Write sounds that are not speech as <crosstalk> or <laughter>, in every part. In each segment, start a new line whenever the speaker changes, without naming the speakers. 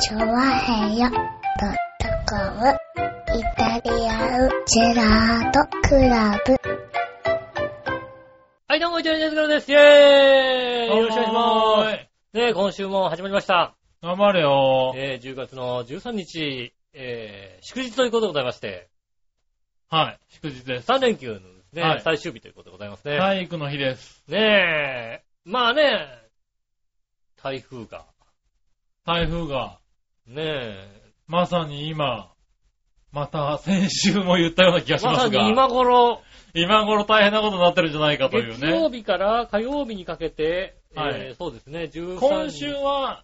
チョワヘヨドットコムイタリアンジェラートクラブ。
はい、どうも、一応ですからです。イェーイよ
どうも
ろしくお願いします。ねえ今週も始まりました。
頑張れよ。
えー、10月の13日、えー、祝日ということでございまして、
はい。祝日です。
3連休のですね、
はい
最終日ということでございますね。
体育の日です。
ねえ、まあね、台風が、
台風が、
ねえ、
まさに今、また先週も言ったような気がし
ま
ま
さ
すが、
に今頃、
今頃大変なことになってるんじゃないかという
月曜
ね。
日から火曜日にかけて、えー
はい
そうですね、13
今週は、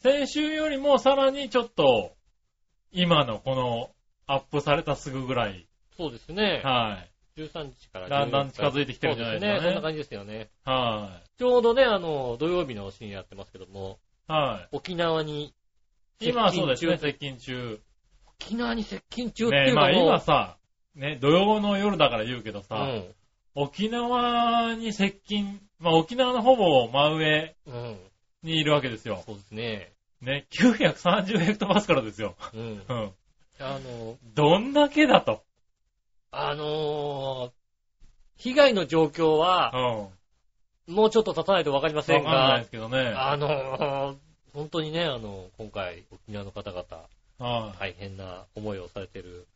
先週よりもさらにちょっと、今のこの、アップされたすぐぐらい、
そうですね、
はい。
13日から
だんだん近づいてきてるん
そう
じゃな
で
い
すね、
ですか
そんな
ね。
感じですよね。
は
ちょうどね、あの、土曜日の深夜やってますけども、
い。は
沖縄に、
い。今はそうですね、
接
接近中。
沖縄に接近中ってい
ね
う
ま
か
あ
もう、
今さ、ね、土曜の夜だから言うけどさ、
うん、
沖縄に接近、まあ沖縄のほぼ真上
うん、
にいるわけですよ。
そうですね、
ね、930ヘクトパスカルですよ。 <laughs>
うん
うん。
あの、
どんだけだと。
あのー被害の状況
う
は、
ん。
もうちょっと経たないとわかりませ
わか
ん
んない
が
で、すけどね。
あのー本当にね、あの、今回、沖縄の方々、
はい。
大変な思いをされてる。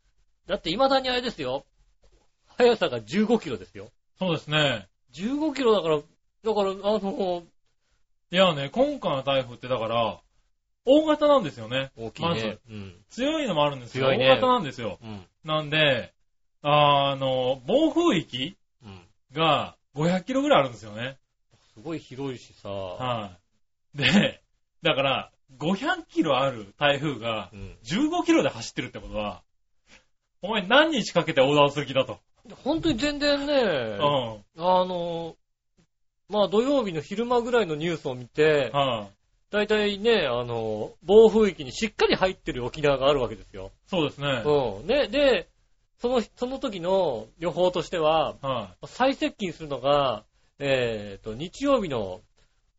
だって、未だにあれですよ。速さが15キロですよ。
そうですね。
15キロだから、だから、あのー
いやね、今回の台風ってだから、大型なんですよね。
大きい
ま
ね
ず。
うん。
強いのもあるんですよ。
強いね
大型なんですよ。
うん。
なんで、あの、暴風域
うん。
が500キロぐらいあるんですよね。
すごい広いしさ。
はい。で、だから、500キロある台風が、
うん。
15キロで走ってるってことは、お前何日かけて横断する気だと。
本当に全然
う
ね
ん。、は
あの、まあ土曜日の昼間ぐらいのニュースを見て
い、、
大体ね、あの、暴風域にしっかり入ってる沖縄があるわけですよ。
そうですね。
うん。ね、で、その、その時の予報としては、
は
最接近するのが、えっ、と、日曜日の、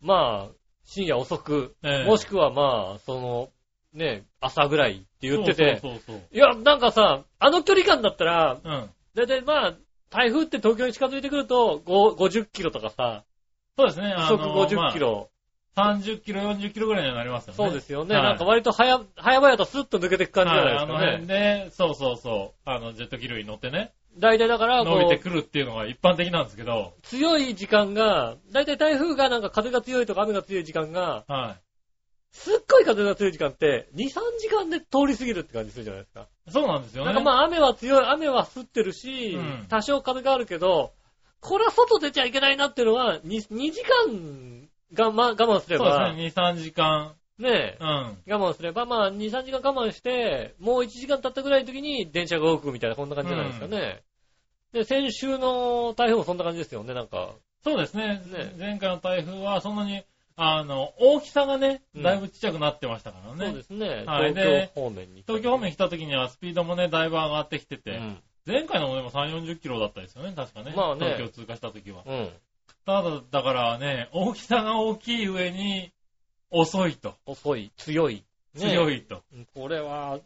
まあ、深夜遅く、
い。ええ
もしくはまあ、その、ね、朝ぐらいって言ってて、
そうそうそう
いや、なんかさ、あの距離感だったら、
そう。うん。
だいたいまあ、台風って東京に近づいてくると、ご50キロとかさ、
そうですね。
時
あ
速
の
50キ。ロ。
まあ30キロ、40キロぐらいにはなりますよね。
そうですよね。
はい
なんか割と早、早々とスッと抜けていく感じじゃないで
はい、あ
す
の
か
辺
ね。
で、そうそうそう。あの、ジェット機類に乗ってね、
だいたいだから、
伸び
こ
て
う、
くるっていうのが一般的なんですけど、
強い時間が、だいたい台風がなんか風が強いとか雨が強い時間が、
は
すっごい風が強い時間って、2、3時間で通り過ぎるって感じするじゃないですか。
い。そうなんですよ
な
ね。
んかまあ雨は強い、雨は降ってるし、
うん
多少風があるけど、これは外出ちゃいけないなっていうのは、2, 2時間が、ま、我慢すれ
そう
ば、
ですね。2、3時間。
ね
うん。はい
え、我慢すれば、まあ2、3時間我慢して、もう1時間経ったぐらいの時に電車が動くみたいな、こんな感じじゃないですかね。で、先週の台風もそんな感じですよね、なんか。
そうですね
ね
前回の台風はそんなに、あの、大きさがね、
うん
だいぶちっちゃくなってましたからね。
そうですね。
はい
東京方面に。
東京方面来た時にはスピードもね、だいぶ上がってきてて、
うん。
前回のもでも3、40キロだったですよね、確かね。
まあね
東京通過した時は。
うん。
ただ、だからね、大きさが大きい上に、遅いと。
遅い、強い。ね
強
い。
いと。
これは、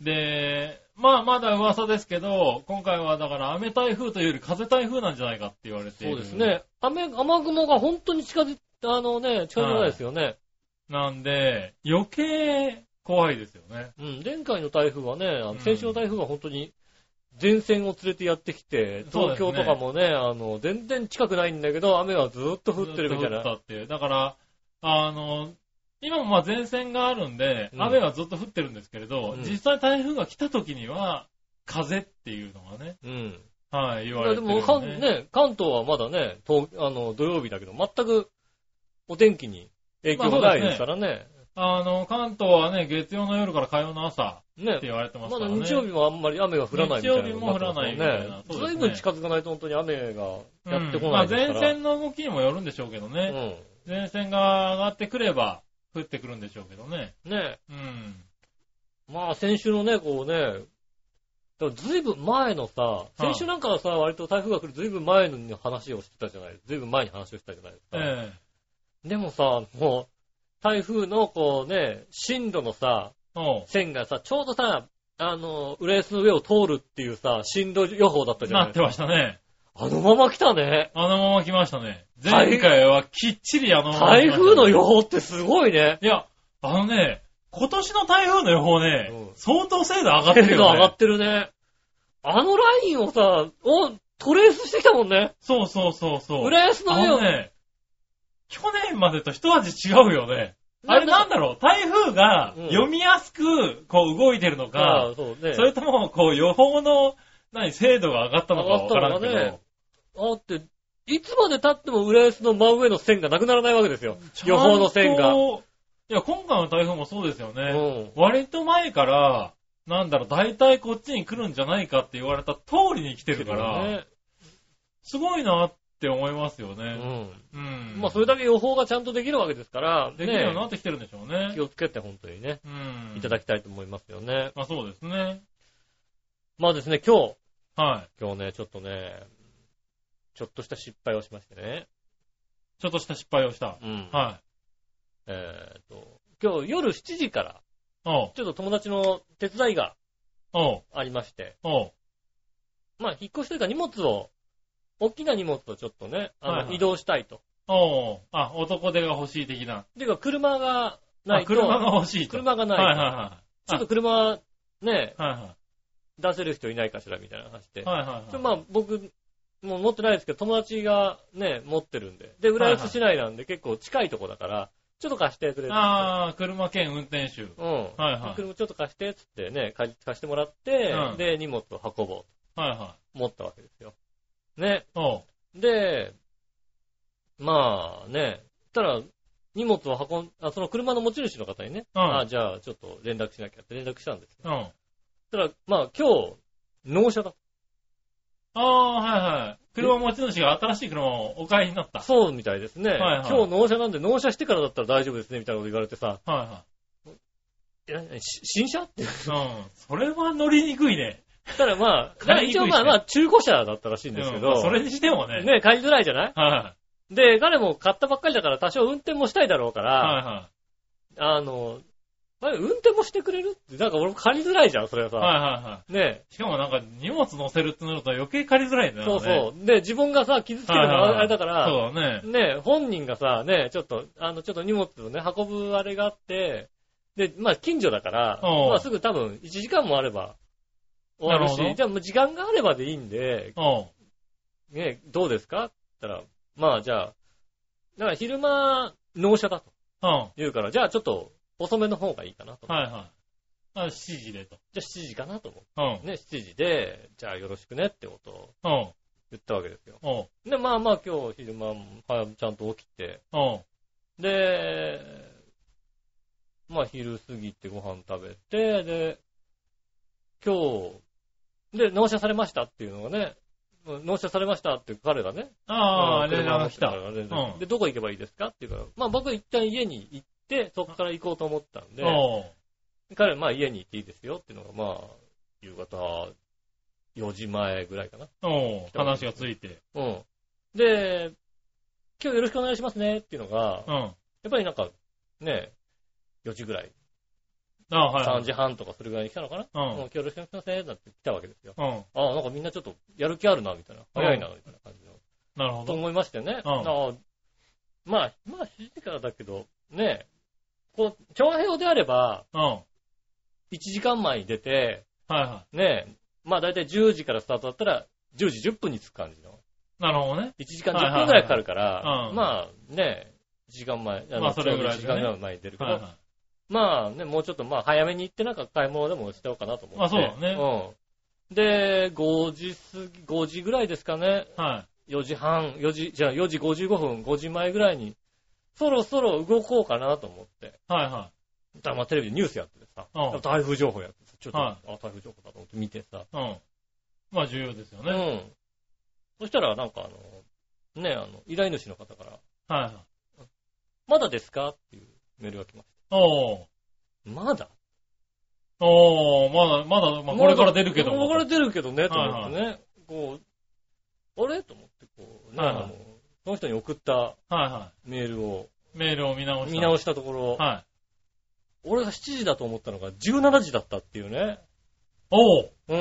で、まあまだ噂ですけど、今回はだから雨台風というより風台風なんじゃないかって言われてい
そう
る。
です。ね。雨、雨雲が本当に近づいあのね、近づかないですよね。
なんで、余計怖いですよね。
うん。前回の台風はね、あの
うん
先週の台風は本当に前線を連れてやってきて、
そう
東
です
京と
ね
かもね、あの、全然近くないんだけど、雨がずーっと降ってるみたい
ずっと
な。
降ってたっていうだから、あの、今もまあ前線があるんで、
うん
雨はずっと降ってるんですけれど、
うん
実際台風が来た時には、風っていうのがね、
うん。
はい、言
い
わ
や
れ
で
てる、
も、関ね、関東はまだね、東あの、土曜日だけど、全くお天気に影響がないですからね。
あの、関東はね、月曜の夜から火曜の朝って
ね。
言われてます
ま
か
だ
らね。
日曜日もあんまり雨が降らないみたいなことにってます
日曜日も降らないみたいなそうです
ね。
ね
ずいぶん近づかないと本当に雨がやってこないです
うん
か
まあ
ら。
前線の動きにもよるんでしょうけどね。
うん。
前線が上がってくれば、降ってくるんでしょうけどね。
ね
うん。
まあ先週のね、こうね、でもずいぶん前のさ、
い
先週なんかはさ、割と台風が来るずいぶん前の話をしてたじゃないずいぶん前に話をしてたじゃないですか。
ええ
でもさ、も台風のこうね、進路のさ、
おう
線がさ、ちょうどさ、あの、浦安の上を通るっていうさ、進路予報だったじゃ
な
ない
ってましたね。
あのまま来たね。
あのまま来ましたね。
台
前回はきっちりあのまま
台
来ましたね
風の予報ってすごいね。
いや、あのね、今年の台風の予報ね、
うん
相当精度上がって
精
る
度
よ
上が
ね
っ。てるね。あのラインをさ、お、トレースしてきたもんね。
そうそうそうそう。
浦安
あ
の上
の
を。
ね、去年までと一味違うよね。あれなんだろう台風が
うん
読みやすくこう動いてるの
あ
か、
あそうね。
それともこう予報の、何、精度が上がったのかわからんけ
上がったのあ
ど、
って、いつまで経っても浦安の真上の線がなくならないわけですよ。予報の線
ちゃ
が。
ん
う
と。いや、今回の台風もそうですよね。
ん。
割と前から、なんだろう、大体こっちに来るんじゃないかって言われた通りに来てるから、
ね
すごいなって思いますよ
う
ね。
ん。
うん。
まあ、それだけ予報がちゃんとできるわけですから、
できるようにな
ね
ってきてるんでしょうね
気。をつけて本当にね、
うん。
いただきたいと思いますよね。
まあそうですね。
まあですね、今日、
は
今日ね、ちょっとね、ちょっとした失敗をしましてね。
い。ちょっとした失敗をした。
うん。
はい。
えーっと、今日夜7時から、
おう、
ちょっと友達の手伝いが
おう、
ありまして、
おう、
まあ、引っ越しというか荷物を、大きな荷物をちょっとね、あの
はいはい
移動したいと。
おう。あ、男手が欲しい的な。
ていうか、車がな
あ、
いと、
車が欲しいと。
車がないと、
はいはいは
ちょっと車、ね、
い。は
出せる人いないかしらみたいな話で。
いはい。はいはい
ちょ
はい。
まあ、僕、もう持ってないですけど、友達がね、持ってるんで。で、浦安市内なんで結構近いとこだから、ちょっと貸してくれって。
あー、車兼運転手。
うん。
はいはい
車ちょっと貸して、つってね、貸貸してもらって、
うん
で、荷物を運ぼう
はいは
と思ったわけですよ。ね。
い。おう、
で、まあね、たら、荷物を運ん、あ、その車の持ち主の方にね、
うん
あ、じゃあちょっと連絡しなきゃって連絡したんですよ。
うん。
たら、まあ今日、納車だ。
ああ、はいはい。車持ち主が新しい車をお買いになった。
そうみたいですね。
いはい
今日納車なんで納車してからだったら大丈夫ですね、みたいなこと言われてさ、
はい
やし新車って言
いはい。うん。それは乗りにくいね。
ったらまあ、
買いに
一
くい
応
しね
まあまあ中古車だったらしいんですけど、
うんそれにしてもね。
ね、買いづらいじゃない
は
で、彼も買ったばっかりだから多少運転もしたいだろうか
い。
ら、
はいは
あの、まあ運転もしてくれるって、なんか俺も借りづらいじゃん、それはさ。
い。はいはいは
ねえ。
い。しかもなんか荷物乗せるってなると余計借りづらいんだよ
そう
ね。
そう。で、自分がさ、傷つけるの
はいはいはい
はあれだから、
そうだね。
ね、本人がさ、ね、ちょっと、あの、ちょっと荷物をね、運ぶあれがあって、で、まあ、近所だから、
おう
まあ、すぐ多分、1時間もあれば、終わる
なるほ
し、
ど
じゃあ、もう時間があればでいいんで、
おう。
ね、どうですかって言ったら、まあ、じゃあ、だから昼間、納車だと
うん。は
言うから、じゃあ、ちょっと、遅めの方がいいかなと
い。はい。あ、7時でと。
じゃあ、7時かなと思
うん。
う。ね、7時で、じゃあ、よろしくねってことを
うん。
言ったわけですよ。
おう。
で、まあまあ、今日昼間も、はちゃんと起きて、
おう。
で、まあ昼過ぎてご飯食べて、で、今日、で、納車されましたっていうのがね、うん納車されましたっていう彼がね、
ああ、
うん
連絡が来た。
車の人から連絡
うん
で、どこ行けばいいですかっていうから、まあ僕は一旦家に行って、そこから行こうと思ったんで、
おう。
彼はまあ家に行っていいですよっていうのがまあ、夕方4時前ぐらいかな。
おう。話がついて。
うん。で、今日よろしくお願いしますねっていうのが、
うん。
やっぱりなんか、ね、4時ぐらい、
ああ、はいはい。
3時半とかそれぐらいに来たのかな、
うん
もう今日よろしくお願いしますね、なんて来たわけですよ。
うん。
ああ、なんかみんなちょっとやる気あるな、みたいな。早いな、みたいな感じの。
なるほ
と
ど。
思いましてね。
うん
ああまあ、まあ、7時からだけど、ね、こう、長平であれば、
うん。はい
1時間前に出て、
は
ね、まあ大体10時からスタートだったら、10時10分に着く感じの。
い。なるほどね。
1時間10分ぐらいかかるから、
はいはいはいうん
まあね、1時間前、の
まあそれぐらい
ち
で
ょ
す
うど1時間
ね
ぐらい前に出るけど、
はいはい。
まあね、もうちょっとまあ早めに行ってなんか買い物でもしちゃおうかなと思って。
まあそうだね。
うん。で、5時過ぎ、5時ぐらいですかね。
はい。
4時半、4時、じゃあ4時55分、5時前ぐらいに、そろそろ動こうかなと思って。
はいは
たまあテレビでニュースやっててさ、
うん
台風情報やっててちょっと、
は
あ、台風情報だと思って見てさ。
い。うん。まあ重要ですよ
う
ね。
ん。そしたらなんかあの、ね、あの、依頼主の方から、
はいはい。
まだですかっていうメールが来まし
おう。
た。まだ
おー、まだ、まだ、まあ、これから出るけど
こ
も。
れから出るけどね、と思ってね。こう、あれと思って、こう、ね、
はいはい
あの、その人に送った
はいは
メールを
メールを見直した。
見直したところ、
はい。
俺が7時だと思ったのが17時だったっていうね。
おう
うん。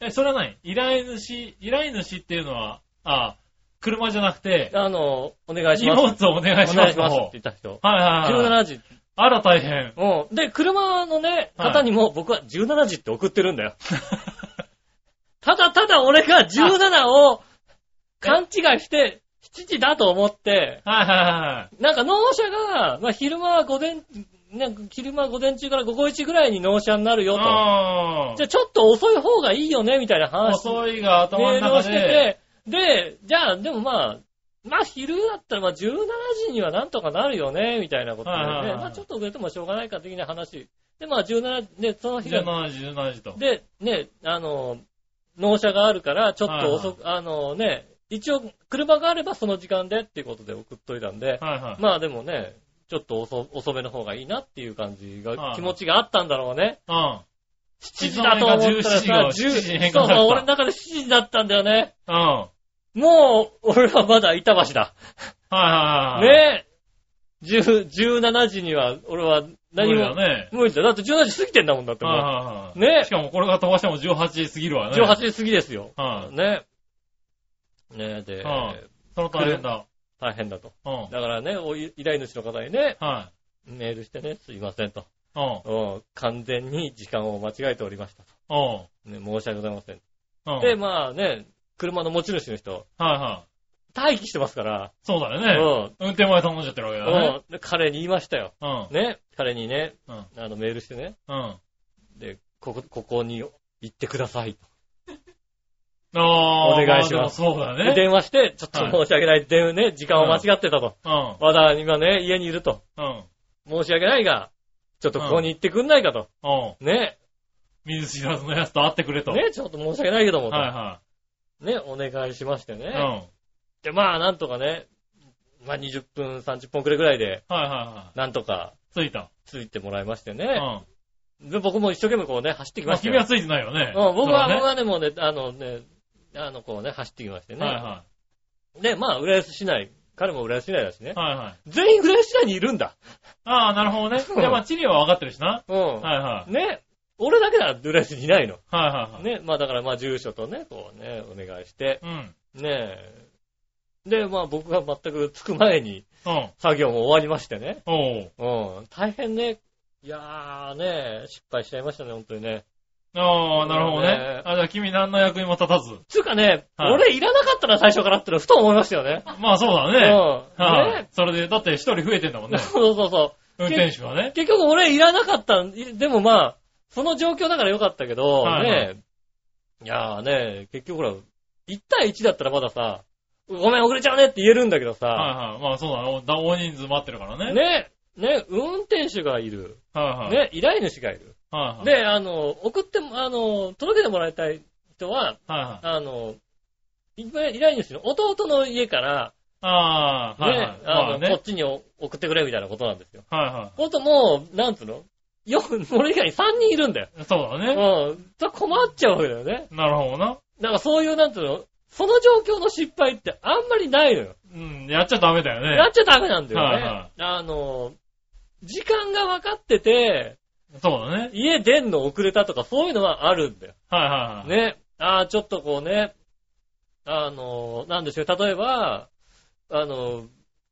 え、それは何依頼主、依頼主っていうのは、あ、車じゃなくて、
あの、お願いし
荷
ます。
物をお願いしますの方。
って言った人。
はいはいは
17
い。
時。
あら大変。
うん。で、車のね、方にも僕は17時って送ってるんだ
<laughs>
よ。ただただ俺が17を勘違いして、7時だと思って、
はいはいはいはい。
なんか納車が、まあ昼間は午前、なんか昼間午前中から午後1ぐらいに納車になるよと。
あ
じゃあちょっと遅い方がいいよね、みたいな
あ。
話。
遅いが頭
メ
の
ールを
中
して
で。
て、で、じゃあ、でもまあ、まあ昼だったらまあ17時にはなんとかなるよね、みたいなことでね、
はいはいはい
まあちょっと遅れてもしょうがないか的な話。で、まあ17時、で、その日が、
17時、17時と。
で、ね、あの、納車があるから、ちょっと遅く、あのね、一応、車があればその時間でっていうことで送っといたんで、
はいはい。
まあでもね、ちょっと遅遅めの方がいいなっていう感じ
はいは
が、
い
気持ちがあったんだろうね。
うん。
7時だと思ったらさ、
いつの間にか17時が7時に変換
そう
された
そう、俺の中で7時だったんだよね。
うん。は
もう、俺はまだ板橋だ。
いはいはい。
ねえ。10 17時には、俺は何
無理
も
だ、ね。
無理だよ。だって17時過ぎてんだもんだってもう
はいはいはい。
ね
しかもこれが飛ばしても18時過ぎるわね。
18時過ぎですよ。
はい。
ねえ。ねえ、で、
はいその大変だ。
大変だと。
うん。
だからね、お依頼主の方にね、
はい。
メールしてね、すいませんと。
うん。
うん完全に時間を間違えておりましたと。
うん。
ね、申し訳ございません。
うん。
で、まあね、車の持ち主の人、
はいはい。
待機してますから、
そうだ
う
よね。
ん。
運転前頼んじゃってるわけだね。
うんで彼に言いましたよ。
うん。
ね、彼にね、
うん
あのメールしてね、
うん。
で、ここ、ここに行ってください。
ああ。
お願いします
あでもそうだ
で
ね。
電話して、ちょっと
はい
申し訳ない、でね、時間を間違ってたと。
うん。
まだ今ね、家にいると。
うん。
申し訳ないが、ちょっとここに行ってくんないかと。
うん。
ね、
水知らずのやつと会ってくれと。
ね、ちょっと申し訳ないけどもと、
は
ね、お願いしましてね。
いはい。うん。はい
で、まあ、なんとかね、まあ、20分、30分くらいぐらいで、
はいは
なんとか、
い。ついた。
ついてもらいまして
うん。
ね。
ま
で、僕も一生懸命こうね、走ってきま
あ
した
君
よ。
はついてないよね。
うん、僕は、
そうだね
僕はね、もうね、あのね、あの、こうね、走ってきましてね。
はいは
で、まあ、浦安市内、彼も浦安市内だしね
い。。はいはい。
全員浦安市内にいるんだ。
ああ、なるほどね。
うん
じゃあまあ、地理は分かってるしな。
うん。
はいはい。
ね、俺だけなら浦安にいないの。
はいはいはい。
ね、まあだからまあ住所とね、こうね、お願いして、
うん。
ねえ。で、まあ僕が全く着く前に
うん。
作業も終わりましてね。
おう。
うん。大変ね。いやーね、失敗しちゃいましたね、本当にね。
ああ、なるほ
そ
ど
うだね
ね。あ、じゃあ君何の役にも立たず。
つうかね、
はい
俺いらなかったな、最初からってのはふと思いましたよね。
まあそうだ
うん。
ね。はい
ね。。
それで、だって一人増えてんだもんね
そうそうそ
運転手はね
う。。結局俺いらなかったん、いでもまあ、その状況だからよかったけど、
はいはい
ねいやーね、結局ほら、1対1だったらまださ、ごめん遅れちゃうねって言えるんだけどさ、
はいはい。まあそうだろう。大人数待ってるからね。
ね、ね、運転手がいる。
はいはい。
ね、依頼主がいる。
はいはい。
で、あの、送っても、あの、届けてもらいたい人は、
はいはい。
あの、い依頼主の弟の家から、
あ
ね、
あ、はいはい。
あ
ま
の
あね。
こっちにお送ってくれみたいなことなんですよ。
はいは
ほんともう、なんつうのよ、俺以外に3人いるんだよ。
い。そうだ
う
ね。
ん。それ困っちゃうわけだよね。
なるほどな。
だからそういう、なんつうのその状況の失敗ってあんまりないのよ。
うん、やっちゃダメだよ
や
ね
っ。ちゃダメなんだよね。
はいは
あの、時間が分かってて、
そうだね。
家出んの遅れたとかそういうのはあるんだよ。
はいはいはい。
ね。ああ、ちょっとこうね、あの、なんでしょう、例えば、あの、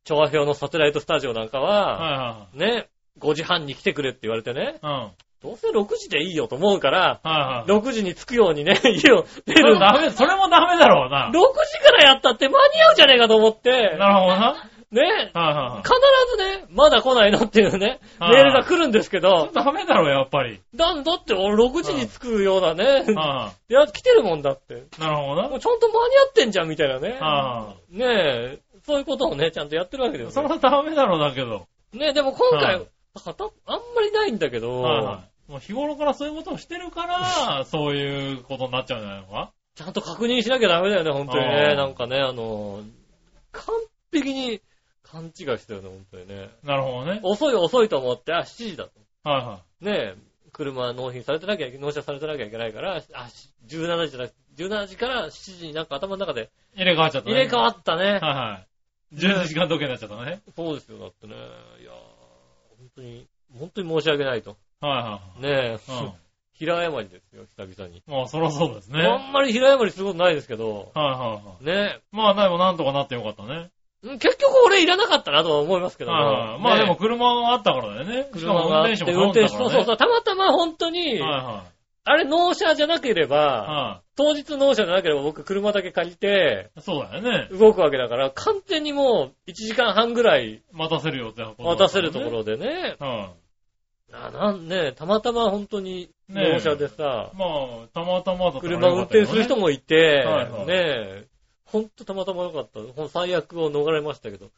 調和表のサテライトスタジオなんかは、
は
ね、5時半に来てくれって言われてね、
いはいはい。うん。
どうせ6時でいいよと思うから、
はいはい。
6時に着くようにね、 <laughs> 家を出
そ
る
れ
んだ。
ダメ、それもダメだろうな
6。時からやったって間に合うじゃねえかと思って、
なるほどな。
ね、
はいはいはい。
必ずね、まだ来ないのっていうね、
はい
メールが来るんですけ
それ
ど、
ダメだろう、やっぱり。
だだって俺6時に着くようなね、
はい
や、来てるもんだって。
い。なるほど
も
な。
うちゃんと間に合ってんじゃんみたいなね。
は
ねえ、そういうことをね、ちゃんとやってるわけです
そ
よ
れ。はダメだろうだけど。
ねえ、でも今
は
回
い、
あたあんまりないんだけど、
はいはい。もう日頃からそういうことをしてる <laughs> から、そういうことになっちゃうんじゃないのか
ちゃんと確認しなきゃダメだよね、本当に
あ
ね。
あ
なんかね、あの、完璧に勘違いしてるね、本当にね。
なるほどね。
遅い遅いと思って、あ、7時だと。
はいは
ねえ、車納品されてなきゃいけ、納車されてなきゃいけないから、あ、し17時だ、17時から7時になんか頭の中で
い。入れ替わっちゃった
入
ね。
れ替わ
っ
ったね。
はいはい。 12時間時計になっちゃったね。
そうですよ、だってね。いやー本当に、本当に申し訳ないと。
は
ねえ、
いはいはい。
平謝りですよ、久々に。
うん。 <laughs> まあ、そらそうですね。はい
あんまり平謝りすることないですけど、
はいはい。
ね
まあ、でもなんとかなってよかったね。
え、うん結局俺いらなかったなとは思いますけども
はいはい。まあ
ね
で
え
も車はあったからだよね。しか
車
も
が
運
あって
転手
運
も
転
頼
手、
んだから
そ
ね
うそうそう、たまたま本当に、
はいは
あれ納車じゃなけれ
い。
ば、
は
当日納車じゃなければ僕車だけ借りて
い。そうだよね。
動くわけだから、完全にもう1時間半ぐらい
待たせるよってことだっ
渡
たね
せるとこ。ろでね、
は
あなんね、たまたま本当に
ねえ
納車でさ
い。、まあ、たまたまだったからよ
車運
かった
転
けどね
する人もいて、
はいは
ね
い
え、ほんとたまたま良かった。ほん最悪を逃れましたけど。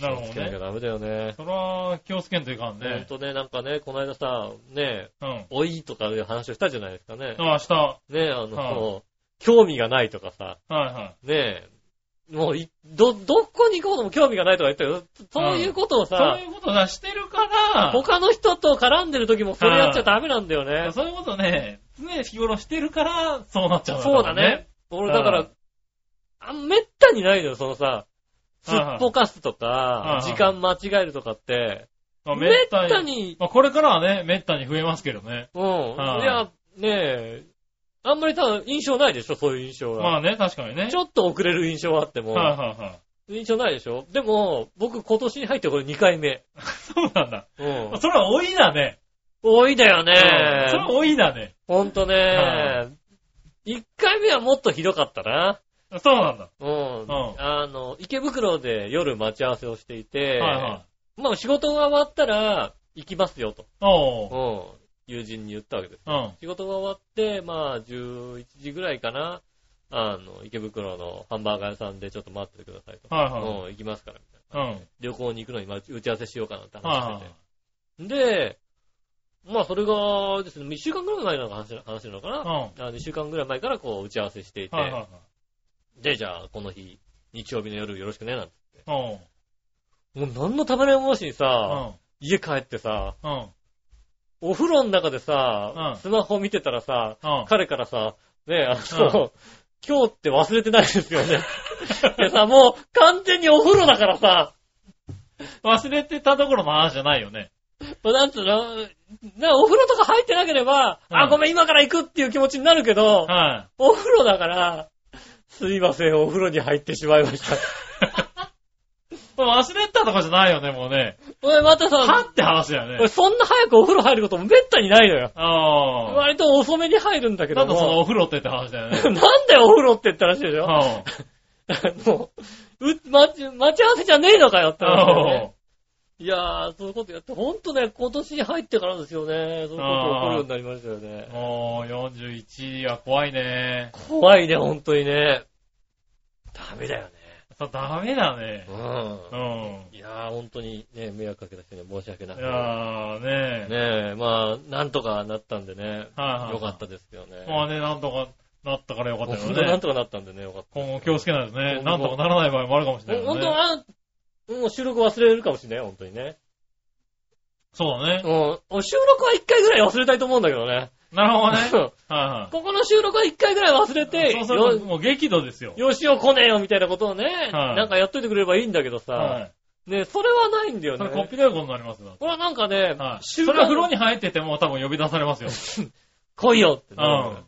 なるほ
気をつ
ど
けなきゃ
ね。
ダメだよね。
それは気をつけんといかん
ほん
ね。
とね、なんかね、この間さ、ねえ、
うん。
老いとかいう話をしたじゃないですかね。
ああ、した。は
ねえ、あの、
は
興味がないとかさ、
いは
ねえ、もうい、ど、どこに行こうとも興味がないとか言ったけど、そういうことを
い。そう
さ
い、うことだ、してるから、
他の人と絡んでる時もそれやっちゃダメなんだよね。
そういうことね、常日頃してるから、そうなっちゃうん
そうだね。。俺だから、あめったにないのよ、そのさ、すっぽかすと
い
か
は、い
時間間違えるとかって、
まあ、
め
め
っ
った
た
に。
に、
まあ、これからはね、めったに増えますけどね。
うん、
はい
いや、ねえ、あんまり多分印象ないでしょ、そういう印象が。
まあね、確かにね。
ちょっと遅れる印象はあって
はい
も、
はいはい。
印象ないでしょでも、僕今年に入ってこれ2回目。
そうなんだ。
うん。
それは多いだね。
多いだよ
うんそれ
ね。
は多いだね。
ほんと
は
ね。1回目はもっとひどかったな。
そうなんだ。
うん。
ん
あの、池袋で夜待ち合わせをしていて、
はいはい。
まあ仕事が終わったら行きますよと、
おう。
うん、友人に言ったわけです。
うん。
仕事が終わって、まあ11時ぐらいかな、あの、池袋のハンバーガー屋さんでちょっと待っててくださいと。
はいは
うん、行きますからみたいな。
い。うん。
旅行に行くのにまあ打ち合わせしようかなって話し
は
てて。で、まあそれがですね、1週間ぐらい前の話話なのか
い
な。
は
あの1週間ぐらい前からこう打ち合わせしてい
い。う
て
ん。、はいはいはい。
で、じゃあこの日、日曜日の夜よろしくね、なんて。
おう。
もう何のためらいもなしに
う
さ、
ん。
家帰ってさ、
うん。
お風呂の中で
う
さ
ん、
スマホ見てたらさ、
うん。
彼からさ、ねえ、あの、 <laughs> 今日って忘れてないですよね。 <laughs> でさ、もう完全にお風呂だからさ、
忘れてたところの話じゃないよね。
もうなんつうの、なお風呂とか入ってなければ、
うん
あ、ごめん、今から行くっていう気持ちになるけど、
は
お風呂だから、すいません、お風呂に入ってしまいました。
<laughs> い。忘れてたとかじゃないよね、もうね。
俺また
は
さ、
って話だよ
俺
ね。
そんな早くお風呂入ることもめったにないのよ。
ああ。
割と遅めに入るんだけ
な
ど
んだその
も。 <laughs>
お風呂ってって話だよね。
なんだよ、お風呂ってって話でし
う
ょ
ん。
あ <laughs> の、う、待ち、待ち合わせじゃねえのかよって話だよね。いやー、そういうことやって、ほんとね、今年に入ってからですよね。そういうことが起こるようになりましたよ
うん
ね。
もう41は怖いね。
怖いね、ほんとにね。ダメだよね。
そうダメだね。う。
うんん。いやー、ほんとにね、迷惑かけた人には申し訳ないくて。
やーね
ね
え。
え、まあ、なんとかなったんでね。
はいはい。
よかったですよね。
まあね、なんとかなったからよかった
ほん
よ
となん
ね。
とかなったんでね、よかっ
今後気をつけないとね。
今
なん
後。
とかならない場合もあるかもしたれない
ほん
よね。
と、あ、もう収録忘れるかもしれないよ、ほんとにね。
そうだね。
うん。収録は一回ぐらい忘れたいと思うんだけどね。
なるほどね。
うん
は
<laughs>
い
ここの収録は一回ぐらい忘れ
は
て、
い。そうすると
よ
もう激怒ですよ。
よしよ来ねえよみたいなことをね、
はい
なんかやっといてくれればいいんだけどさ、
は
ね、それはないんだ
い。
よ
そ
ね
れ。こっぴどいことになりますよ。
これはなんかね、
はい。そ
習慣
れは風呂に入ってても多分呼び出されま
<laughs>
すよ。
来いよってね、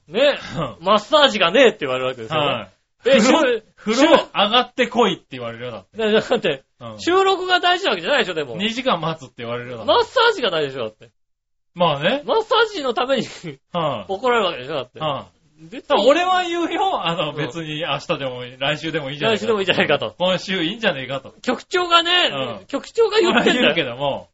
ね、
う
マッサージがねえって言われるわけです
ん
よ、ね。
はい。
え、
風呂
収、
風呂上がってこいって言われるよだって。
だだって、
うん
収録が大事なわけじゃないでしょ、でも。
2時間待つって言われるよだって
マッサージがないでしょ、だって。
まあね。
マッサージのために
はい。
怒られるわけでしょ、だって。
はい。
別
ただ
に
俺は言うよ。あの、
うん
別に明日でもいい、来週でもいいじゃない
来週でもいいじゃないかと。
今週いいんじゃねえかと。
局長がね、
うん
局長が言ってん
言
だ
うけ
よ。
ども、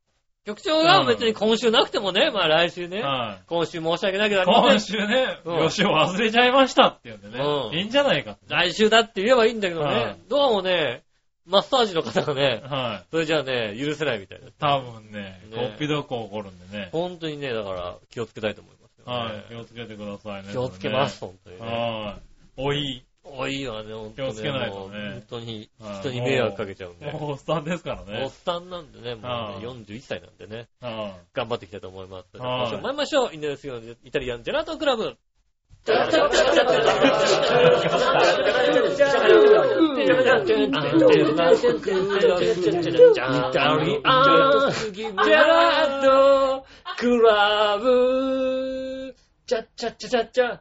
局長が別に今週なくてもね、まあ来週ね、
はい
今週申し訳ないけどありません
今週ね、
うん
予習を忘れちゃいましたって言うんでね
う、ん
いいんじゃないかって。
来週だって言えばいいんだけど
は
ね
い、
どうもね、マッサージの方がね、
は
それじゃあね、許せないみたいな。
い。多分ね、
ね
こっぴどく怒るんでね。
本当にね、だから気をつけたいと思いますよ
はい。気
ね。
をつけてくださいね。
気をつけます、本当
そ
に
れね。
ね。
はい。おい、
多いわね、本当
気を
に
つ
ね。
けない
もう
とね
本当に
はい
人に迷惑かけちゃうんで。
もうおっさんですから
お
ね
っ。さんなんでね、もうね
はい
41歳なんでね、
は
頑張っていきたいと思います。
はい
今週も参りましょう。インドネシアのイタリアンジェラートクラブ。ラートクラブチャッチャッチャチャッチャ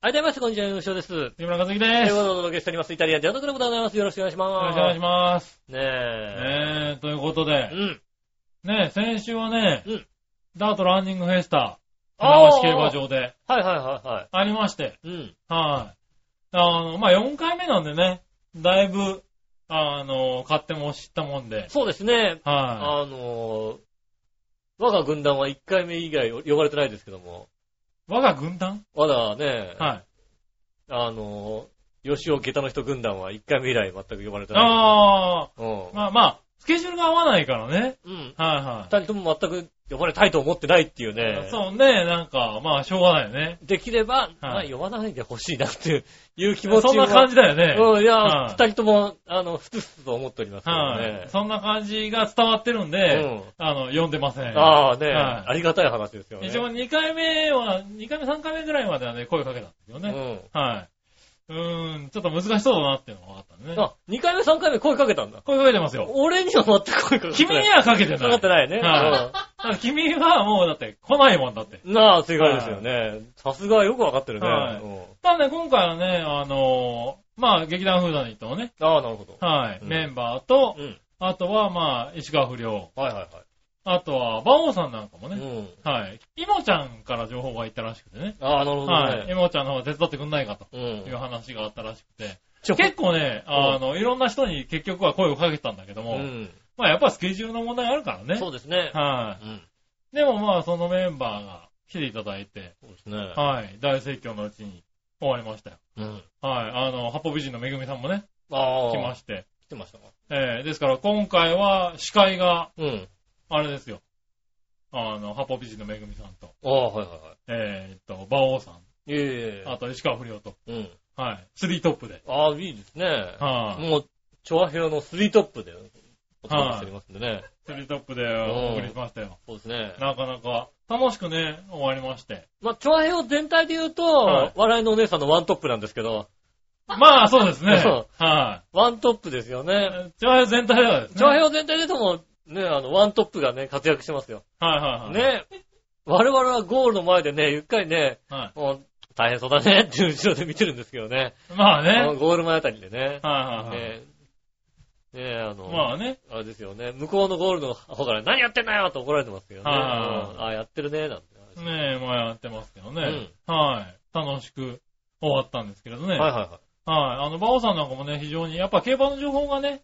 ありがとうございました。こんにちは、よしおです。という
杉村和樹
こ
です。
と
よ
でお届けしております。イタリアンジャーノクラブでございます。よろしくお願いしま
ろ
す。
しくお願いします。
ねえ。
ねえ、ということで
う、ん。
ねえ、先週はね
うん、
ダートランニングフェスタ、
あー
船橋競馬場で
はいはいはいは
ありまして、
い。うん。
はい。あの、まあ、4回目なんでね、だいぶ、あの、買っても知ったもんで、
そうですね。
は
あのー、我が軍団は1回目以外呼ばれてないですけども、
い。我が軍団
まだね、
は
あのー、吉尾下駄の人軍団は1回目以来全く呼ばれて
い。
ない。あ
あ
うん
あ、。まあまあ、スケジュールが合わないからね。
うん。
はいは
二人とも全く呼ばれたいと思ってないっていうね
い。。そうね、なんか、まあ、しょうがないよね。
できれば、まあ呼ばないでほしいなっていういう気持ち
そんな感じだよね。
はうん、いや、
はい
二人とも、あの、ふつふつと思っておりますけど
は
ね
い。。そんな感じが伝わってるんで、あの、読んでません。
ああね、
はい
ありがたい話ですよね。
一応2回目は、2回目、3回目ぐらいまではね、声かけたんですよね。はい。うーん、ちょっと難しそうだなっていうのが分かったんで
う
ね
ん。。あ、二回目三回目声かけたんだ。
声かけてますよ。
俺には全く声かけて
君
ない。
にはかけてない。
かかってないね。
はだから君はもうだって来ないもんだって。
うんなあ、正解ですよね。さすがよくわかってるね。
はい
うん
ただね、今回はね、あのーまあ、劇団風団に行ったのね、
ああ、なるほど。
はい、
うん
メンバーと、
うん。
あとはまあ、石川不良、
はいは
あとは、馬王さんなんかも
いはい。う
ね、
ん。
はい、イモちゃんから情報がいったらしくてね、
ああ、なるほど
はい、イ
ね。
モちゃんの方手伝ってくんないかと
う。
いうん話があったらしくて、
ちょ
結構ね、あの、いろんな人に結局は声をかけたんだけど
う
も、
ん。
まあ、やっぱスケジュールの問題あるからね、
そうですね。
は
うん。
い、でもまあ、そのメンバーが来ていただいて、
そうですね。
はい、大盛況のうちに終わりましたよ。
うん。
はい。あの、八方美人のめぐみさんもね、
ああ。
来まして。
来てましたか。
えー、ですから今回は司会が、
うん。
あれですよ。あの、八方美人のめぐみさんと、
ああ、はいはいは
えー、っと、馬王さん、
い。いえいえ。
あと石川不良と、
うん。
はい。スリートップで。
ああ、いいですね。
はい、
もう、チョアヘアのスリートップでお届けしておりますんでね。
スリートップでお送りしましたよ。
そうですね。
なかなか楽しくね、終わりまして。
まあ、チョアヘア全体で言うと、
はい
笑いのお姉さんのワントップなんですけど、
まあ、そうですね。
そう
は
ワントップですよ
い、
ね。
チョアヘ全体ではですね。
チョアヘア全体で言うともう、ね、あの、ワントップがね、活躍してますよ。
はいはいはい。。
ね。我々はゴールの前でね、ゆっかりね、
は
もう、大変そうだねっていう後ろで見てるんですけどね。
い。まあね。はい
ゴール前あたりでね。
はいはい。
ねねあの、
まあね。
あれですよね。向こうのゴールの方から何やってんだよと怒られてますけどね。
はいはいはい
うんああ、やってるね、なんて話。
ねえ、まあやってますけどね。はい。楽しく終わったんですけれど
は
ね。
い
はい。
はいは
あの、馬王さんなんかもね、非常に、やっぱ競馬の情報がね、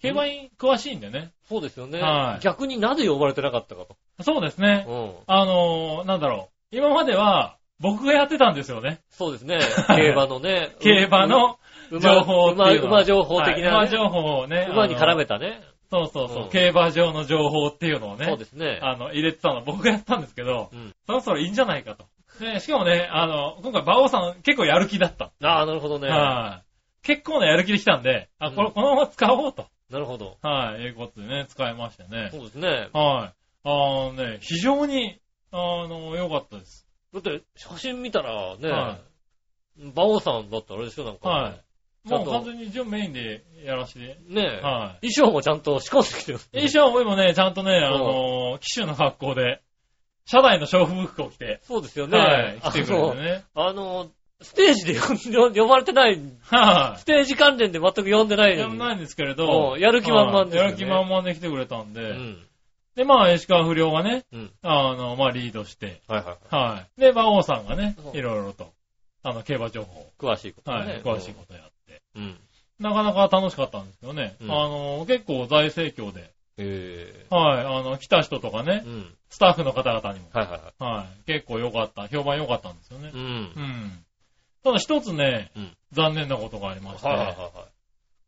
競馬に詳しいんでね。
い。そうですよね。
はい
逆になぜ呼ばれてなかったかと。
そうですね。
うん。
あのーなんだろう。今までは、僕がやってたんですよね。。
そうですね。競馬のね
競馬の
馬
情報って
馬
いうのは
馬情報的な、
はい馬
ね
情報をね。
馬に絡め
て。
たね。
そうそうそう
う。ん
競馬場の情報っていうのをね。
そうですね。
あの、入れてたの僕がやったんですけど、
うん
そろそろいいんじゃないかと。ね、しかもね、あの、今回馬王さん結構やる気だった。
ああ、なるほどね。
はい。結構なやる気できたんで、あ、こ
う
れ、
ん
このまま使おうと。
なるほど。
はい、いうことでね、使いましたね
そ。うですね。
はい。あのね、非常に、あの、良かったです。
だって、写真見たらね、
は
馬王さんだったらあれでしょ、なんか。
はい。
ちょっ
もう
と
完全に一応メインでやらせて。
ねえ、
は
衣装もちゃんと仕込んできてる。
い。衣装も今ね、ちゃんとね、あの、機種の格好で、社内の勝負服を着て、
そうですよね。
はい、来
あ
てくれて
の、
ね。
あの、ステージで呼ん呼ばれてない、
はい
ス。テージ関連で全く呼んでない
や
の
ら
に。
ないんですけれど
う、んやる気満々ですよね
やる気満々で来てくれたんで、
うん。
で、まあ、石川不良がね、
うん。
あの、まあ、リードして、
はいはいはい。
はい。で、馬王さんがね
そ、う
いろいろと、あの、競馬情報、
詳しいこと
はい、
ね。
詳しいことやって、
と。うん。
なかなか楽しかったんですけどね、
うん
あの、結構財政協で、
え
はい、あの、来た人とか
え。
ね
う、ん。
スタッフの方々にも、
はいはいは
はい、結構良かった、評判良かったんですよね
い。う。。
うんん。ただ一つね
うん、
残念なことがありまして
はい、はいはいは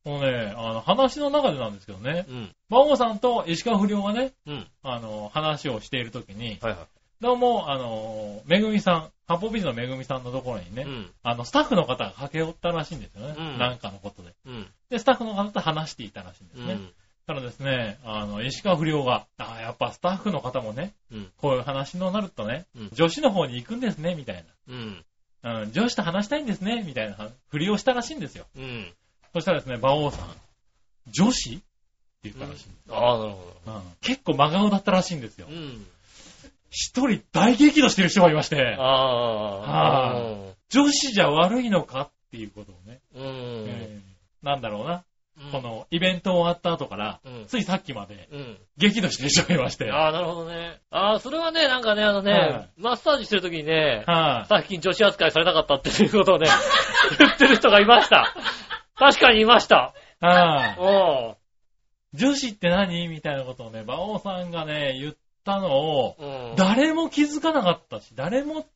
もうね、あの、話の中でなんですけどね、
い。うん。
馬王さんと石川不良がね、
うん。
あの、話をしているときに、
はいは
どうも、あの、めぐみさん、八方美人のめぐみさんのところに
い。
ね、
うん。
あの、スタッフの方が駆け寄ったらしいんですよね。
うん
なんかのことで。
うん。
で、スタッフの方と話していたらしいんです
う
ね。
ん。
ただですね、あの、石川不良が、ああ、やっぱスタッフの方もね、
うん
こういう話のなるとね、
うん
女子の方に行くんですね、みたい
うん。
な。うん、上司と話したいんですね、みたいなふりをしたらしいんですよ。
うん。
そしたらですね、馬王さん、女子って言ったらしい、
ああ、なるほ
うん結構真顔だったらしいんですよ
ど。う。ん。
一人大激怒してる人がいまして
あ、あ。
は
うん
女子じゃ悪いのかっていうことをね、
うん。
えーなんだろうな、
うん
こ、のイベント終わった後から、
うん。
ついさっきまで
うん。
激怒してる人がいまして、はい、
ああ、なるほどね。ああ、それはね、なんかね、あのね、
は
マッサージしてるときにね、最近女子扱いされなかったっていうことをね、 <laughs> 言ってる人がいました。確かにいました。
はい
お
女子って何みたいなことをね、馬王さんがね、言ったのを、
うん。
誰も気づかなかったし、誰も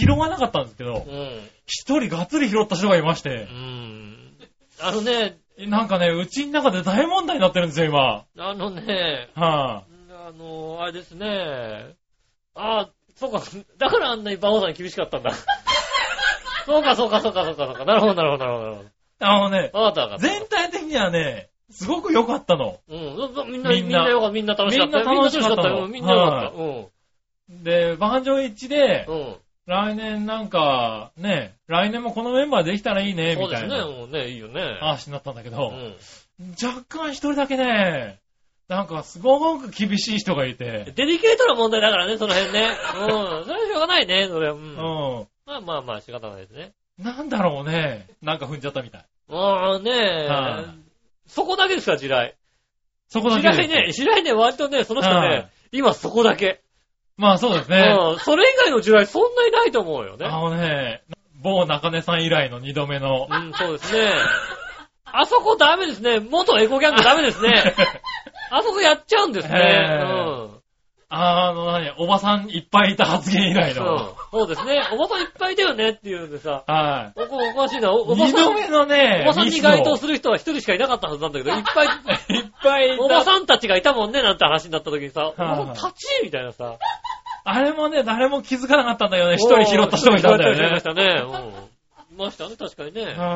拾わなかったんですけど
う、ん。
一人がっつり拾った人がいまし
う
て、
ん。あのね、
なんかね、うちの中で大問題になってるんですよ、今。はい、
あのね、あの、あれですね。ああ、そうか、だからあんなに馬王さんに厳しかったん
<laughs>
だ。そうか、そうか、そうか、そうか、そうか。なるほど、なるほど、なるほどなる
あのね
ほ、ど。わかった、わかった。
全体的にはね、すごく良かったの。
うんそう、みんな、
みん
み
なん
なよかった、みんな楽しかったよ。
みんな楽しかった
よ
の
みんなよかった。うん。
で、バージョン1で、
うん。
来年なんか、ね、来年もこのメンバーできたらいいね、
そ
み
うで
た
す
い
ね、
な
もうね、いいよね。
話になったんだけ
う
ど、
ん。
若干一人だけね、なんかすごく厳しい人がいて、
デリケートな問題だからね、その辺ね。
<laughs>
うん。それはしょうがないね、それは。う。
うんん。
まあまあまあ、仕方ないですね。
なんだろうね。なんか踏んじゃったみたい。
ああ、ねえ
はい。
そこだけですか、地雷。
そこ
地
だけです
雷ね、地雷ね、割とね、その人
はい
ね、今そこだけ。
まあそうですね。
うん。それ以外の地雷、そんなにないと思うよね
あ。のね、某中根さん以来の二度目
<laughs>
の。
うん、そうですね。あそこダメですね。元エコギャングダメです
<laughs>
ね。あそこやっちゃうんですね。
へ
う
ー
ん。
あの何、おばさんいっぱいいた発言以来
そう
の。
そうですね。おばさんいっぱいだよねっていうんでさ、
はい。
おこおかしいな。おおば
二
さん
度、目のね
お、ばさん
ミ
に
スを
該当する人は一人しかいなかったはずなんだけど、いっぱい、
<laughs> いっぱいい
おば
た。
さんたちがいたもんねなんて話になった時にさ、お
はい
ばさんたちみたいなさ、
あれもね、誰も気づかなかったんだよね。一人拾った人がいたんだ
おー
よ
<laughs> 一人拾
ね。
った人がいましたね。うんいましたね、確かにね。う
は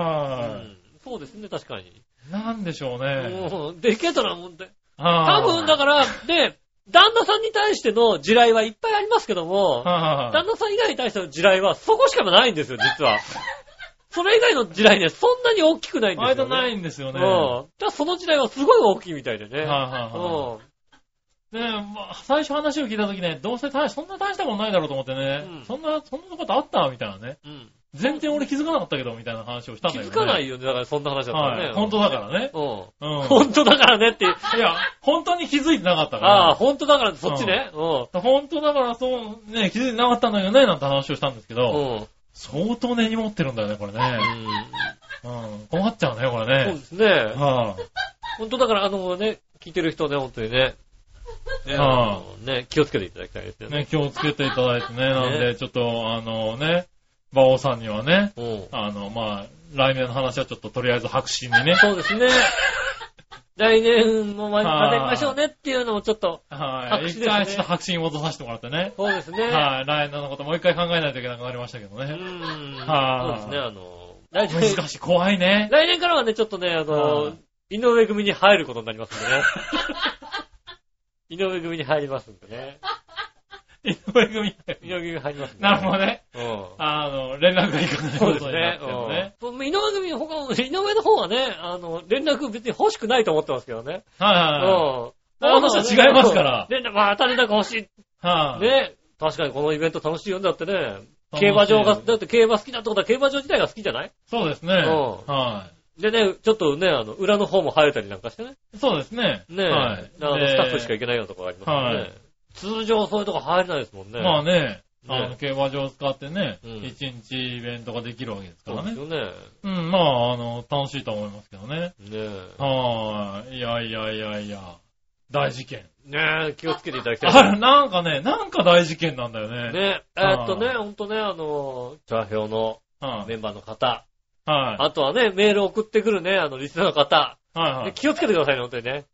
んそうですね、確かに。
い。なんでしょうね。
うんデリケートな問題。
多
多分だから、で、旦那さんに対しての地雷はいっぱいありますけども、
は
旦那さん以外に対しての地雷はそこしかないんですよ、実は。それ以外の地雷ね、そんなに大きくない
い。
んですよ、ね。
割とないんですよ
うん。
ね。
ただその地雷はすごい大きいみたいでね。
はいはいは
うん。
い。ねえ、まあ最初話を聞いたときね、どうせ大そんな大したことないだろうと思ってね、
うん
そんな、そんなことあったみたいなね。
うん。
全然俺気づかなかったけど、みたいな話をしたん
気
だよ
づ
ね。
かない
よ、
よね、だからそんな話だったらね。
はい。本当だからね。
うん。
う
本当だからねっていう。
ん。いや、本当に気づいてなかったから。
ああ、本当だからってそっちね。う
本当だから、そう、ね、気づいてなかったんだよね、なんて話をしたんですけ
ん。
ど、
うん。
相当根に持ってるんだよね、これ
う <laughs>
ね。
ん
うん。困っちゃうね、こ
そう
れ
で
ね。
すね。
は
本当だから、あのね、聞いてる人ね、本当にね。ね、
うん
あのね気をつけていただきたいですよ
い。
ね。
ね、気をつけていただいてね、なんで、ちょっと、あのね、馬王さんにはね、
うん。
あの、まあ、来年の話はちょっととりあえず白紙にね。
そうですね。来年もま
は
た
い
やりましょうねっていうのもちょっと、
は
白
い。
紙です
一
ね
回ちょっと白紙に戻させてもらってね。
そうですね。
はい。来年のこともう一回考えないといけなくなりましたけど
う
ね。
ん。そう
はい
ですね、あの、来年、
難しい。怖
<laughs>
いね。
来年からはね、ちょっとね、あ
は
の
い、
井上組に入ることになりますんでね。井上組に入りますんでね。
井上組。
井上組入りますんで、
なるほどね。
ど。うん。
あの、連絡がいかない
そう
こ
です
とになっ
ね
てる
う
ね。。
ん井上組の他の、井上の方はね、あの、連絡別に欲しくないと思ってますけどね。
はいはいはい。
うん。
あの人は違いますから
連絡、まあ、当たりなく欲し。
はいい。
ね。確かにこのイベント楽しいよね。だってね、
楽しい
競馬場が、だって競馬好きだってことは競馬場自体が好きじゃない
そうですね。
う
は
でね、ちょっとね、あの、裏の方も入れたりなんかしてね。
い。そうですね。
ね
はい。
あの、
で
スタッフしか行けないようなとこがありますからね。
はい
通常そういうとこ入れないですもんね。
まあね、あ
ね
の、競馬場を使ってね、
うん
一日イベントができるわけですか
そう
ら
です
ね。
よね。ね
うん、まあ、あの、楽しいと思いますけどね。
え。
はーい。いやいやいやいや。大事件。
ねえ、気をつけていただきたいです
あれ、なんかね、なんか大事件なんだよね。
ね、え
はい
ーっとね、ほんとね、あの、チャーヒョウの
はい。
メンバーの方、
はい。
あとはね、メールを送ってくるね、あの、リスナーの方、
はいは
で
い。
気をつけてくださいね、ほんとにね。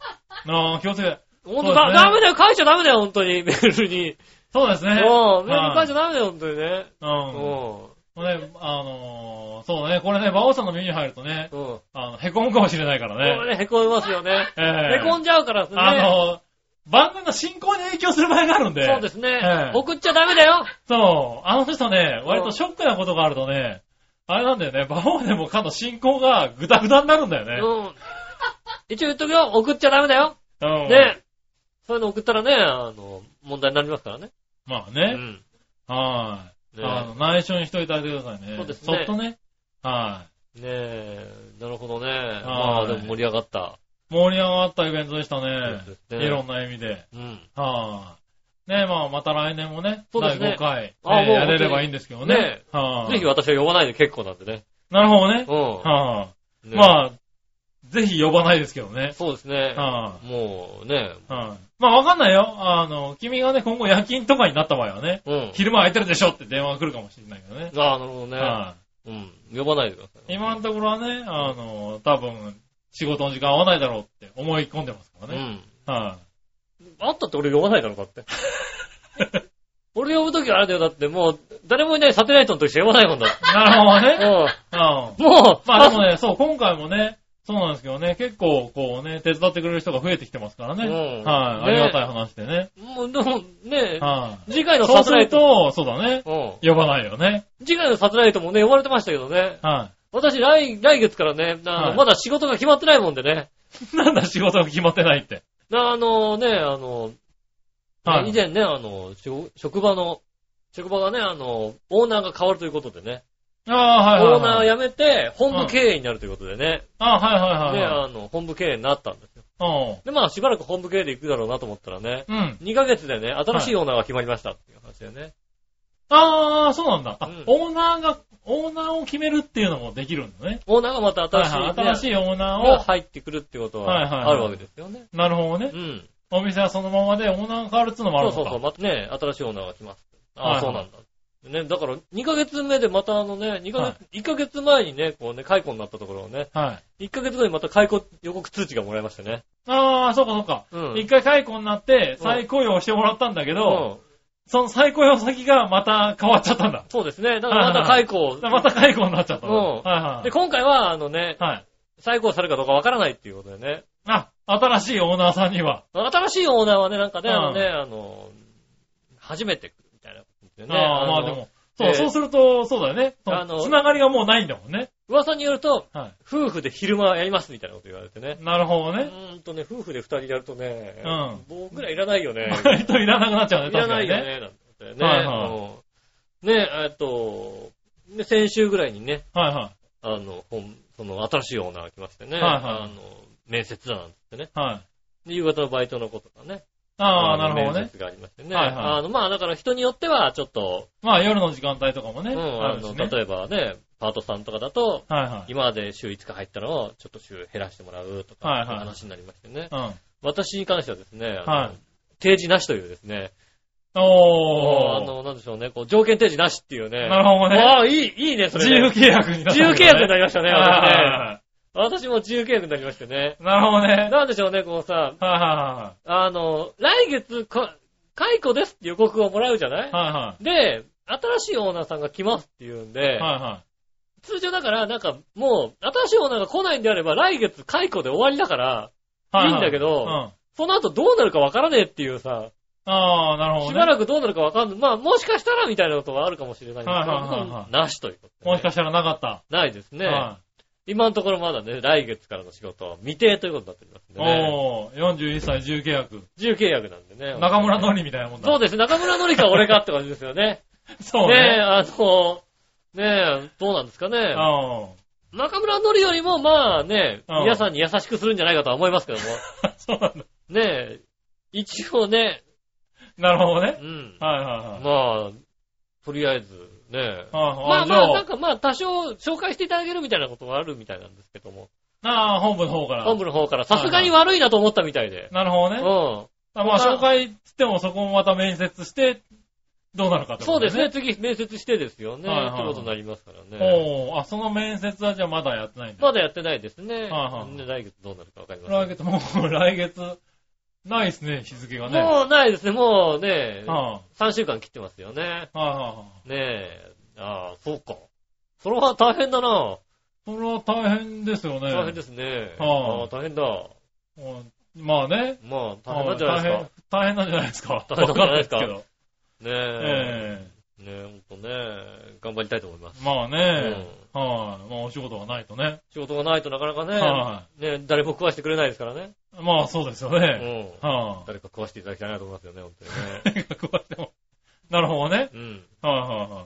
あー気をつけて。
ほんと
そうです
だ、
ね
ダメだよ、書いちゃダメだよ、ほんとに、メールに。
そうですね。
うん、メール書
はい
ちゃダメだよ、ほんとにね。
うん。
う
もうね、あのー、そうね、これね、馬王さんの耳に入るとね、
ん、うん。
あの、凹むかもしれないから
こ
ね。
れね、へこみますよね。
え
へ
え
こんじゃうからね。
あの、番組の進行に影響する場合があるんで。。
そうですすね、
ええ
送っちゃダメだよ
そう。あの人ね、割とショックなことがあるとね、あれなんだよね、馬王でもかの進行がグダグダになるんだよね。
うん。一応言っとくよ、送っちゃダメだよ。
うん。
ね。そういうの送ったらね、あの、問題になりますからね。
まあ
う
ね。
ん。
は
ね
い。あの、内緒にしておいてあげてくださいね。
そうです
そ
ね
っとね。は
ねえ、なるほどね。まあでも盛り上がった。
い。盛り上がったイベントでしたね
そう。ですね
いろんな意味で。
うん。
はい。ねえ、まあ、また来年もね、
そうですね
第5回、
あ
ね
もう
やれればいいんですけどね
ね。
はい。
ぜひ私は呼ばないで結構なんでね。
なるほどね。
う
はい。
ん。あ。
まあ、ぜひ呼ばないですけどね。
そうですね。
は
もうね、
い。はい。まあ、わかんないよ。あの、君がね、今後夜勤とかになった場合はね、
うん。
昼間空いてるでしょって電話が来るかもしれないけどね。
ああ、なるほどね。
は
うん。呼ばないでくださ
い。今のところはね、あの、多分、仕事の時間合わないだろうって思い込んでますから
い。う
ね。
ん。
は
あったって俺呼ばないだろ、だって。 <laughs> 俺呼ぶときはあれだよ、だってもう、誰もいないサテライトの時しか呼ばないもんだって。
い。なるほどね。
うん。
うん。
もう、
<laughs> まあでもね、そう、今回もね、そうなんですけどね、結構こうね、手伝ってくれる人が増えてきてますからね。
うん
はい、
ね
ありがたい話でね。
もう、でもね、
は
次回
い。
の
そう
サ
す
テラ
る
イト、
と、そうだね。
う
呼ばないよね。
ん。次回のサテライトもね、呼ばれてましたけどね。
は
私、来、来月からね、あの
はい
まだ仕事が決まってないもんでね。
い。なんだ仕事が決まってないって。
あのね、あの、ね
はい
以前ね、あの、しょ職場の、職場がね、あの、オーナーが変わるということでね。
ああ、はいはい、はい。
オーナーを辞めて、本部経営になるということでね。
ああ、はいはい
で、
はい、はい。
あの、本部経営になったんですよ。
うん
で、まあ、しばらく本部経営で行くだろうなと思ったらね、
うん。
2ヶ月でね、新しいオーナーが決まりましたっていう話だよね。
ああ、そうなんだ、あ
うん
オーナーが、オーナーを決めるっていうのもできるんだね。
オーナーがまた新しい、
はいはい、新しいオーナーを、
が入ってくるってこと
はいはいはい
はあるわけですよね。
なるほどね
う。ん。
お店はそのままでオーナーが変わるっていうのもある
そ
の
う
か。
そうそう、またね、新しいオーナーが来ます。あ
は
あ、
いは
そ
いう
なんだ。ね、だから、2ヶ月目でまたあのね、2ヶ月、1ヶ月前にね、こうね、解雇になったところをね、
はい。
1ヶ月後にまた解雇予告通知がもらいましたね。
ああ、そうかそうか。
うん。
一回解雇になって
うん
再雇用してもらったんだけど、
うん
その再雇用先がまた変わっちゃったんだ。
そうですね。だからまた解雇。
また解雇になっちゃったんだ。
うん
はい
で、
は
今回は、あのね
い。、はい。
再雇されるかどうかわからないっていうことでね。
あ、新しいオーナーさんには。
新しいオーナーはね、なんかね、
うん
あのね、あの、初めて来るみたいな感じでね。
ああ、まあ
の
で。も。そう、
えー
そうすると、そうだよね。
あの
つながりがもうないんだもんね。
噂によると、
は
夫婦で昼間やりますみたいなこと言われてね。
い。なるほど
う
ね。 <laughs>
ーんとね、夫婦で二人やるとね、
うん
僕らいらないよ
<laughs>
ね。
割といらなくなっちゃうね、
いら
確か
ない
に
よ
ね。
ね、なんてね。
はいはい
うんね、えっと、で先週ぐらいにね、
はいは
あの、ほんその新しいオーナーが来ましてね、
はいはい
あの、面接だなんて言ってね。
い。はい。
で夕方のバイトのことがね。
ああ、な
の
るほどね
面。接がありましてね。
はいはい
あの、まあだから人によっては、ちょっと、
まあ夜の時間帯とかもね。
うん、
あ
あ
るし
の、
ね。
例えばね、パートさんとかだと、
はいはい。
今まで週5日入ったのを、ちょっと週減らしてもらうとか、
はいはい
話になりましてね。
うん。
私に関してはですね、あの
はい
提示なしというですね、
お
あ
ー。
の、なんでしょうね、こう条件提示なしっていうね。
なるほどね。
ああ、いい、いいね、それ
自
ね、
由契約になったんだね
自由契約になりましたね、
はいはいはい
私
は
ね
い。
私も自由契約になりましてね。
なるほどね。
なんでしょうね、こうさ、
はいは
あの、来月、か解雇ですって予告をもらうじゃない
いはい。はいは
で、新しいオーナーさんが来ますっていうんで
い。、はいは
通常だから、なんかもう、新しいオーナーが来ないんであれば、来月解雇で終わりだから、
いはい。
いいんだけど
うん。
その後どうなるかわからねえっていうさ、
ああ、なるほどね。
しばらくどうなるかわかんない。まあ、もしかしたらみたいなことはあるかもしれないんですけど、
はいはいはいはい
なしということでね、
もしかしたらなかった。
ないですね、
は
今のところまだね、来月からの仕事は未定ということになっておりますん
い。
でね。
おー、41歳自由契約。
自由契約なんでね。
中村のりみたいなもんだ。
そうです。中村のりか俺かって感じですよね。
<laughs> そう
ねえ、
ね。
あの、ねえ、どうなんですかね。
うん。
中村のりよりも、まあね、
うん
皆さんに優しくするんじゃないかとは思います
<laughs>
けども。
そうなんだ。
ねえ、一応ね、
なるほど
う
ね。
ん。
はいはい
まあ、とりあえず、ねえ。
はい。
ま
は
あ
い。
まあ、なん
じ
かまあ、多少紹介していただけるみたいなことがあるみたいなんですけども。
ゃあ、あー本部の方から。
本部の方からさすがに悪いなと思ったみたいで。
なるほど
う
ね。
ん。
あまあ、
他
紹介つってもそこもまた面接して、どうなるかって
そ
こ
う
と
ですね。。次、面接してですよね。
はいはいはい
ってことになりますからね。
おー、あ、その面接はじゃあまだやってないんだ。
まだやってないですね。
はいはい
ね来月どうなるかわかりません。
来月、もう来月、ないですね、日付がね。
もうないですね。もうね、
は
3週間切ってますよね。
いはいはい。
ねえ。ああ、そうか。それは大変だな。
それは大変ですよね。
大変ですね。
はい
ああ、大変だ。
うんまあね。
まあ、大変なんじゃないですか。
大変大変なんじゃないですか。
大変なんじゃないですか
わんないで
ね
すけど
え。
え
ねえ、ほんとね、頑張りたいと思います。
えまあね、
う
はい、まあお仕事がないとね。
仕事がないとなかなかね、
は
ねえ誰も食わしてくれないですからね。
い、まあそうですよ
う
ね。
ん。
は
誰か食わしていただきたいなと思いますよね、本当にね
い、。 <laughs> 食わしても。なるほどね。
うん。
はい、はいはい。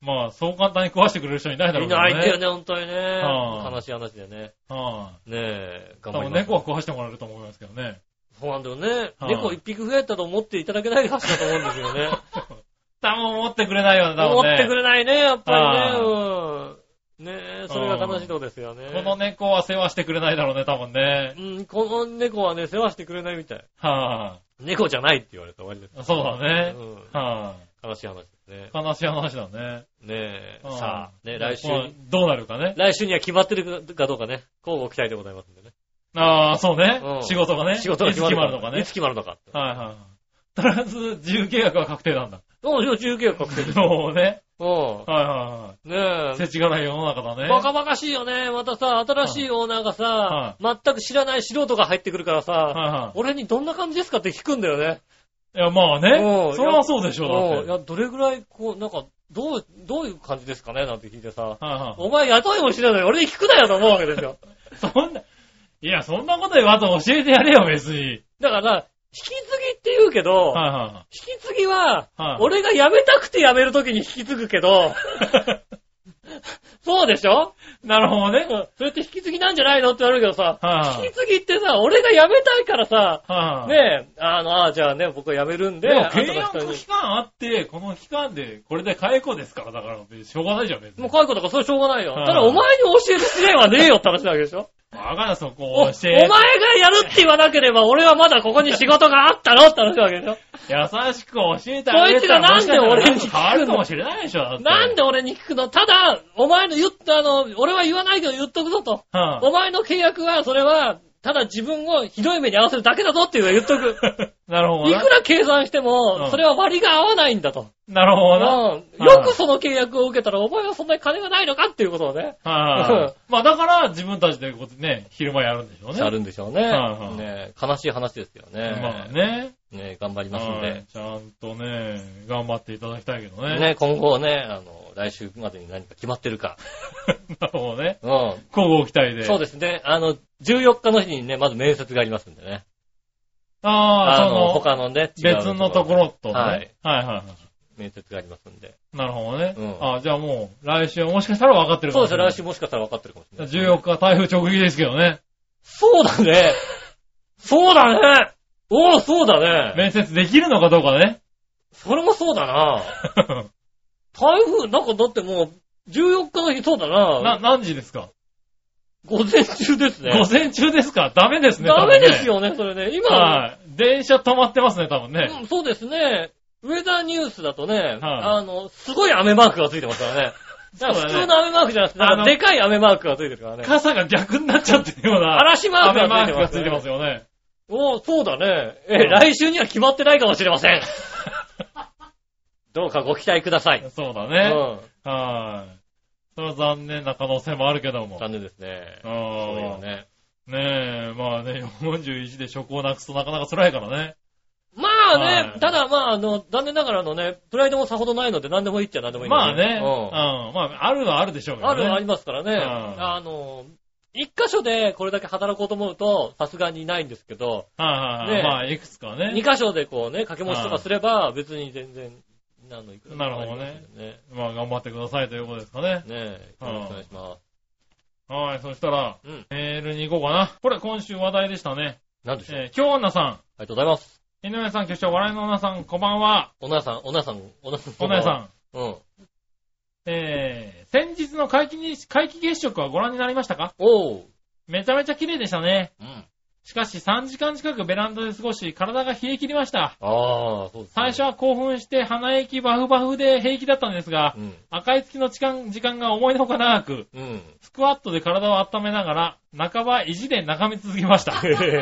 まあそう簡単に食わしてくれる人いないだろ
み
うんか
な
ら
相
ね。
手よね、本当にね。
はい
悲しい話でね。
はい、
ねえ、
多
頑張り
分
ます。
猫は食わしてもらえると思いますけどね。
そうなんだよね。
はい
猫一匹増えたと思っていただけない話だと思うんですよね。
多分思ってくれ <laughs> ないよね、多
思
分ね。
ってくれないね、やっぱりね。
は
うん。ねえ、それが悲しいとこですよね。
この猫は世話してくれないだろうね、多分ね。
うん、この猫はね、世話してくれないみたい。
は
猫じゃないって言われた終わりです。
い、そうだね。
うん
は
悲しい話ですね
い、。悲しい話だね。
ねえ、
うん
さあ、ね、来週、
まあどうなるかね。
来週には決まってるかどうかね、交互期待でございますんでね。
ああ、そうね
う。ん
仕事がね。
仕事が
いつ
決ま
決
る
まるのか
い
ね
つ。決まるのかって。
はいはいはい。とりあえず、自由契約は確定なんだ。
どうしよう、中継確定でし
そうね。
ょ。
はいは
うん。ね
いはい。世知辛い世の中だ
え。
ね。
バカバカしいよね。またさ、新しいオーナーがさ、全く知らない素人が入ってくるからさ、
はいは
俺にどんな感じですかって聞くんだよね。
い。いや、まあ
う
ね
ん。
それはそうでしょ
うん。
う、
い
だ
や、
って。
どれぐらい、こう、なんか、どう、どういう感じですかねなんて聞いてさ、
はいは
お前雇いもしないのに俺に聞くなよと思うわけですよ。
い。そんな、いや、そんなこと言わず教えてやれよ、別に。
だから、引き継ぎって言うけど、
はいは
引き継ぎは、
はい
俺が辞めたくて辞めるときに引き継ぐけ
<laughs>
ど、そうでしょ
い。なるほどね。
うんそれって引き継ぎなんじゃないのって言われるけどさ、
はいはい
引き継ぎってさ、俺が辞めたいからさ、
はいはい。
ねえ、あの、あじゃあね、僕は辞めるんで、
でも
あとの
契約期間あって、この期間で、これで解雇ですから、だから、しょうがないじゃん、別に。
もう解雇とかそれしょうがないよ。
はい
ただお前に教える試合はねえよって話なわけでし
<laughs>
ょ
バカだ、そ
お
こ
お
を
前
し
が
て。
やるって言わなければ俺はまだここに仕事があったろって話なわけでしょ
優しく教えてあげた
こいつらなんで俺に
もしかしたら変わるかもしれないでしょ、だって
なんで俺に聞くのただ、お前の言った、あの、俺は言わないけど言っとくぞと。
は
お前の契約は、それは、ただ自分をひどい目に合わせるだけだぞっていうのは言っとく。
<laughs> あ、なるほど
い
な
く。ら計算して
う
も、
ん
それは割が合わないんだと。
なるほ
う
どな。はい
んよくその契約を受けたら、お前はそんなに金がないのかっていうことをね。
はいは
うん
いまあだから自分たちでこうね、昼間やるんでしょうね。
やるんでしょうね。
はいはい
ね悲しい話ですよね。
まあね。
ね頑張りますん
は
で
い。ちゃんとね、頑張っていただきたいけどね。
ね今後ね、あの、来週までに何か決まってるか。
なるほどね。
うん。
交互期待で。
そうですね。あの、14日の日にね、まず面接がありますんでね。
あ
あ
あ、そ
の、
の、
他のね、違う
別のところとね。
は
はいい。はいはい。
面接がありますんで。
なるほどね。
うん
あじゃあもう、来週はもしかしたら分かってるか
そう
も
で
し
すね、
れない。
来週もしかしたら分かってるかもしれない。
14日は台風直撃ですけどね。
そうだね。そうだね。おお、そうだね。
面接できるのかどうかね。
それもそうだ
<laughs>
な。台風、なんかだってもう、14日の日そうだな。
<laughs> な、何時ですか
午前中ですね。
午前中ですかダメですね。
ダメです
よ。
よね、それね。今、
はい。電車止まってますね、多分ね。
うんそうですね。ウェザーニュースだとね、
は
あの、すごい雨マークがついてますからね。だから普
そうだ
通
ね
の雨マークじゃなくて、なんか
あの
でかい雨マークがついてるからね。
傘が逆になっちゃってるような。
嵐マーク
雨マーク
が
が
つ
つ
いて
いて
ま
ますす
よ。
よね。
おーそうだね。え、
うん
来週には決まってないかもしれま
<laughs>
せん。どうかご期待ください。
そうだ
う
ね。
ん。
はい。それは残念な可能性もあるけども。
残念ですね。
あ
そうよ
あ。ね
ね。
え、まあね、41で職をなくすとなかなか辛いからね。
まあね
は、い
ただまあ、あの、残念ながらあのね、プライドもさほどないので何でもいいっちゃ何でもいいんだ
まあね。うん
う。
まあ、あるはあるでしょうけ
ん。
どね。
あるありますからね。
うん
あの、一箇所でこれだけ働こうと思うと、さすがにないんですけど、
はいはい
ね
は
え
い。まあ、いくつかね。
二箇所でこうね、掛け持ちとかすれば、別に全然、あの、いくらでもありますんでね。
まあ、頑張ってくださいということですかね。
ねえ、よろしくお願いします。
はい、そしたら、
うん
メールに行こうかな。これ、今週話題でしたね。
なんでしょう。あ
えー、京女さ
りがとうございます。
ん、井上さん、局長、笑いの女さん、こんばんは。
おなやさん、おなやさん、おなやさん。
おなえさ。ん。
うん。
えー、先日の皆既日皆既月食はご覧になりましたか
おう。
めちゃめちゃ綺麗でしたね。
うん。
しかし、3時間近くベランダで過ごし、体が冷え切りました。
ああ、そうです、ね。
最初は興奮して、鼻息バフバフで平気だったんですが
う、ん。
赤い月の時間時間が思いのほか長く、
うん。 <laughs>
スクワットで体を温めながら、半ば意地で眺め続けました。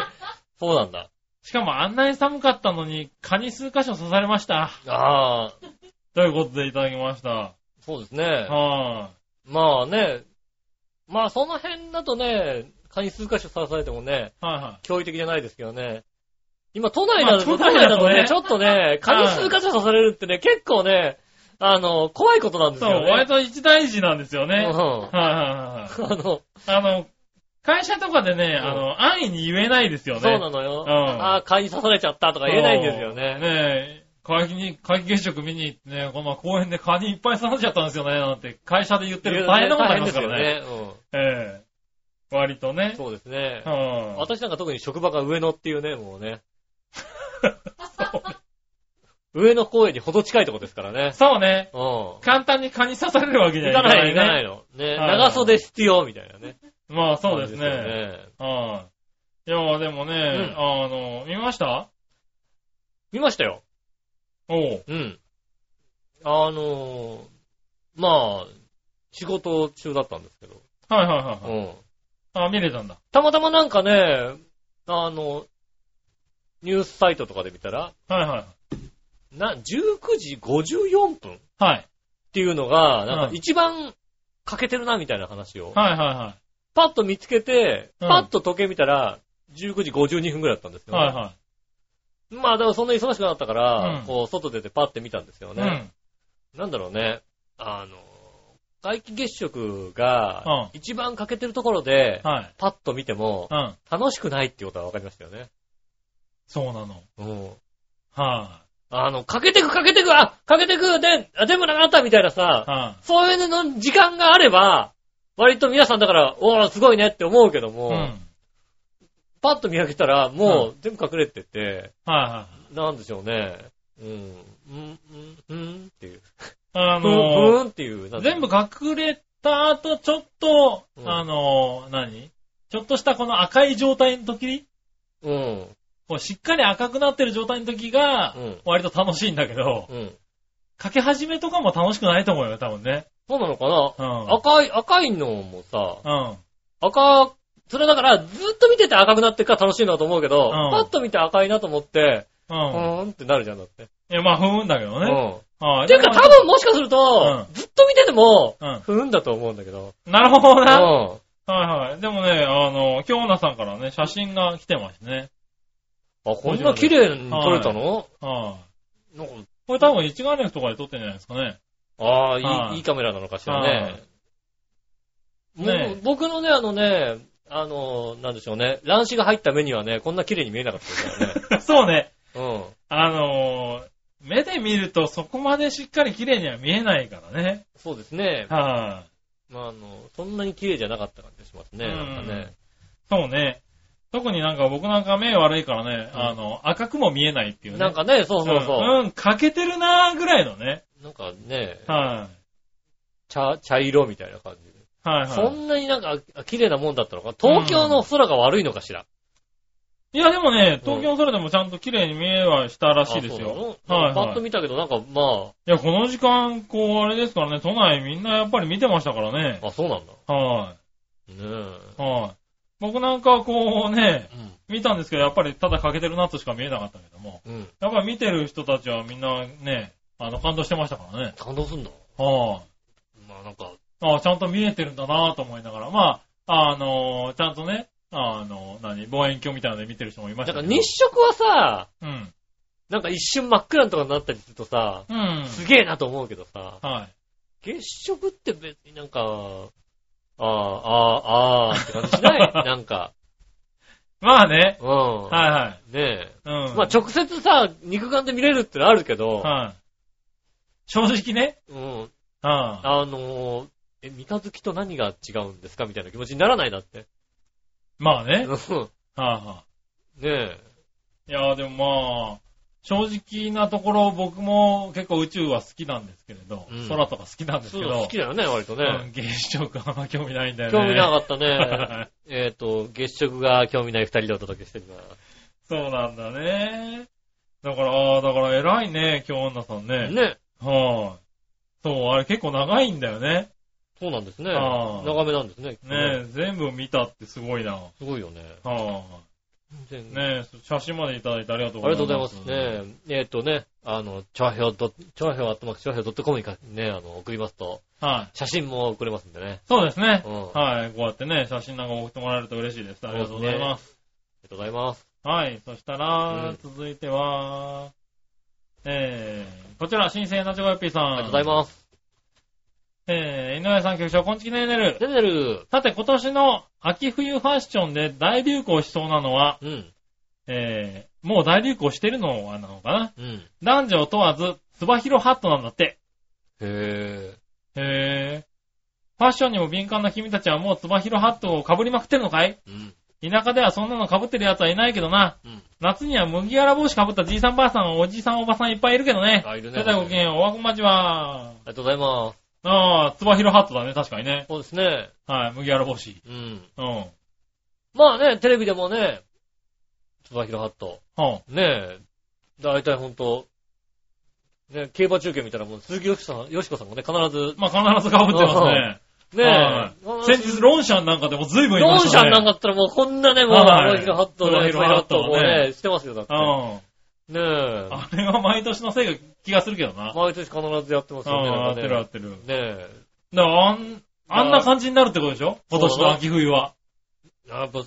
<laughs> そうなんだ。
しかもあんなに寒かったのに、蚊に数箇所刺されました。
ああ、
ということでいただきました。
そうですね。
は
まあね、まあその辺だとね、蚊に数箇所刺されてもね、
はいは
驚異的じゃないですけどね。今、都内だと、
まあ
都内だとね、
都内だとね
ちょっとね、蚊に数箇所刺されるってね、結構ね、あの、怖いことなん
い。
です
そう、
よね
割。と一大事なんですよね。はいはいはい
うん。あの、
はい。あの、会社とかでね、
うん
あの、安易に言えないですよね。
そうなのよ。
うん
ああ、蚊に刺されちゃったとか言えないんですよね。
ねえ、会議に、会議月食見に行ってね、この公園でカニいっぱい刺されちゃったんですよね、なんて、会社で言ってると大変なことになりますからね。
大変ですよね。
ええ割と
うん
ね。
そうですね
う。ん。
私なんか特に職場が上野っていうね、もう
<laughs>
ね。上野公園にほど近いとこですからね。
そうね。
うん。
簡単に蚊に刺されるわけには
行か
いか
な、
ないい
行かな
ね。
いの。ね、
はい
長袖必要みたいなね。
まあそうですね。
感じよね
はい。いや、でもね、
ん
あの、見ました
見ましたよ。
おう。
うん。あのーまあ、仕事中だったんですけど。
はいはいはいは
う
い。
ん。
あ、見れたんだ。
たまたまなんかね、あの、ニュースサイトとかで見たら、
はいはい。
な、19時54分っ
はい。
ていうのが、なんか
うん
一番欠けてるなみたいな話を、
はいはいは
パッと見つけて、
うん
パッと時計見たら、19時52分ぐらいだったんです
い。
よ、ね。
はいは
まあ、でもそんな忙しくなったから、
うん
こう、外出てパッて見たんですよ
い。う
ね。
ん。
なんだろうね。あの、外気月食が、一番欠けてるところで、
はい。
パッと見ても、
うん。
楽しくないってことは分かりましたよね。
そうなの。
うん。
は。
あの、かけてくかけてく、あ、かけてく、で、あ、でもなかったみたいないさ、
は
そういうの時間があれば、割と皆さんだから、おーすごいねって思うけど
い。
も、
うん。はい
パッと見上げたら、も
う
う全部隠れてて、
はい。
なんでしょうね。うん、うん、うん、うんっていう。
あ
ふん、
の
ふんっていう。なんか
全部隠れた後、ちょっと、
うん
あの何ちょっとしたこの赤い状態の時
うん、
こうしっかり赤くなってる状態の時が
うん、
割と楽しいんだけど、
うん。
かけ始めとかも楽しくないと思うよ、多分ね。
そうなのかな、
うん。
赤い、赤いのもさ、
うん。
赤、それだから、ずっと見てて赤くなってるから楽しいなと思うけど、
ん
パッと見て赤いなと思って、う
う。
んーんってなるじゃん、だって。
いや、まあ、不運だけど
う
ね。
ん。
はい。
ていうか多分もしかすると、
う
ずっと見てても、
うん。
不運だと思うんだけ
<laughs>
ど。
なるほど
う
な。はい
ん。
はい。でもね、あの、京奈さんからね、写真が来てましてね。
あ、こんな綺麗に撮れたの
は
なんか
い。これ多分一眼レフとかで撮ってんじゃないですかね。
あ
は
あ、い
い
い、いいカメラなのかしら
は
ね。も
ねえ
う僕のね、あのね、あの、なんでしょうね、乱視が入った目にはね、こんな綺麗に見えなかった
<laughs>
ですか
そうね。
らね。うん。
あのー目で見るとそこまでしっかり綺麗には見えないからね。
そうですね。
はい、
まあ、あの、そんなに綺麗じゃなかった感じしますね。
うん
なんかね。
そうね。特になんか僕なんか目悪いからね、
うん
あの、赤くも見えないっていうね。
なんかね、そうそう
う
そ
ん。うん、欠けてるなーぐらいのね。
う。なんかね、
はい、
茶、茶色みたいな感じで。
はい、
そ
はい。
んなになんかあ綺麗なもんだったのか東京の空が悪いのかしら
いやでもね、東京の空でもちゃんと綺麗に見えはしたらしいです
あ
よ。
そうなの
はい、
パッ
は
と
い。い
見たけど、なんかま
や、この時間、こう、あれですからね、都内みんなやっぱり見てましたからね。
あ、あ、そうなんだ。
は
ねえ。
い、はい、僕なんかはこうね、
うん。
見たんですけど、やっぱりただ欠けてるなとしか見えなかったけども。
うん。
やっぱり見てる人たちはみんなね、あの、感動してましたからね。
感動すんだ。
は
まあなんか、
あ、ああちゃんと見えてるんだなぁと思いながら、まあ、あのちゃんとね、あの何、望遠鏡みたいなので見てる人もいまし
な
た
んか
けど。
日食はさ、
うん。
なんか一瞬真っ暗なとかになったりするとさ、
うん。
すげえなと思うけどさ、
はい。
月食って別になんか、ああ、ああ、ああって感じし
<laughs>
ないなんか、
まあね。
うん。
はいはい。
ねえ。
うん。
まあ直接さ、肉眼で見れるってのはあるけど、
はい。正直ね。
うん。
は
あのー、え、三日月と何が違うんですかみたいな気持ちにならないだって。
まあね。
う
はい、
ん
は
ねえ。
い。いやーでもまあ、正直なところ僕も結構宇宙は好きなんですけれど、
うん
空とか好きなんです
そう
け
い
ど
う、の好きだよね、割と
うん
ね。
現象があんま興味ないんだよね。
興味なかったね。
はい
<laughs> えっと、月食が興味ない二人でお届けしてるな。
<laughs> そうなんだね。だから、ああ、だから偉いね、今日女さんね。
ね。
はい、そう、あれ結構長いんだよね。
そうなんですね。
ああ
長めなんですね。きっと
ねえ、全部見たってすごいな。はい、
すごいよね。全然
ねえ、写真までいただいてありがとう
あ
ご
り
ざ
がとうござ
い
いま
ますす。。
ねえ、えっとね、あの、チャーヒョウドット、チャーヒョウアットマークチャーヒョウ .com にかね、あの、送りますと、
はい。
写真も送れますんでね。
そうですね。
うん
はい。こうやってね、写真なんか送ってもらえると嬉しいです。ありがとうございます。
ありがとうございます。
はい。そしたら、
うん
続いては、えー、こちら、新生なちごよっぴーさん。。
ありがとうございますす。
えー、井上さん局長、こんちきねえねる。
てねる
さて、今年の秋冬ファッションで大流行しそうなのは、
うん、
えー、もう大流行してるのはなのかな
うん。へ
男女を問わず、つばひろハットなんだって。
え。
へー。ファッションにも敏感な君たちはもうつばひろハットを被りまくってるのかい
うん、
田舎ではそんなの被ってる奴はいないけどな。
うん。
夏には麦わら帽子被ったじいさんばあさん、おじさんおばさんいっぱいいるけどね。
あ、いる
そ
ね。
れではごきげん
あ
ようおわこまちは。
りがとうございます。
ああ、つばひろハットだね、確かにね。
そうですね。
はい、麦わら帽子。
うん。
うん。うん。
まあね、テレビでもね、つばひろハット。
はい
ねえ、だいたいほんと、ね、競馬中継みたいなもん、鈴木よしさん、よしこさんもね、必ず、
まあ必ず被ってますね。は
ね
い
え、
先日、ロンシャンなんかでも随分い
ロ
ま
ン
し
シ
た
ャ
ね。
ンなんかだったらもうこんなね、もう、
はい
ロイヒロハット、ロイヒロハットも
ロイヒロハットも
ね、
ね
してますよ、だって。
うん。
ねえ、
あれは毎年のせいか気がするけどな。
毎年必ずやってます
うん、
よね、
合
なん
って
か
る合
ね。
ってる。
ね
だからあん、あんな感じになるってことでしょ今年の秋冬は。
え、やっぱ、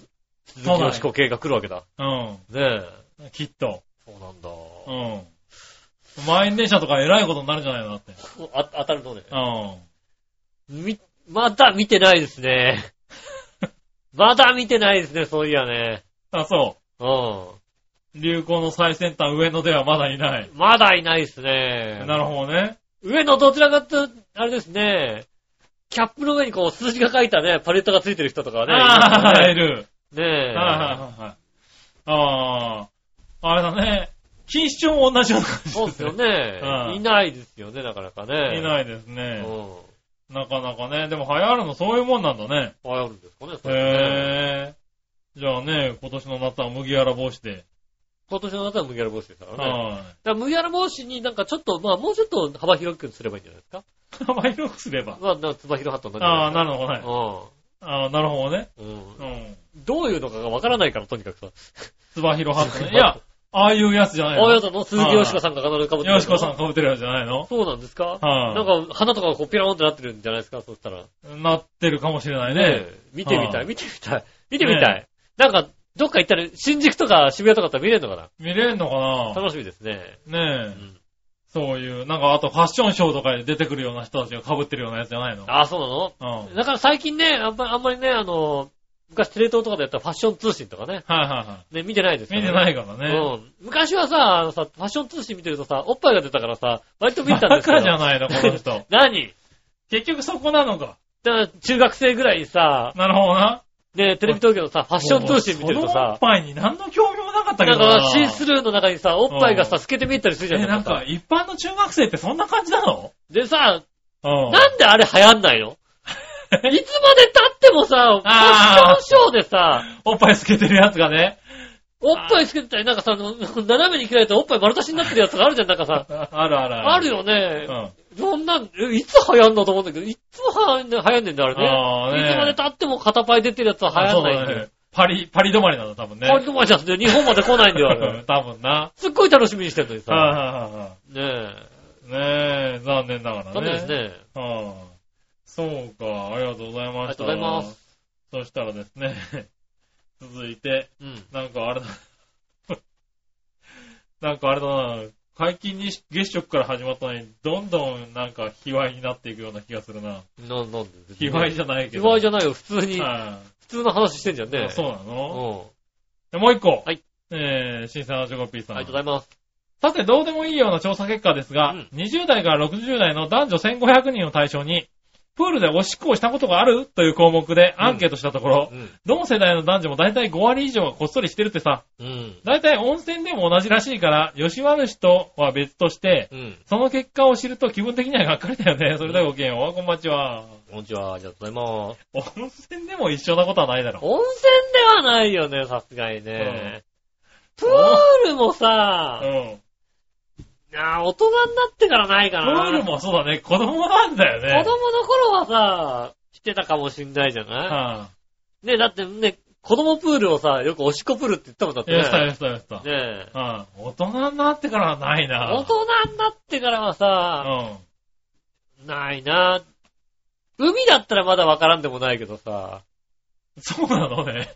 鈴木よしこ系が来るわけだ。
うん。
ねえ、
きっと。
そうなんだ。
うん。満員電車とか偉いことになるんじゃないのだって。
あ当たるとね。
うん。
み、まだ見てないです
<laughs>
ね。まだ見てないですね、そういやね。
あ、そう。
うん。
流行の最先端上野ではまだいない。
まだいないですね。
なるほどね。
上のどちらかというと、あれですね、キャップの上にこう数字が書いたね、パレットがついてる人とかね。
ああ、
いま
いる。
すよねねえ。
はいはいはいはい。ああ、あれだね。錦糸町も同じような感じ
そうですよ。
うん
ね。いないですよね、なかなかね。
い
い。
ないです
う
ね。
ん。
なかなかね。でも流行るのそういうもんなんだね。
あるんですかね、それね。
へえ。じゃあね、今年の夏は麦わら帽子で。
今年の夏は麦わら帽子ですからね。だか
は
ら麦わら帽子になんかちょっと、まあもうちょっと幅広くすればいいんじゃないですか。
い。幅広くすれば。
まあ、なんかつば広ハットにな
ああ、
る
なるほどね。
ほ
ああ、なるほどね。
ど。うん。うん
う。ん。
どういうのかがわからないから、とにかくさ。
つばひろハットね。
<laughs>
いや、ああいうやつじゃない
ああや
の。
たの鈴木よしこさんが必ずかぶってる。
よしこさん。被ってるやつじゃないの
そうなんですか
はい。
なんか、花とかがこうピラーンってなってるんじゃないですか、そしたら。ね
なってるかもしれないね。
え見てみた、
はいい
見てみたい。見てみた
ね
い。なんか、どっか行ったら、新宿とか渋谷とかだったら見れるのか
見れんの
な
か
楽しみですね。
な
う
ねえ。
ん。
そういう、なんかあとファッションショーとかで出てくるような人たちが被ってるようなやつじゃないの
ああ、そうなの
うん。はい
だから最近ね、あんまあんまりね、あの、昔テレ東とかでやったファッション通信とかね。
は
ね、見てないです
いは
よ
い。見
ね
てないからね。
うん。昔はさ、あのさ、ファッション通信見てるとさ、おっぱいが出たからさ、割と見て
バ
たんですけど。。
カじゃないの、この人
何
結局そこなのか。
だから中学生ぐらいにさ、
なるほどな。
ね、テレビ東京のさ、ファッション通信見てると
そのお
さ
っ、ぱいに何の興味もなかったけ
なん
ど
か
な。
シースルーの中にさ、おっぱいがさ、
う
透けて見えたりするじゃ
え、
ん。
なんか一般の中学生ってそんな感じなの
でさ、
う
なんであれ流行んない
<laughs>
のいつまで経ってもさ、ファ
あー
ッションショーでさ、
おっぱい透けてるやつがね。
おっぱいつけてたり、なんかさ、斜めに切られておっぱい丸出しになってるや <laughs> つがあるじゃん、なんかさ。
あるある
ある
よ。
よ
う
ね。
ん。
そんなん、えいつ流行んのと思うんだけど、いつも流行んね流行んねんだよ、あ
あー
れね。
ね
いつまで経っても片パイ出てるやつは流行んないんだ
そうだ
よ
ね。パリ、パリ止まりなんだ、多分ね。。
これともじゃんで、日本まで来ないんだよ、あれ
多分な。
すっごい楽しみにしてるのにさ。
はいはいはいはい。
ねえ。
ねえ、残念ながらね。
ダメですね。
はあ。そうか、ありがとうござ
あ
いました。
りがとうございます。
そしたらですね、 <laughs> 続いて、
うん。
なんかあれだ、 <laughs> なんかあれだな、解禁に月食から始まったのに、どんどんなんか卑猥になっていくような気がするな。
な、なんで
卑猥じゃない
卑
けど。
猥じ
ゃ
ゃないよ、普通に。
は
普通の話してんじゃん
い、
ね。
そうな
う
の、
ん。
でもう一個。
はい。
えー、新鮮なチョコピーさん。
ありがとうございます。
さて、どうでもいいような調査結果ですが、
うん
20代から60代の男女1500人を対象に、プールでおしっこをしたことがあるという項目でアンケートしたところ、
うん。
どの世代の男女も大体5割以上がこっそりしてるってさ、
うん。
大体温泉でも同じらしいから、吉る人は別として、
うん。
その結果を知ると気分的にはがっかりだよね。それではごきげんよう、おはこんばんちは。
こんにちは、ありがとうございます。
温泉でも一緒なことはないだろ。
温泉ではないよね、さすがにね。プールも
う
さ、
ん。
あー大人になってからないか
プ
な。
ールもそうだね、子供なんだよ
子
ね。
供の頃はさ、してたかもしんないじゃない
は
ね、だってね、子供プールをさ、よくおしっこプールって言ったことあって
やった
ね。
やったやった。うん。
ねえ。
大人になってからはないな。
大人になってからはさ、ないな。海だったらまだわからんでもないけどさ、
うん。そうなのね。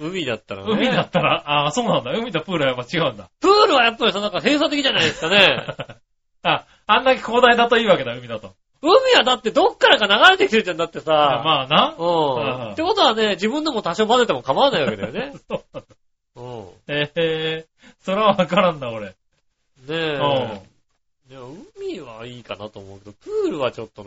海だったらね。
海だったら、ああ、そうなんだ。海とプールはやっぱ違うんだ。
プールはやっぱりさ、なんか閉鎖的じゃないですか
<laughs>
ね。
あ、あんだけ広大だといいわけだ、海だと。
海はだってどっからか流れてきてるじゃんだってさ。
まあな。
う
うん。
ん。ってことはね、自分でも多少混ぜても構わないわけだよね
<laughs> そうなんだ
うん。
ええそれはわからんだ、俺。うん。
ねえ。でも海はいいかなと思うけど、プールはちょっと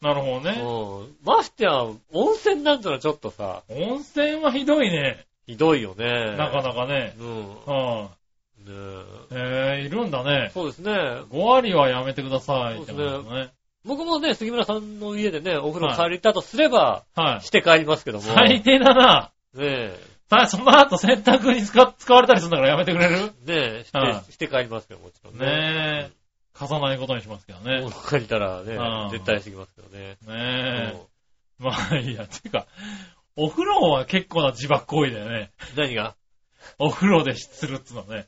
なるほど
な
ね。
うん。ましてや、温泉なんてのはちょっとさ、
温泉はひどいね。
ひどいよね。
なかなかね。
うん。ね
うん。
え
ええいるんだね。
そうですね。
5割はやめてくださいってことだ
そ
ね。
僕もね、杉村さんの家でね、お風呂借りたとすれば、
はい。
して帰りますけども。
最低だな。
ねえ。
さあ、その後洗濯に使使われたりするんだからやめてくれる
ねえ、し
は
て、して帰りますけども、ちろん
ねえ。貸さないことにしますけどね
も。の借りたら
うん
ね、絶対してきますけどね。
ねえ
も。
まあいいや。てか、お風呂は結構な自爆行為だよね。
う何が
お風呂でするっつうのはね。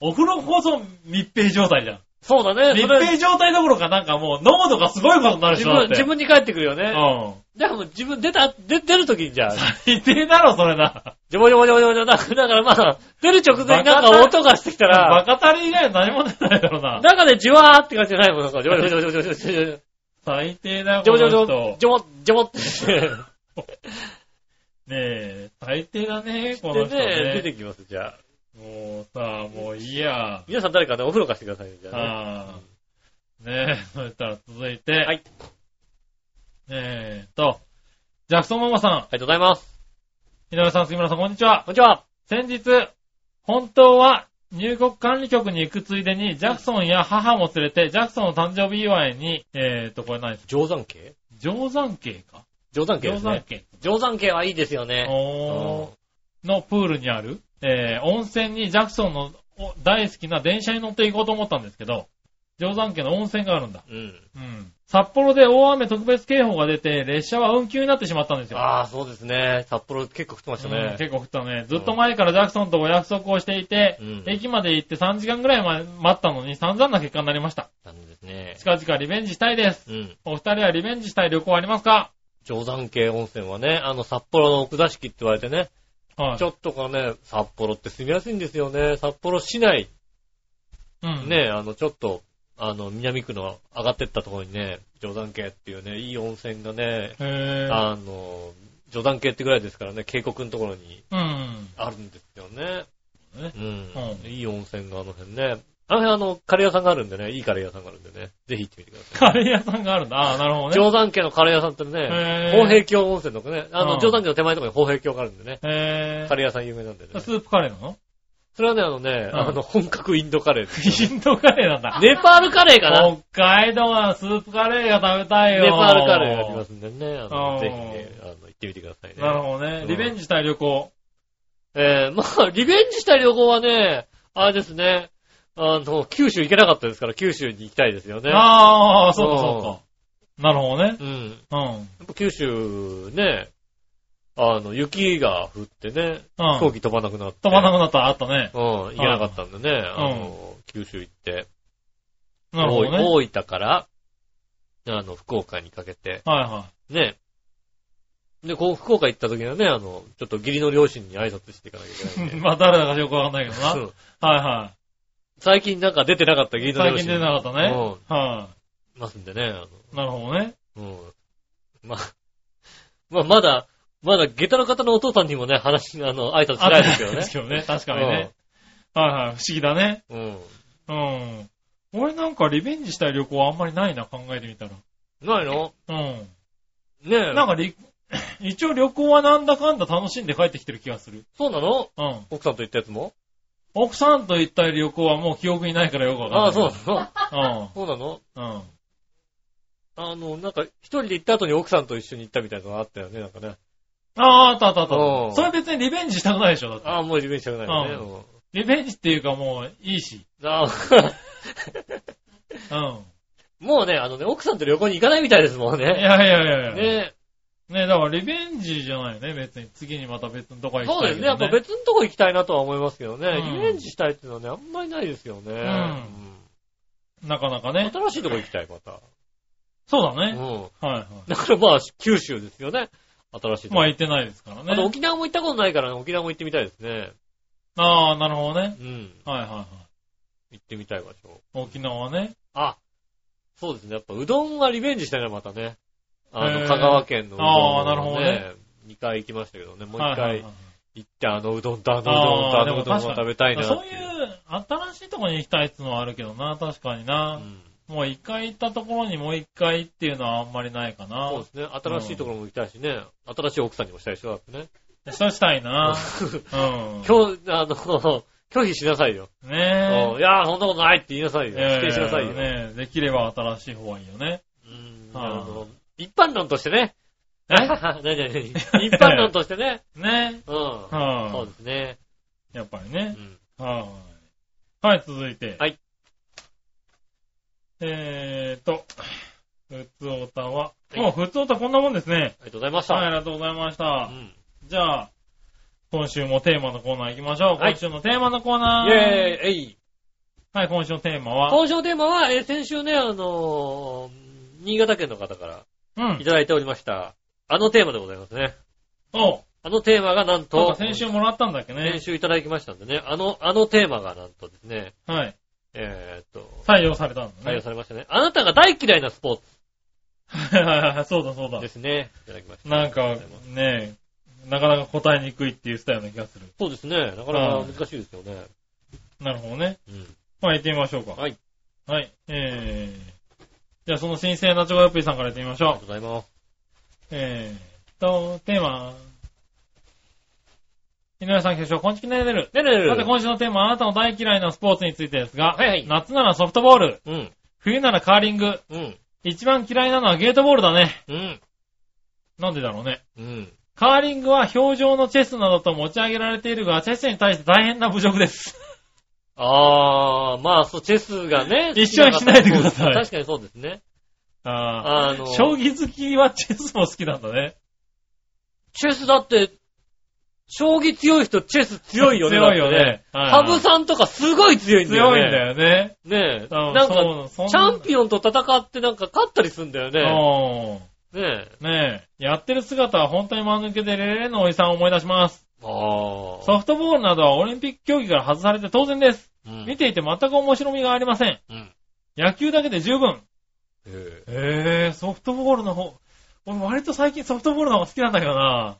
お風呂こそ密閉状態じゃん。
そうだね、
密
それ
閉状態どころかなんかもう濃度がすごいことになる
自
人だっ
分、
て。
自分に帰ってくるよね。
うん。
だからもう自分出た、出出る時にじゃあ、
最低だろ、それな。
ジョボジョボジョボジョボジョボだだからまあ、出る直前になんか音がしてきた
バ
ら、
カたり以外何も出ないだろうな。
中でジュワーって感じじゃないもん、なんか、ジョボジョボジョボジョボジョボ
最低だよ、
ジ
こ
ョボ
の
ジョボ
人。
ジョボジョボジョボジョボってして、
ねえ、最低だね、この
で
人
ね、出
ね。
てきます、じゃあ。
もうさ、もういいや。
皆さん誰かね、お風呂貸してくださいね、じゃあね。
ああ。ねえ、そしたら続いて。
はい
ねえと、ジャクソンママさ
ありがとうございます。
ん、井上さん、杉村さん、こんにちは。
こんにちは。
先日、本当は入国管理局に行くついでに、ジャクソンや母も連れて、ジャクソンの誕生日祝いに、えーと、これ何
定山系
定山渓か
定山系
定
です
山
ね。
渓。
定山系はいいですよね。
おー。のプールにある、えー温泉にジャクソンのお大好きな電車に乗って行こうと思ったんですけど、定山家の温泉があるんだ。
うん。
うん。札幌で大雨特別警報が出て、列車は運休になってしまったんですよ。
ああ、そうですね。札幌結構降ってました
うん
ね。
結構降ったね。ずっと前からジャクソンとお約束をしていて、
うん
駅まで行って3時間ぐらいま待ったのに散々な結果になりました。
なんですね。
近々リベンジしたいです。
うん。
お二人はリベンジしたい旅行ありますか
定山系温泉はね、あの、札幌の奥座敷って言われてね、
はい。
ちょっとこうね、札幌って住みやすいんですよね。札幌市内、
うん。
ね、あの、ちょっと、あの、南区の上がってったところにね、定山系っていうね、いい温泉がね、
へぇ
あの、定山系ってぐらいですからね、渓谷のところに
うん。
あるんですよね。
ね
うん。
うん
いい温泉があの辺ね。あの辺あの、カレー屋さんがあるんでね、いいカレー屋さんがあるんでね、ぜひ行ってみてください。
カレー屋さんがあるんだ。ああ、なるほどね。
定山家のカレー屋さんって
へ
ね
ー、
宝平峡温泉とかね、あ
うん
の、定山家の手前のとかに宝平峡があるんでね、
え
カレー屋さん有名なんでね
ー、。スープカレーなの
それはね、あのね、
うん
あの、本格インドカレーですよ
インドカレーなん
<laughs>
だ。
ね。ネパールカレーかな
北海道はスープカレーが食べたいよ。
ネパールカレーがありますんでね、あ
うん
の、ぜひね、あの、行ってみてください
なる
ね。
ほどね
う。ん
リベンジしたい旅行。
えー、まあ、リベンジしたい旅行はね、あれですね、あの、九州行けなかったですから、九州に行きたいですよね。
ああ、そうかそうか。なるほどね。
うん。
うん。
やっぱ九州ね、あの、雪が降ってね、飛行
うん。
機飛ばなくなって。
飛ばなくなった、あったね。
うん、行けなかったんでね、あの、九州行って、
なるほどね。
大分から、あの、福岡にかけて、
はいは
ね。で、こう、福岡行った時はね、あの、ちょっと義理の両親に挨拶していかなきゃいけない
い。
んで。
まあ、誰だかよくわかんないけどな。
そ
はいうは
最近なんか出てなかった義
い。
理の両
最
親
近出なかったね。
うん、
は
いますんでね、あ
い。なるほどね。
の、うん。まあ、まあ、まだ、まだ、下駄の方のお父さんにもね、話、あの、挨拶しないですけど
あ
ね
ったんです。けどね。確かにね。はいはい。不思議だね。
うん。
うん。俺なんかリベンジしたい旅行はあんまりないな、考えてみたら。
ないの
うん。
ねえ。
なんかり、 <laughs> 一応旅行はなんだかんだ楽しんで帰ってきてる気がする。
そうなの
うん。
奥さんと行ったやつも
奥さんと行った旅行はもう記憶にないからよくわかんない。
ああ、そうなの
う
そうなの
ん。うん。
あの、なんか、一人で行った後に奥さんと一緒に行ったみたいなのがあったよね、なんかね。
ああ、あったあったあった
う。ん
それ別にリベンジしたくないでしょ、だって。
ああ、もうリベンジしたくないよね
う
うん。
リベンジっていうかもういいし。
ああ <laughs>
うん。
もうね、あのね、奥さんと旅行に行かないみたいですもん
い
ね。
やいやいやいや。
ね
ね、だからリベンジじゃないよね、別に。次にまた別のとこ行きたい
そう
けど、
ですね。やっぱ別のとこ行きたいなとは思いますけどね。
うん
リベンジしたいっていうのはね、あんまりないですよね。
なかなか
うん
ね。
新しいとこ行きたい、また。
そうだ
う
ね。
ん。
はいは
だからまあ、九州ですよね。新しい
い。
とこ。
まあ行ってないですから
あと
ね。
沖縄も行ったことないから、沖縄も行ってみたいですね。
ああ、なるほどね。
うん。
はいはいはい。
行ってみたい場所。
沖縄ね。
あ、そうですね。やっぱうどんはリベンジしたいな、またね。あ
へ
の、
ー
香川県のうどん
あーなるほどね。
2回行きましたけどね。もう
は
1
いはい
回
はい
行って、あのうどんとあのうどんと
あー
あのうどんを
でも確か
食
に
べたいなって
そういう新しいとこに行きたいっていうのはあるけどな、確かに
う
な。
ん
もう一回行ったところにもう一回っていうのはあんまりないかな
そう。ですね。新しいところも行きたいしね。新しい奥さんにもしたいでしょ、だってね。
そうしたいな。うん。
今日、あの、 <laughs> 拒否しなさいよ。
ね
うんいやー、そんなことないって言いなさい
え。
よ。否定しなさいよ。
えーねえできれば新しい方がいいよね。
うん
は
あ
い
の一般論としてね。 <laughs>
え
なにな
<laughs>
になに一般論としてね。
ね
うん。
は
そう
い
で。すね。
やっぱり
う
ね。
ん
はい。はい、続いて。
はい。
えーと、ふつおたは、
い
もうふつおたこんなもんですね。
ありがとうございました。
はい、ありがとうございまし
う
た。
ん
じゃあ、今週もテーマのコーナー行きましょう。
はい
今週のテーマのコーナー。
イェーイえい
はい、今週のテーマは、
今週のテーマは、えー先週ね、あのー新潟県の方から
う
い
ん。
ただいておりました。あのテーマでございますね。
おう
あのテーマがなん
そう
と
か、、先週もらったんだっけ
先
ね。
週いただきましたんでね、あの、あのテーマがなんとですね、
はい。
えーっと、
採用されたんだ
採用
ね。
されましたね。あなたが大嫌いなスポーツ
はいはいはい、 <laughs> そうだそうだ
で。すね。いただきました。
なんか、ねなかなか答えにくいって言ってたような気がする。
そうですね。なかなか難しいですよね。
なるほどね。
うん。
まあ、行ってみましょうか。
はい。
はい。えー。じゃあ、その新鮮なチョコヨッピーさんから行ってみまし
ありがと
ょう
う。ございます。
えーと、テーマ。井上さん、決勝、こんちきねねる。
ね <laughs> るねる
さて、今週のテーマ、あなたの大嫌いなスポーツについてですが、
はいはい
夏ならソフトボール、
うん。
冬ならカーリング、
うん。
一番嫌いなのはゲートボールだね。
うん。
なんでだろうね。
うん。
カーリングは表情のチェスなどと持ち上げられているが、チェスに対して大変な侮
<laughs>
辱です。
あー、まあ、そう、チェスがね。
<laughs> 一緒にしないでください
確かにそうですね。
あ
あの
あ。、将棋好きはチェスも好きなんだね。
チェスだって、将棋強い人、チェス強いよね。
強いよね。
羽
はい
生さんとかすごい強いんだよ
強
ね。
いんだよね。
ねえ。
うん
なん
そう
か、
そん
チャンピオンと戦ってなんか勝ったりするんだよね。
ね。
ねえ。
ねえ。やってる姿は本当に間抜けでレレレのおじさんを思い出します。
ああ。
ソフトボールなどはオリンピック競技から外されて当然です。
うん。
見ていて全く面白みがありません。
うん。
野球だけで十分。
ええ
へえ、ソフトボールの方。俺割と最近ソフトボールの方が好きなんだけどな。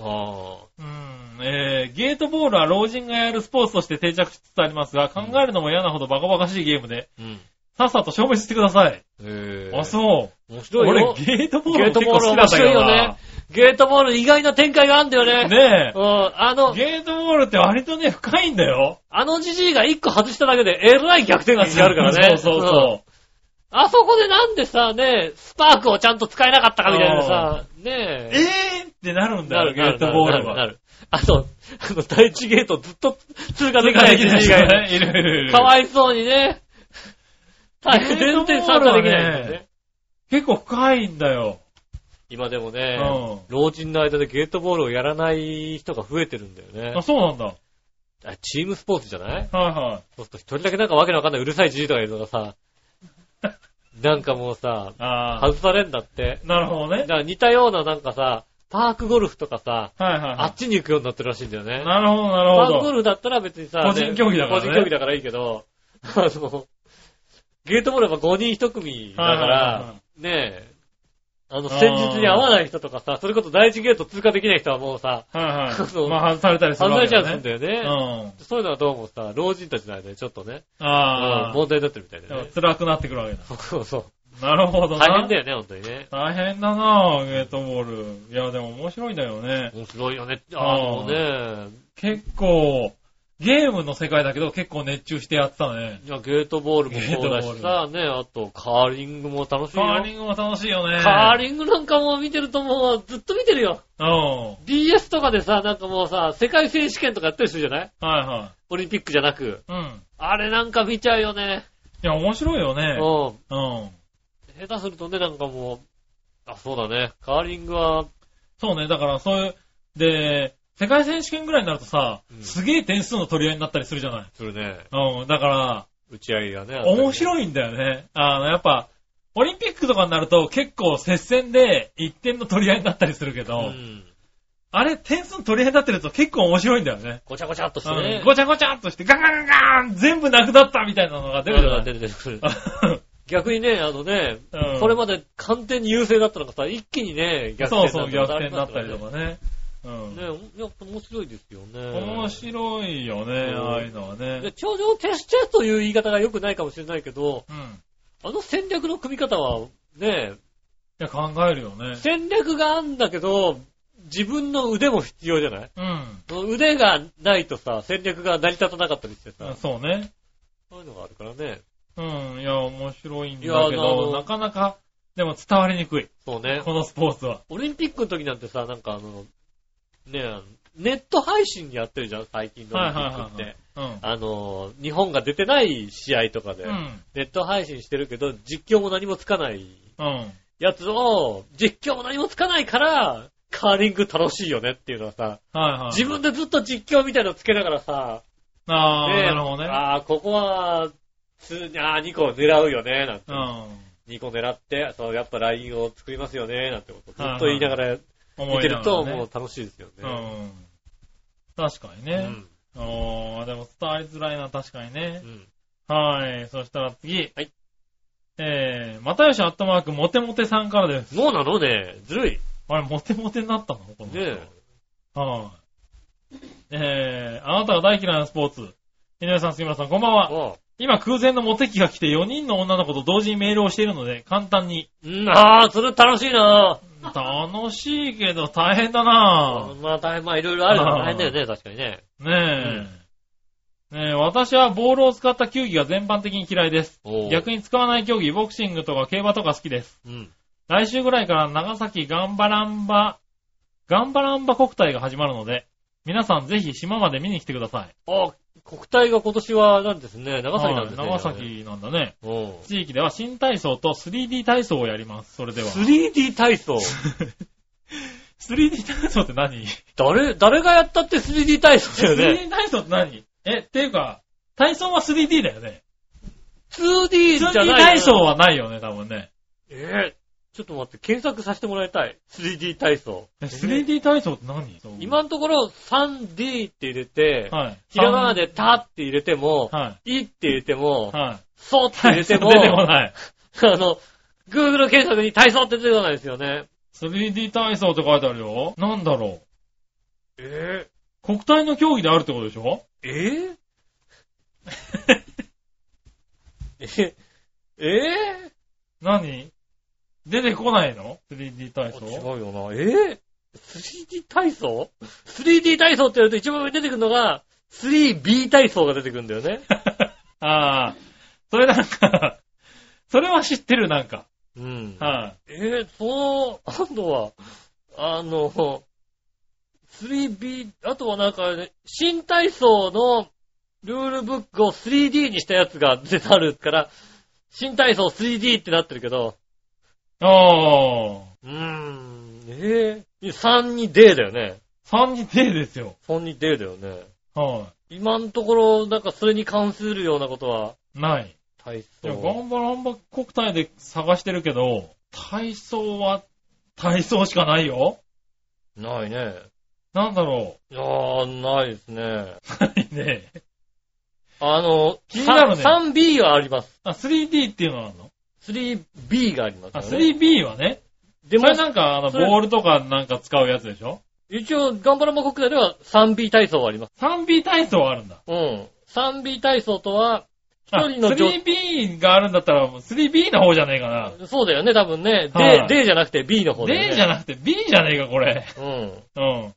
ああ。
うん。えー、ゲートボールは老人がやるスポーツとして定着しつつありますが、考えるのも嫌なほどバカバカしいゲームで、
うん。
さっさと消滅してください。
ええ
あ、そう。
面白い
俺
よ。、
ゲートボールも結構好きなんだけどな。
ゲートボール意外な展開があるんだよね。
ね
うん。あの
え。、ゲートボールって割とね、深いんだよ。。
あのじじいが一個外しただけで、えらい逆転が違うからね
<laughs> そ
うん
うそうそ
あそこでなんでさ、ね、スパークをちゃんと使えなかったかみたいなさ、ね
う。えーってなるんだよ、ゲ
なる
ートボー
な
ルは。
る。なるなるあと、あの、第一ゲートずっと通過
そ
で
れ
きな
が
い
できない
時
人
がい
が
る
ね、 <laughs> いるいるいる
か。わいそうにね。大変
ゲー
全
トボール
然参加で
はね
きないんだよね。
結構深いんだよ。
今でもね
うん、
老人の間でゲートボールをやらない人が増えてるんだよね
あ、。そうなんだ。
あチームスポーツじゃない
はいはい。
そうすると一人だけなんかわけのわかんないうるさいじじいとかいるのが
<laughs>
さ、なんかもうさ、
あ
外されんだって。
あ。なるほど
だ
ね
か。ら似たようななんかさ、パークゴルフとかさ、
はいはい
あ
は
っちに行くようになってるらしいんだよね
い。。なるほど、な
パー
る
ク
ほ
ゴ
ど。
ルフだったら別にさ、
個人競技だからね
個人競技だからいいけど、 <laughs> あの、ゲートボールは5人1組だか
はいはいはい
ら
は、
ねえ、あの、戦術に合わない人とかさ、それこそ第一ゲート通過できない人はもうさ、
はい
そうそ
は
う
い。まあ、外されたりする
外
わ
さ
け
れちゃ
だ
うん
ね。
だよね。
うん。
そういうのはどうもさ、老人たちの間でちょっとね、う
あ
ん
あ。
問題になってるみたいだよね。
辛くなってくるわけだ。
そうそう。
なるほどな。
大変だよね、本当にね。
大変だなぁ、ゲートボール。いや、でも面白いんだよね。
面白いよね。あ
あ
のね、
結構、ゲームの世界だけど結構熱中してやってたね。
じゃあゲートボールもそうだし
ゲートボ
さ、ね、あとカーリングも楽しいよ。
カーリングも楽しいよね。
カーリングなんかもう見てるともうずっと見てるよ。
うん。は
BS とかでさ、なんかもうさ、世界選手権とかやってる人じゃない
いは
オリンピックじゃなく。
い。うん。
あれなんか見ちゃうよね。
いや、面白いよね。
う
うん。
ん。下手するとね、なんかもう、あ、そうだね。カーリングは
そうね、だからそういう、で、世界選手権ぐらいになるとさ、
うん
すげえ点数の取り合いになったりするじゃない。
するね。
うん、だから、
打ち合いがね。
面
い。
白いんだよね。あの、やっぱ、オリンピックとかになると結構接戦で1点の取り合いになったりするけ
う
ど、
ん。
あれ点数の取り合いになってると結構面白いんだよね。
ごちゃごちゃっとして
う
ね
ん。ごちゃごちゃっとしてガンガンガンガン全部なくなったみたいなのが出るじゃない。
出る出る出る。
<laughs>
逆にね、あのね、
うん
これまで完全に優勢だったのがさ、一気にね、逆
そう
転
そう、
にな
逆
ったり
転になったり
ね。
とかね。うん。
ね、やっぱ面白いですよね。
面白いよね、
うん
ああいうのはね。
で頂上決してという言い方が良くないかもしれないけど、
うん。い
あの戦略の組み方は、ね、
や、考えるよね。
戦略があるんだけど、自分の腕も必要じゃない
うん。
その腕がないとさ、戦略が成り立たなかったりしてさ、
そうね。
そういうのがあるからね。
うん。いや、面白いんだけ
いやあ
ど、
の
なかなか、でも伝わりにくい。
そうね。
このスポーツは。
オリンピックの時なんてさ、なんかあの、ねえ、ネット配信やってるじゃん、最近のオリンピックっ
はいはいはいは
て。
うん。
あの、日本が出てない試合とかで、
うん。
ネット配信してるけど、実況も何もつかない
うん。
やつを、実況も何もつかないから、カーリング楽しいよねっていうのはさ、
はいはい。
自分でずっと実況みたいのつけながらさ、
ああ、
ねえ
なるほどね。
ああ、ここは、つ、ああ、2個狙うよね、なんて。
う
2個狙って、そう、やっぱラインを作りますよね、なんてこと。ずっと言いながら
ん。
見
思
て
いな
る
がら
と、
ね
もう楽しいですよ
う
ね。
ん。確かに
う
ね。
ん。
おー、でも伝わりづらいな、確かに
う
ね。
ん。
はい。そしたら次。
はい。
えー、またよしアットマーク、モテモテさんからです。
そうなのね、ずるい。
あれ、モテモテになったのこの人。
ね
はい。えー、あなたが大嫌いなスポーツ。井上さん、杉村さん、こんばんは。
あ
今、空前のモテ期が来て4人の女の子と同時にメールをしているので、簡単
<laughs>
に。
うん、ああ、それ楽しいな
楽しいけど大変だなぁ。
まあ大変、まあいろいろあるから
あー
大変だよね、確かにね。
ねえ。ねえ、私はボールを使った球技が全般的に嫌いです。
おー
逆に使わない競技、ボクシングとか競馬とか好きです。
うん。
来週ぐらいから長崎ガンバランバ、ガンバランバ国体が始まるので、皆さんぜひ島まで見に来てください。
あ、国体が今年は、なんですね、長崎なんですね。
はい長。崎なんだね。
うん。
地域では新体操と 3D 体操をやります。それでは。
3D 体操。 <laughs>
3D 体操って何、
誰、誰がやったって 3D 体操だよね。
?3D 体操って何え、っていうか、体操は 3D だよね。
2D じ
3D
ゃない。
体操はないよね、多分ね。
ええちょっと待って、検索させてもらいたい。3D 体操。
え 3D 体操って何
今のところ 3D って入れて、
はい。
ひらがなでたって入れても、、
はい
って入れても
い。、はい。
そうって入れても、
出てこない。
<laughs> あの、Google 検索に体操って出てこないですよね。
3D 体操って書いてあるよ。なんだろう。
え
国体の競技であるってことでしょ
ええ <laughs> えええ
何出てこないの ?3D 体
違
操
うよな。えー 3D 体操 ?3D 体操ってやると一番上に出てくるのが 3B 体操が出てくるんだよね。
ああ。それなんか、それは知ってる、なんか。
うん。
は
えー、そう、あとは、あの、3B、あとはなんか、ね、新体操のルールブックを 3D にしたやつが出てあるから、新体操 3D ってなってるけど、
い。ああ。
うーん、えー、3D だよね。
3D ですよ。
3D だよね。
は
今のところ、なんかそれに関するようなことは、
い。ない。
体
いや、ガ
操。
ンバランバ国体で探してるけど、体操は、体操しかないよ。
ないね。
なんだろ
いやー、ないですね。
う。ないね。
あの、
気になるね
さ 3B はあります。
あ、3D っていうのはあるの
3B がありますよ
あ、
ね。
3B はね。
で
そ
も
れ、なんか、あの、
それ
ボールとかなんか使うやつでしょ
一応、頑張らま国内では 3B 体操はあります。
?3B 体操はあるんだ。
うん。3B 体操とは、
あ
一人の女
3B があるんだったら、もう 3B の方じゃねえかな。
そうだよね、多分ね。で、
はい
でじゃなくて B の方だよね。
D じゃなくて B じゃねえか、これ。
うん。
うん。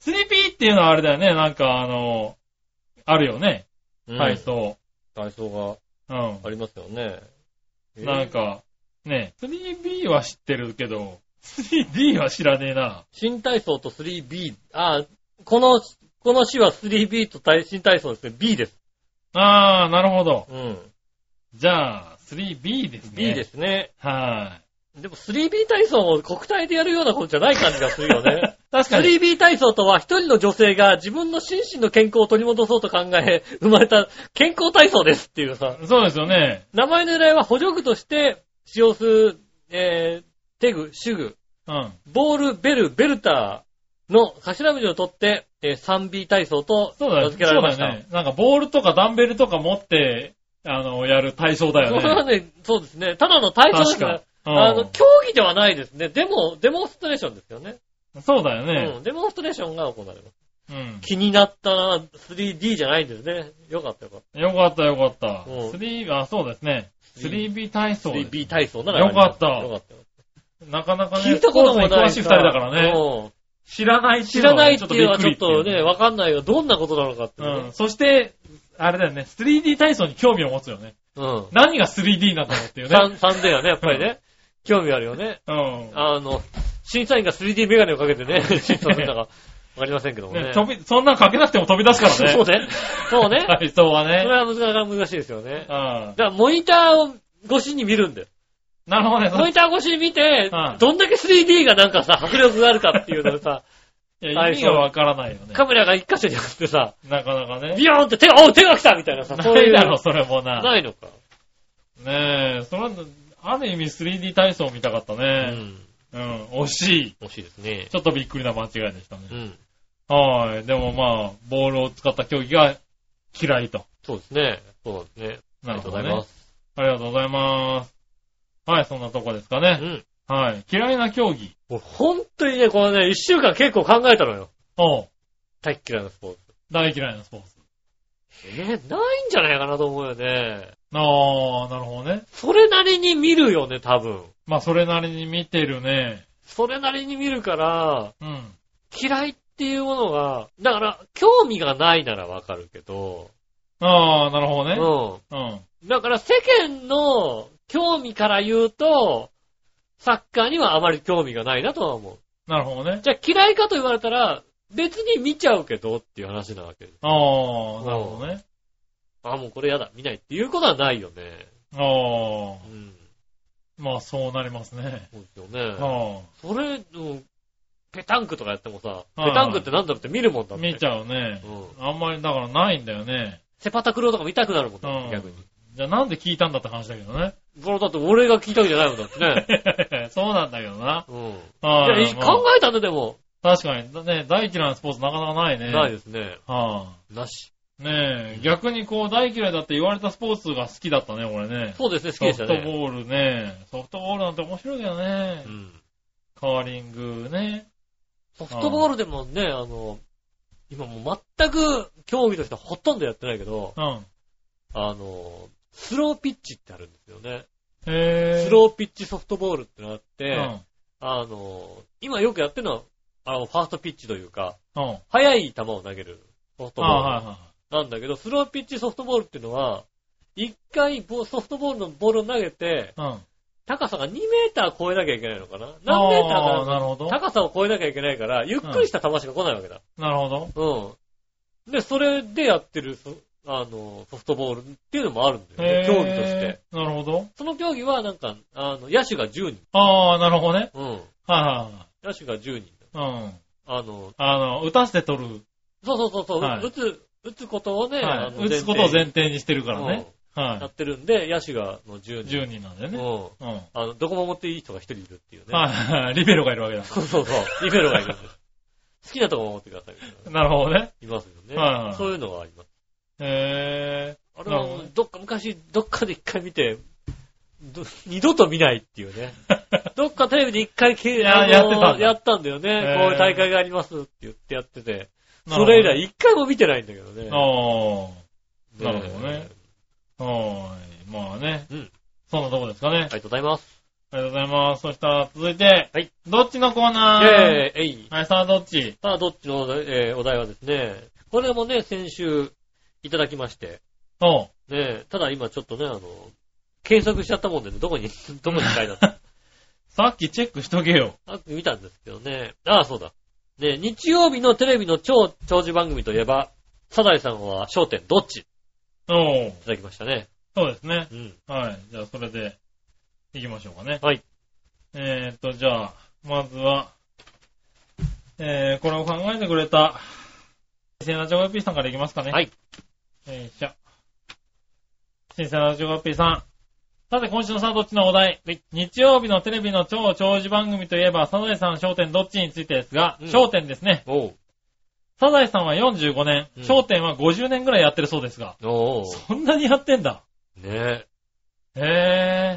3P っていうのはあれだよね。なんかあの、あるよね。
うん
体。操。
体操
うん
があ。りますよね。えー
なんか、ね、3B は知ってるけど、3D は知らねえな。
新体操と 3B、あ、この、この詩は 3B と体新体操ですね。B です。
あー、なるほど。
うん。
じゃあ、3B ですね。
B ですね。
は
でも 3B 体操を国体でやるようなことじゃない感じがするよね。
<laughs> 確かに。
3B 体操とは一人の女性が自分の心身の健康を取り戻そうと考え、生まれた健康体操ですっていうさ、
そうですよね。
名前の由来は補助具として使用する、えー、手具、手具、
うん。
ボール、ベル、ベルターの頭文字を取って、えー 3B 体操と
そうだ
名
よ
付けられまし
そう
た
だ。ね。なんかボールとかダンベルとか持って、あの、やる体操だ
<laughs> それ
よ
は
ね。
ね、そうですね。ただの体操です
確
から
か。。うん
あの、競技ではないですね。デモ、デモンストレーションですよね。
そうだよね。
うん。デモンストレーションが行われます。
うん。
気になったな 3D じゃないんですね。よかったよかっ
よかったよかった。
うん
3、あ、そうですね。3B 体
た。
操です。
3B 体操ならあります
よかった
よかったよ。
なかなかね、
聞いたこともない
スポーツに詳しい二人だからね。
ね。
知らないってい
知
うの
ら
は
な
ね
いっていうのはちょっとね、
び
わかんないよ。どんなことなのかって
く
い
りっていう
う
う
ね
ん。。そして、あれだよね、3D 体操に興味を持つよね。
うん。
何が 3D なんだろうっていうね。
3、3だよね、やっぱりね。興味あるよね。
うん。
あの、審査員が 3D メガネをかけて
<laughs>
ね、審査するんだか、わかりませんけども
ね
ね。
飛び、そんなんかけなくても飛び出すからね。
そうね。そうね。
体操は
それ
ね。
は難しい難しいですよね。
う
だ
ん。
から、モニターを越しに見るんだよ。
なるほどね。
モニター越しに見て
うん、
どんだけ 3D がなんかさ、迫力があるかっていうのをさ、
いや意味がわからないよね。
カメラが一箇所にあってさ、
なかなかね。
ビヨーンって手が、おう手が来たみたいなさ、そう。
ないいうだろ、それもな。
ないのか。
ねえ、それは、ある意味 3D 体操見たかった
う
ね。
ん。
うん、惜しい。
惜しいですね。
ちょっとびっくりな間違いでしたね。
うん。
はい。でもまあ、ボールを使った競技が嫌いと。
そうですね。そうなんですね。あ
な
りがと
るほ
う
ど
ござ
ね。
います。
ありがとうございます。はい、そんなとこですか
う
ね。
ん。
はい。嫌いな競技。
俺、本当にね、このね、一週間結構考えたのよ。
おう
大っ嫌いなスポーツ。
大嫌いなスポーツ。
えーないんじゃないかなと思うよね。
ああ、なるほどね。
それなりに見るよね、多分。
まあ、それなりに見てるね。
それなりに見るから、
うん。
嫌いっていうものが、だから、興味がないならわかるけど、
ああ、なるほどね。
う
うん。
ん。だから世間の興味から言うと、サッカーにはあまり興味がないなとは思う。
なるほどね。
じゃあ嫌いかと言われたら、別に見ちゃうけどっていう話なわけです。
ああ、なるほどね。
あ、もうこれやだ、見ないっていうことはないよね。
ああ、
うん。
まあ、そうなりますね。
そうですよね。
あ
それ、うん、ペタンクとかやってもさ、
はい
ペタンクってなんだろうって見るもんだ
あ、
って。
見ちゃうね
う。ん。
あんまり、だからないんだよね。
セパタクローとか見たくなるもんだって
うん
逆に。
じゃあなんで聞いたんだって話だけどね。
それだって俺が聞いたわけじゃないもんだ
<laughs>
ってね。
そうなんだけどな。
うん。い
は
や、
い
い。考えたんだ、でも。
まあ確かに、だね、大嫌いなスポーツなかなかないね。
ないですね。
は
なし。
あ、ねえ、逆にこう、大嫌いだって言われたスポーツが好きだったね、俺ね。
そうですね、好きでし
ソ
た
フト
ね。
ボールね。ソフトボールなんて面白いけどね
う。ん。
カーリングね。
ソフトボールでもね、あの、今もう全く競技としてはほとんどやってないけど、
うん。
あの、スローピッチってあるんですよね。
へえ。
スローピッチソフトボールってのがあっ
う
て、
ん。
あの、今よくやってるのは、あの、ファーストピッチというか、
うん。
速い球を投げるソフト
あ
ボー
はい
ル
は
なんだけど、スローピッチソフトボールっていうのは、一回ボソフトボールのボールを投げて、
いはい。うん。
高さが2メーター超えなきゃいけないのかな何メーター
あ
か
あなるほど。
高さを超えなきゃいけないから、ゆっくりした球しか来ないわけだ。
なるほど。
うん。で、それでやってる、そあの、ソフトボールっていうのもあるんだよ
へ
ね。
え
競技として。。
なるほど。
その競技は、なんか、あの、野手が10人。
ああ、なるほどね。
うん。
は
野手が10人。
いはいはい。うん。
あの、
あの、打たせて取る。
そうそうそう、そう
はい
打つ、打つことをね、あ
はい。
の
打つことを前提にしてるからね。
うんや
は
ってるんで、野手がの10
い。
人。
10人なんだよ
うん。
ね。うん。はい
あの、どこも持っていい人が1人いるっていうね。
はいはい。リベロがいるわけだ。
<laughs> そうそうそう。リベロがいるんです。好きなとこ守ってくださいみたいな。
なるほどね。
いますよね。
はいはい
そういうのがあります。
へえ。
あれ
なるほ
は
どね、
どっか、昔、どっかで一回見て、ど二度と見ないっていう
<laughs>
ね。どっかテレビで一回け、
や
あのー
やってたんだ
やったんだよね
へ。ー
こういう大会がありますって言ってやってて。
なるほど
それ以来一回も見てないんだけどね。
ああ。
ね
なるほどねはーい。まあね。
うん
そんなとこですかね。
ありがとうございます。
ありがとうございます。そしたら続いて、
はい
どっちのコー
イェ
ナ
ー
ー
イえい。
はい、さあどっち
さあ、どっちの、えーお題はですね、これもね、先週いただきまして、
おう。
ね、ただ今ちょっとね、あの、検索しちゃったもんでね、ど
<laughs>
こに、どこに書いてあった
さっきチェックしとけよ。
あ見たんですけどね。ああ、そうだ。ね、日曜日のテレビの超長寿番組といえば、サダイさんは焦点どっちい
おう。
ただきましたね。
そうですね。
うん。
はい。じゃあそれで、行きましょうかね。
はい。
えーっと、じゃあ、まずは、えー、これを考えてくれた、新鮮なジョガピーさんからいきますかね。
はい。
よいしょ。新鮮なジョガピーさん。さて、今週のさあ、どっちのお題、日曜日のテレビの超長寿番組といえば、サザエさん、焦点、どっちについてですが、
うん
焦点ですね。
おう。
サザエさんは45年、
うん
焦点は50年ぐらいやってるそうですが、
おう。
そんなにやってんだ。
ねえ。
へ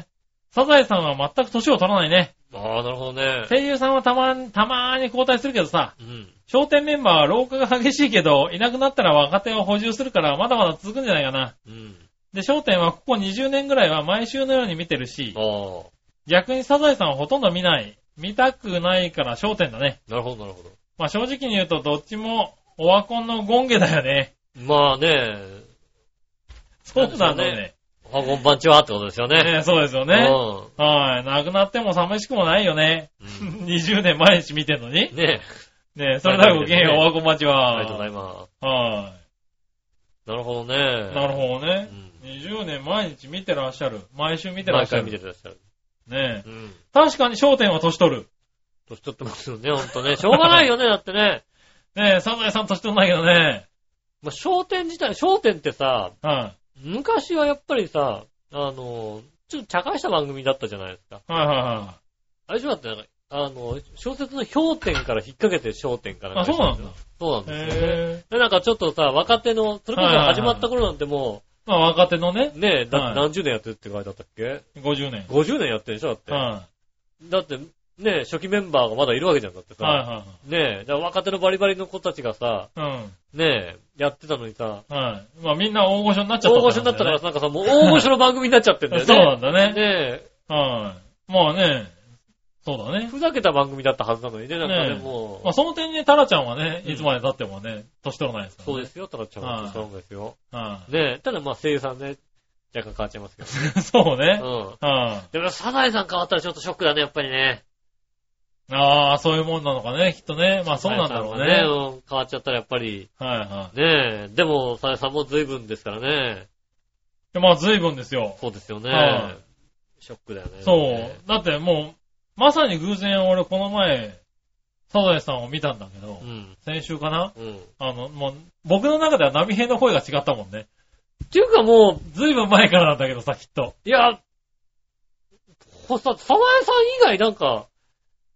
え。サザエさんは全く年を取らないね。
ああ、なるほどね。
声優さんはたまに、たまーに交代するけどさ、
うん。
商店メンバーは老化が激しいけど、いなくなったら若手を補充するから、まだまだ続くんじゃないかな。
うん。
で、商店はここ20年ぐらいは毎週のように見てるし
あ、あ。
逆にサザエさんはほとんど見ない。見たくないから商店だね。
なるほど、なるほど。
まあ正直に言うと、どっちもオワコンのゴンゲだよね。
まあね、
そうなの
そうです
ね。
あ、こんばんちはってことですよね。
ねそうですよね。はい。亡くなっても寂しくもないよね。
うん。
20年毎日見てんのに
うん。。ねえ。
ねそれだけごきげんよう、オワコン待ち
あ
は。
りがとうございま
は
す。なるほどね。
い。なるほどね
う。ん。
20年毎日見てらっしゃる。毎週見てらっ
毎
しゃる。
回見てらっしゃる。
ね
う
え。
ん。
確かに焦点は年取る。
年取ってますよね、ほんとね。しょうがないよね、だ <laughs> ってね。
ねえ、サザエさん年取んないけどね。
まあ、商店自体、商店ってさ、
は
昔はやっぱりさ、あの、ちょっと茶化した番組だったじゃないですか。
い。はいはいは
あれじゃなくて、なんかあの、小説の氷点から引っ掛けて焦点かなんか
あそうなんだ
そうなん
い。
ですよね。
へえ。
で、なんかちょっとさ、若手の、それこそ
はいはいはい
始まった頃なんても
まあ若手のね、
う、ねえ、だっ
はい
て何十年やってるって書いてあったっけ
50年。
?50 年やってるでしょだって。
は
だって、ねえ、初期メンバーがまだいるわけじゃん、だって
い。はい
さ。
は
ねえ、だから若手のバリバリの子たちがさ、
いはい。
ねえ、やってたのにさ、
うん。はい。まあみんな大御所になっちゃ
大
ったんだ
御
よね。
所になったからさ、なんかさ、もう大御所の番組になっちゃってんだよね。
<laughs> そうなんだね
ねえ、
はい。まあね、そうだね。
ふざけた番組だったはずなのにね、なんかね、
ねえ
も
まあ
う、
その点にタラちゃんはね、いつまで経ってもね、年取らないですから。。
そうですすよ、ただちゃんとそうですよ。
は
ねえ、ただまあ声優さんね、若干変わっちゃいますけど。
い。そう <laughs> ね。
うん。
は
でも、サザエさん変わったらちょっとショックだね、やっぱりね。
い。ああ、そういうもんなのかね、きっとね。まあそうなんだろう
サザエ
ね
さ。んがうん変わっちゃったらやっぱり、
はいは
ねえ、でも、サザエさんも随分ですからね。
いで。まあ随分ですよ。
そうですよ
は
ね
い。
ショックだよね。
そう。だってもう、まさに偶然俺この前、サザエさんを見たんだけど
う、ん。
先週かな
うん。っ
あの、もう、僕の中では波平の声が違ったもんね。
ていうかも
ずいぶん前からなんだけどさ、きっと。
う、いや、ほさ、サザエさん以外なんか、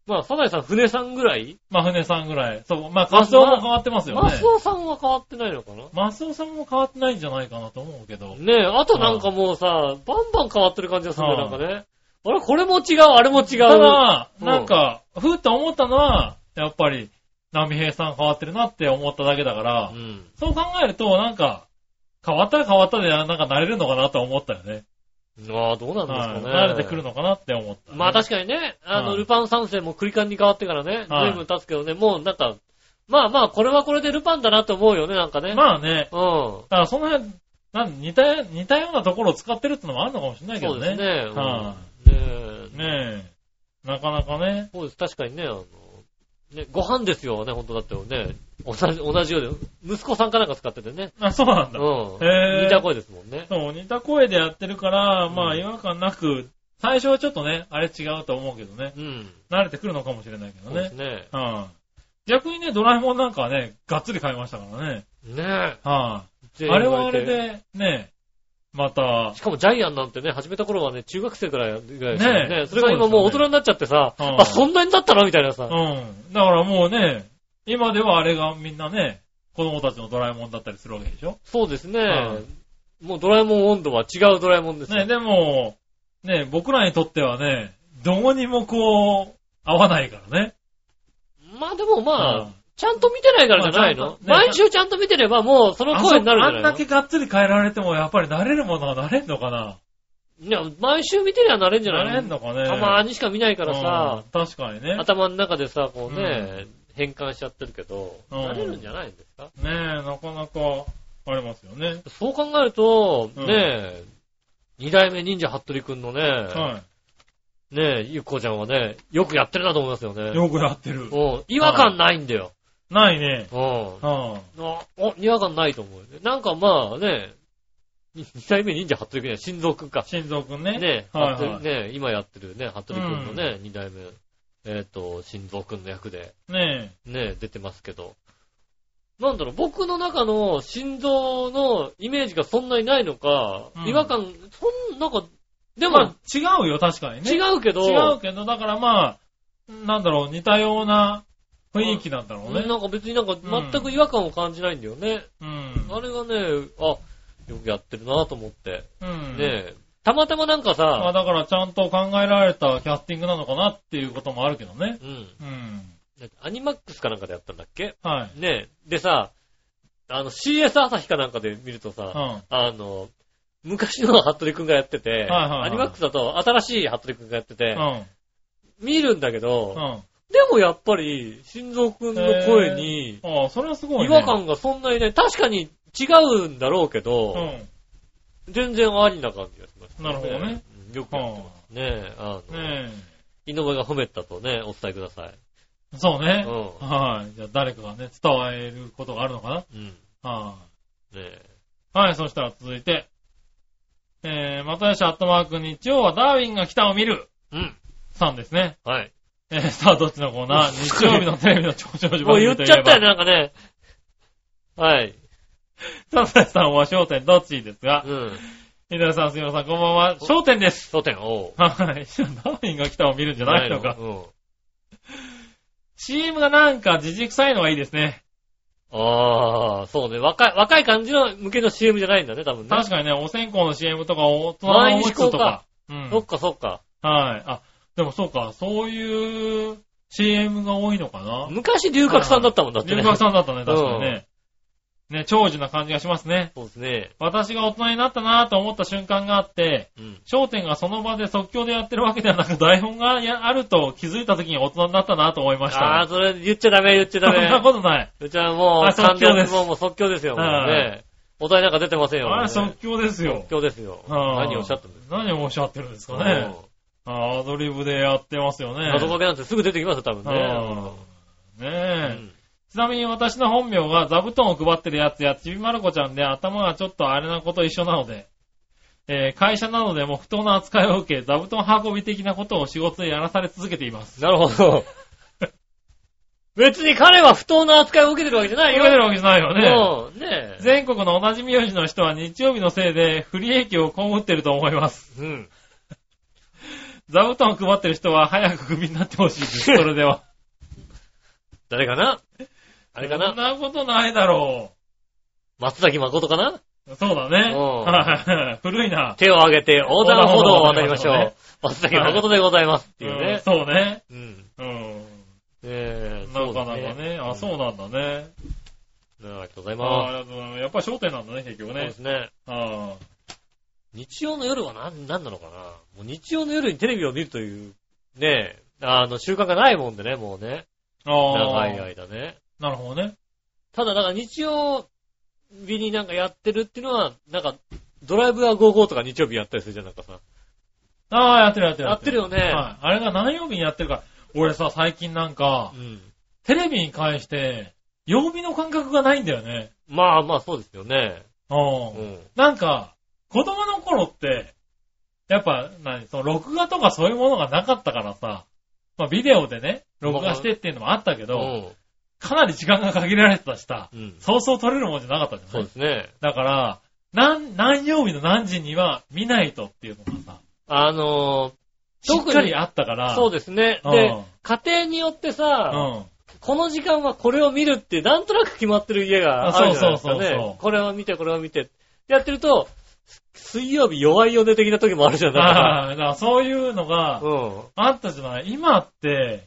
まあ、サザエさん、船さんぐらい
まあ、船さんぐらい。そう、まあ、活動も変わってますよ
マ
ね
ス。オさんは変わってないのかな
マスオさんも変わってないんじゃないかなと思うけど。
ねえ、あとなんかもうさ、バンバン変わってる感じがするんだよ、なん
は
か
い
ね。あれ、これも違う、あれも違
た
う。
だ、
うん
なんか、ふっと思ったのは、やっぱり、波平さん変わってるなって思っただけだから
う、ん。
そう考えると、なんか、変わったら変わったで、なんか慣れるのかなと思ったよね。
ああ、どうなんですか
はい
ね。
慣れてくるのかなって思った。
まあ確かにね、あの、
うん
ルパン三世もクリカンに変わってからね、
は
随
い
分経つけどね、もうなんか、まあまあ、これはこれでルパンだなと思うよね、なんかね。
まあね、
うん。そ
だからその辺、なん似た、似たようなところを使ってるってのもあるのかもしれな
う
いけどね。
ですね。うん
は
ねえ
い、ねえ。なかなかね。 <laughs>
そうです、確かにね、あの、ね、ご飯ですよね、本当だってね。同じ、同じようで、息子さんかなんか使っててね。
あ、そうなん
う
だ。
ん。
へえ
似た声ですもんね。
そう、似た声でやってるから、ま
う
あ
ん
違和感なく、最初はちょっとね、あれ違うと思うけどね。
うん。
慣れてくるのかもしれないけど
そうで
ね
す。ね。
うん。逆にね、ドラえもんなんかはね、がっつり買いましたからね。
ね
は
え
い、あ。れはあれ。で、ね、また、
しかもジャイアンなんてね、始めた頃はね、中学生くらいぐらいですよね。
ねえ
それが今もう大人になっちゃってさ、
そうですよねうん
あ、そんなになったのみたいなさ。
うん。だからもうね、今ではあれがみんなね、子供たちのドラえもんだったりするわけでしょ
そうですね、
う
もうドラえもん温度は違うドラえもんですよ
ね、でも、ね、僕らにとってはね、どこにもこう、合わないからね。
まあでもまあ、
うん
ちゃんと見てないからじゃない
まあ
の、
ちゃんとね
毎週ちゃんと見てればもうその
あ
声になるんじ
ん
ゃな
だ
い
けがっつり変えられても、やっぱり慣れるものは慣れんのかな
のいや、毎週見てりゃなれんじゃな
慣れ
い
ん
の
のかね。
たま
に
にしか見ないからさ、
確かにね。ね
頭の中でさ、こうね、
う
変換しちゃってるけど、
うん
なれるんじゃないんですか
え、なかなか、ありますよね。
そう考えると、
うん
ねえ、二代目忍者ハットリくんのね、
は
ねえ、ゆっこちゃんはね、よくやってるなと思いますよ
い。
ね。
よくやってる。
うん。違和感ないんだよ。
ないね。
うん。
は
あお、違和感ないと思うよね。なんかまあね、 2代目忍者ハットリくんじゃない心臓くんか。
心臓くんね。
ね、
はい
服部
はい
ね、今やってるね、ハットリくんのね、2代目、えっ、と、心臓くんの役で、
ね
ね、出てますけど。なんだろう、僕の中の心臓のイメージがそんなにないのか、
うん
違和感、そん、なんか、で
え。
も、
まあ、違うよ、確かにね。
違うけど、
違うけど、だからまあ、なんだろう、似たような雰囲気なんだろうね。
なんか別になんか全く違和感を感じないんだよね。
うん。
あれがね、あ、よくやってるなと思って。
う
ね
ん。
え、たまたまなんか
まあ
さ、
だからちゃんと考えられたキャスティングなのかなっていうこともあるけどね。
うん。
うん。
アニマックスかなんかでやったんだっけ
はい。
ねえ。でさ、あの CS 朝日かなんかで見ると
うん。
さ、
は
あの、昔の服部くんがやってて、
はいはいはい
アニマックスだと新しい服部くんがやって
い。う
て、
ん。
見るんだけ
う
ど、
ん。あ
でもやっぱり、心臓くんの声に、
あ、それはすごいね。
違和感がそんなにね、確かに違うんだろうけど、
う
全然ありな感じがします、
なるほどね
うん。よくやってますね。あ
ん。
の、
ね
井上が褒めたとね、お伝えください。
え。そうね。
う
はい。じゃあ誰かがね、伝えることがあるのかな。
うん。ね
は
え。
い。はい、そしたら続いて。えー、またよしアットマーク日曜はダーウィンが来たを見る
うん。
さんですね。
はい。
えー、さあ、どっちのコ
<laughs>
ーナー日曜日のテレビの長寿番組
もう言っ
といえば
ちゃったよね、なんかね。はい。
サザエさんは焦点どっちですが
う、ん。
皆さん、杉村さん、こんばんは。焦点です。
焦点を。
はい。 <laughs> ダーウィンが来たを見るんじゃないのか。
うん。
CM がなんか、じじくさいのがいいですね。
ああ、そうね。若い、若い感じの向けの CM じゃないんだね、多分ね。
確かにね、お線香の CM とか、大人のおむつとか。うん。
そ
はい
っ。かそっか。
あ、でもそうか、そういう CM が多いのかな。
昔、龍角さんだったもんだって
龍
ね。
角さんだったね、確かにね。ね、長寿な感じがしますね。
そうですね。
私が大人になったなぁと思った瞬間があって、
うん。
焦点がその場で即興でやってるわけではなく、台本がやあると気づいた時に大人になったなと思いました。
ああ、それ言っちゃダメ、言っちゃ
そ
ダ
ん <laughs> な
メ。
ことない。
うちはも
あ
う、
即興です
完全にもうもう即興ですよ、もう
は
ね。お題なんか出てませんよ。
あ
もう
れ
ね
即興ですよ
即。興ですよ。
はい
何をおっしゃったんです
何をおっしゃってるんですか
か
ね。あアドリブでやってますよ
う
ね。
ん謎かけなんてすぐ出てきますよ、多分ね。
う
う
んねえ、
ん
ちなみに私の本名が座布団を配ってるやつやちびまる子ちゃんで頭がちょっとあれなこと一緒なので、えー会社などでも不当な扱いを受け、座布団運び的なことを仕事でやらされ続けています。
なるほ
<laughs>
ど。別に彼は不当な扱いを受けてるわけじゃない
言
よ。
われるわけじゃないよね。
うんねえ。
全国の同じ名字の人は日曜日のせいで不利益を被ってると思います。
うん。
座布団を配ってる人は早くクビになってほしい
<laughs>
です。それでは。
誰かなあれか
そん
な
なことないだろ
松崎誠かな
う。そうだ
おう
ね。古いな。
手を挙げて横断歩道を渡りましょ
横断歩道を渡りましょうね
う。松崎誠でございますっていう
うん
ね。
そうね。
うん。ね
うん。
え
なかなかね。あ、そうなんだね。
うねありがとうござい
あ
ます。
ありがとうございます。やっぱり焦点なんだね、結局
そう
ね
です。ね。
あ
日曜の夜は何、何なのかなもう日曜の夜にテレビを見るという、ねえ、あの、習慣がないもんでね、もうね。
あ。あ
長
あ。
い間ね。
なるほどね。
ただ、だから日曜日になんかやってるっていうのは、なんか、ドライブは55とか日曜日やったりするじゃん、なんかさ。
ああ、やってるやってる。
やってるよね。
はい。あれが何曜日にやってるか。俺さ、最近なんか
う、ん。
テレビに関して、曜日の感覚がないんだよね。
まあまあ、そうですよね。う
うん。
ん。
なんか、子供の頃って、やっぱ、何、その、録画とかそういうものがなかったからさ、まあ、ビデオでね、録画してっていうのもあったけ
う
ど、
ん
かなり時間が限られてたしさ、
うん。
そうそう撮れるもんじゃなかったじゃない
そうですね。
だから、何、何曜日の何時には見ないとっていうのが
あの
さ、しっ
特に
かりあったから、
ー、そう
で
ですね。
うん
で、家庭によって
う
さ、
ん。
この時間はこれを見るって、なんとなく決まってる家があるじゃないですか
あそうそうそうそ
ね
う。
これを見て、これを見て。やってると、す水曜日弱いよね的な時もあるじゃない
ああ、だからそういうの
で
が
すか。うん。
あったじゃない今って、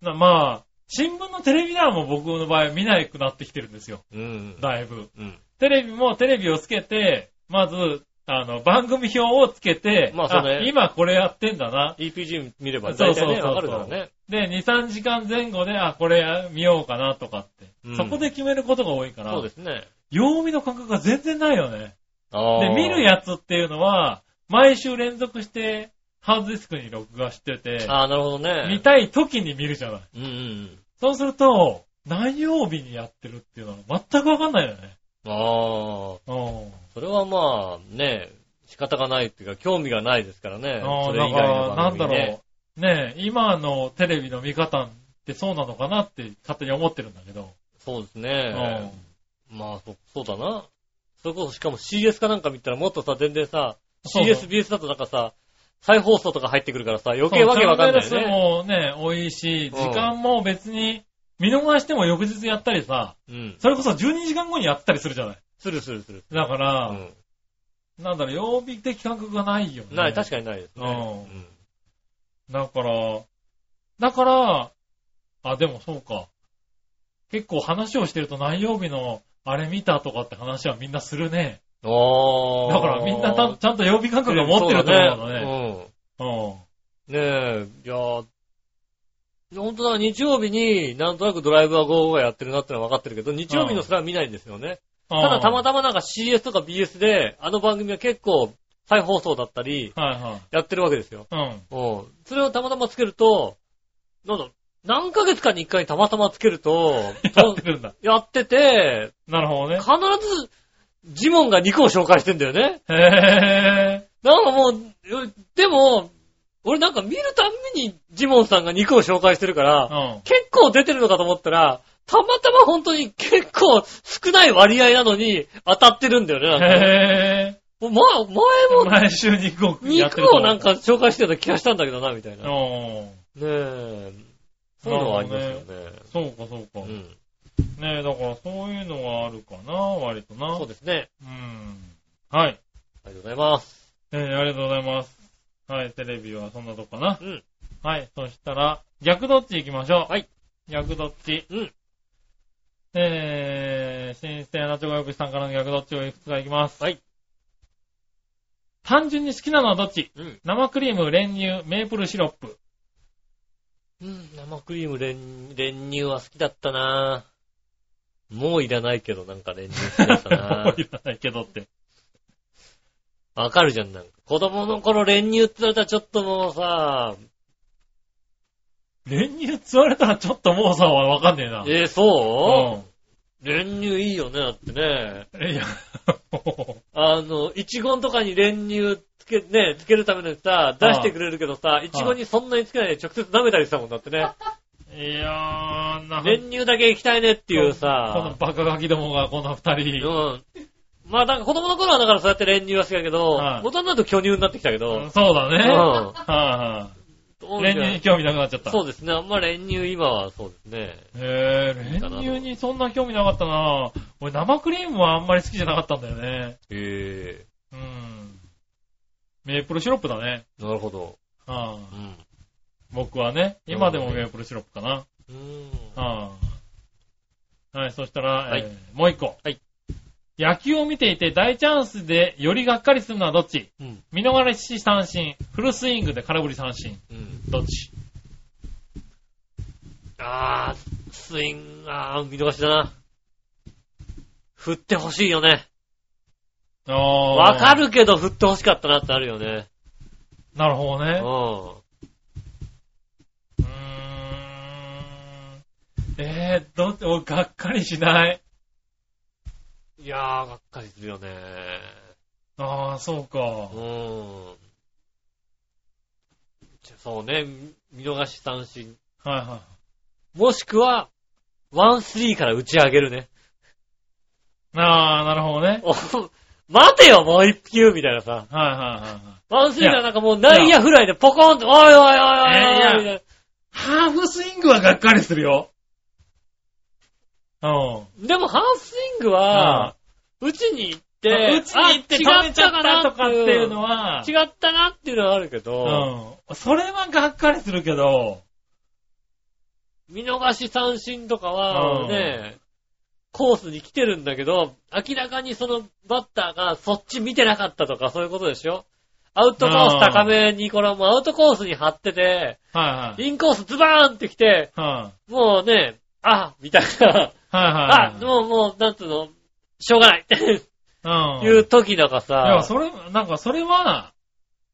なまあ、新聞のテレビ欄も僕の場合見なくなってきてるんですよ。
うん。
だいぶ。
うん。
テレビもテレビをつけて、まず、あの、番組表をつけて、
まあそうね
今これやってんだな。
EPG 見れば
そう
大
そ
体
うそう
ね、
そう
わかるからね。
で、2、3時間前後で、あ、これ見ようかなとかって。
うん
そこで決めることが多いから、
そうですね。
曜日の感覚が全然ないよね。
あ
で、
ー
見るやつっていうのは、毎週連続して、ハードディスクに録画してて、
ああ、なるほどね。
見たい時に見るじゃない。
うんうんうん。
そうすると、何曜日にやってるっていうのは全くわかんないよね。
ああ、
うん。
それはまあ、ね、仕方がないっていうか、興味がないですからね。
あ
そ
あ、
れ
だ
以
か
外の
ら、な
番
んだ
組、ね
ろ。う。ねえ、今のテレビの見方ってそうなのかなって勝手に思ってるんだけど。
そうです
うん。
ね。まあそ、そうだな。それこそ、しかも CS かなんか見たらもっとさ、全然さ、
そうそう
CSBS だとなんかさ、再放送とか入ってくるからさ、余計わけわかんないよ
そうチャンネル数
ね。
もね、多いし、
うん
時間も別に見逃しても翌日やったりさ、
うん。
それこそ12時間後にやったりするじゃない。
するするする。
だか
う
ら、
ん。
なんだろう、曜日的感覚がないよね。
ない、確かにないですね。
うん
うん
だから、だから、あ、でもそうか。結構話をしてると何曜日のあれ見たとかって話はみんなするね。
ああ。
だからみんなたちゃんと曜日感覚を持ってると思うのね。
ね。
うん。
うん。ねえ、いやー、本当だ、日曜日になんとなくドライブは55がやってるなってのは分かってるけど、日曜日のそれは見ないんですよね。
た
ただたまたまなんか CS とか BS で、あの番組は結構再放送だったり、
ま。はいはい。
やってるわけですよ。
うん。
うん。それをたまたまつけると、なんだ、何ヶ月かに一回たまたまつけると、
やってるんだ。
やってて、
なるほどね。
必ず、ジモンが2個を紹介してんだよね。
へ
なんかもう、よでも、俺なんか見るたんびにジモンさんが2個を紹介してるか
ぇー。
ら、
うん。
結構出てるのかと思ったら、たまたま本当に結構少ない割合なのに当たってるんだよね。なんかねも
へ
うま、前
ぇー。
も
毎週肉をやって
肉
ると
をなんか、紹介してた気がしたんだけどな、みたいうな。ね
ん。
え。そういうのはありますよね。
そうかそう
う
か。ね
ん。
え、だからそういうのがあるかな、割とな。
そうですね。
うん。はい。
ありがとうございます。
えーありがとうございます。はい、テレビはそんなとこかな。
うん
はい、そしたら、逆どっち行きましょう。
はい。
逆どっち。
うん。
えー、新鮮なチョコヨピさんからの逆どっちをいくつか行きます。
はい。
単純に好きなのはどっち
うん。
生クリーム、練乳、メープルシロップ。
うん、生クリーム練、練乳は好きだったなぁもういらないけど、なんか練乳好きだった
も <laughs>
な
ういらないけどって。
わかるじゃん、なんか。子供の頃練乳って言われたらちょっともうさ、
練乳吸われたらちょっともうさ、わかんねえな。
えー、そうう、練乳いいよね、だってね。
ん。いや、も
あの、いちごとかに練乳つけ、ね、つけるためのさ、出してくれるけどさ、いちごにそんなにつけないで直接舐めたりしたもんだってね。
ういやー、なん
練乳だけ行きたいねっていう
この
さ、
バカガキどもがこの二
う
人。
ん。まあ、なんか子供の頃はだからそうやって練乳は好きだけど、
はい
大人になると巨乳になってきたけ
うん
ど、
そうだね。
う
は
ん。
いは
どう
い。
じゃ
練乳に興味なくなっちゃった。
そうですね。あんま練乳今はそうですね。
へぇ、練乳にそんな興味なかったな俺生クリームはあんまり好きじゃなかったんだよね。
へ
うん。メープルシロップだね。
え。なるほど。
は
う
い
ん。
僕はね、今でもメープルシロップかな。
うーん。
はい。はい、そしたら、
はい
えーもう一個。
はい
野球を見ていて大チャンスでよりがっかりするのはどっち
うん。
見逃し三振、フルスイングで空振り三振。
うん。
どっち
あー、スイング、あー、見逃しだな。振ってほしいよね。
ああ。
わかるけど振ってほしかったなってあるよね。
なるほど
う
ね。
ん。
うーん。えー、どっち、お、がっかりしない。
いやー、がっかりするよね。
ああ、そうか
う。ん。じゃそうね、見逃し三振。
はいは
もしくは、ワンスリーから打ち上げるね。 <laughs>
い。ああ、なるほどね。
お待てよ、もう一球みたいなさ。
はいはいはいはい。
ワンスリーがなんかもう内野フライでポコンと、おいおいおいおいおいおいみたいな
ハーフスイングはがっかりするよ。うん。
でもハーフスイングは、打ちに行って、
打ちに行って止めちゃったとかっていうの
は、
は、
違ったなっていうのはあるけど、
うん。それはがっかりするけど、
見逃し三振とかは
うん
ね、コースに来てるんだけど、明らかにそのバッターがそっち見てなかったとかそういうことでしょアウトコース高めに、これはもうアウトコースに張ってて、
はいはい。
インコースズバーンって来て、
はい
もうね、あ、みたいな。
はい
あ、
はい。
もう、もう、なんつうの、しょうがないって
うん。
いう時なんか
いや、
さ、
それ、なんかそれは、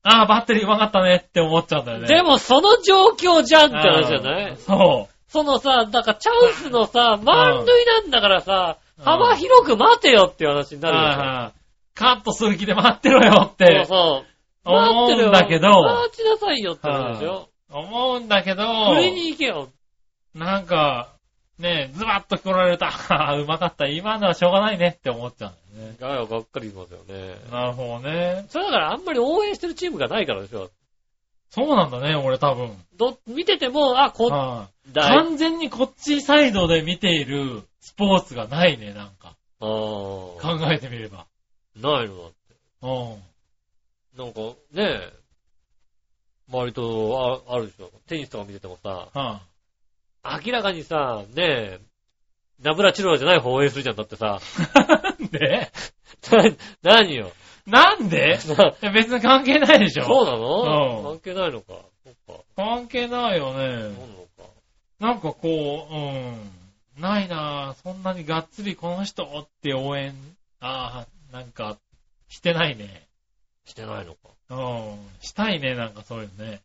ああ、バッテリー上手かったねって思っちゃうんだよね。
でもその状況じゃんって話じゃな
うん
い
そ
そのさ、なんかチャンスのさ、満塁なんだからさ、幅広く待てよっていう話になる
はい
でしょ
はい。カットする気で待ってろよって
そうそう。
思
待ってる
う
よ
んだけど、
待ちなさいよって話でしょ。
思うんだけど、
これに行けよ。
なんか、ねズバッと来られた。 <laughs> あーうまかった。今のはしょうがないねって思っちゃうんだよね。
ガヤばっかりいますよね。
なるほどね。
それだからあんまり応援してるチームがないからでしょ。
そうなんだね、俺多分。
ど、見てても、あ、こ、
はい
だい。
完全にこっちサイドで見ているスポーツがないね、なんか。
あー
考えてみれば。
ないの
うん。
なんか、ねえ。割と、あ、あるでしょ。テニスとか見ててもさ、
は
明らかにさ、ねえ、ナブラチロラじゃない方を応援するじゃん。だってさ、
い <laughs> なんで
な <laughs> 何よ。
なんで
な
え別に関係ないでし
そう
ょ
なの、
うん
関係ないのか。そっか。
関係ないよ
そうな
ね。
のか。
なんかこう、うん。ないなぁ。そんなにがっつりこの人って応援、ああ、なんか、してないね。
してないのか。
うん。したいね、なんかそういうのね。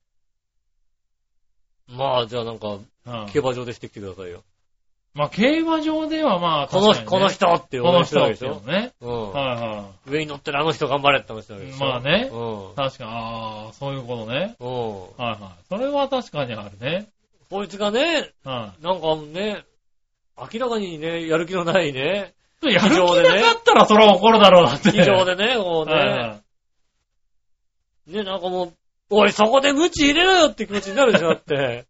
まあ、じゃあなんか、
うん。
競馬場でしてきてくださいよ。
まあ、競馬場ではまあ、
この人、
確かにね
この、人って
こ
応
の
援してる
人
わけ
で
でし
すよ
ょ。
ね。
う
はいは
ん。上に乗ってるあの人頑張れって話だわけで
い。
しょ。
まあ。ね。
う
確かに、ああ、そういうことね。
ん。うん。
はいはい。それは確かにあるね。
こいつがね、
はい。
なんかね、明らかにね、やる気のないね、
やる気
上でね
なかったらそれは怒るだろうなって。
非常で
<laughs>
ね、こう
はいはい
ね、ね、なんかもう、おい、そこで無知入れろよって気持ちになるでしょ、だって。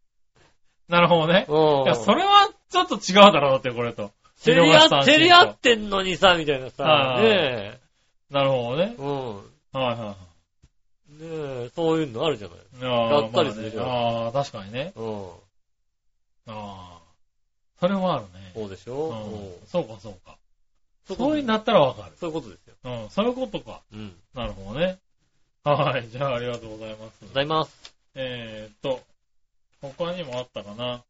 なるほどね。
うん。
いや、それはちょっと違うだろうって、これと。
競り
見逃し三
合
振と
競り合ってんのにさ、みたいなさ、
はい
ね
なるほどね
え。。うん。
はいは
ねえ、そういうのあるじゃない。
いはい。
がっかりするじゃん
あーまあねあー、確かにね。
うん。
ああ。それはあるね。
そうでし
う
ょ
ん
ん。
そうか、そうか。
そ
そういう
う
なったらわかる。
そういうことですよ。
うん、そういうことか。
うん。
なるほどね。はい、じゃあありがとうございます。
ございます。
えーっと、他にもあったかな。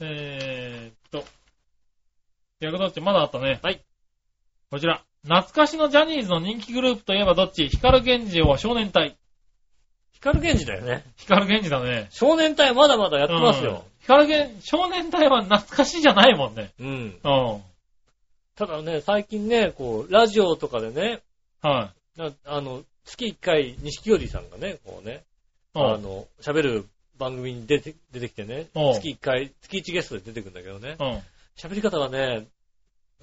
えーっと、逆どっちまだあったね。
はい。
こちら。懐かしのジャニーズの人気グループといえばどっち光源氏は少年隊。
光源氏だよね。
光源氏だね。
少年隊まだまだやってますよ。
うん。光源、少年隊は懐かしいじゃないもんね。
うん。
うん。
ただね、最近ね、こう、ラジオとかでね、
はい。
なあの、月1回、錦織さんがね、こうね、
うん
あの、喋る番組に出て、出てきてね、
うん
月1回、月1ゲストで出てくるんだけどね、
うん。
喋り方がね、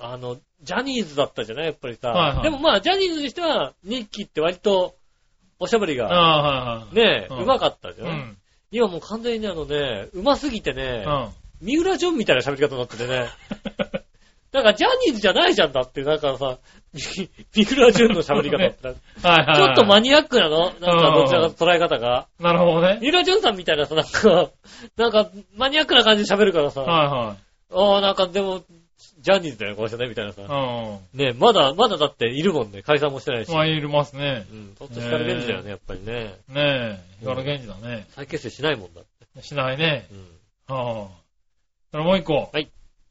あの、ジャニーズだったじゃないやっぱりさ。
はいはい
でもまあ、ジャニーズにしては、ニッキーって割と、おしゃべりが、
ああ、はいはい。
ね、
うん
うまかったじ
う
ゃ
ん。
な
う
い、
ん。
今もう完全にねあのね、うますぎてね、
うん。
三浦淳みたいな喋り方になっててね。 <laughs> なんかジャニーズじゃないじゃんだって、なんかさ、 <laughs> み三浦淳の喋り方ってな。ち
<laughs> はいはい。
ょっとマニアックなのなんか
うん
どちらかと捉え方が。
なるほどね。
三浦淳さんみたいなさ、なんか、なんかマニアックな感じで喋るからさ、
は
ああ、なんかでも、ジャニーズだよ、この人ね、みたいなさ
い。はい。うん。
ねまだ、まだだっているもんね、解散もしてないし。
まあ、いますね。
うん、ちょっと光源氏だよね、やっぱりね。
ねえ、光源氏だね。
再結成しないもんだ。
しないね。
うん。
はあ。それもう一個。
はい。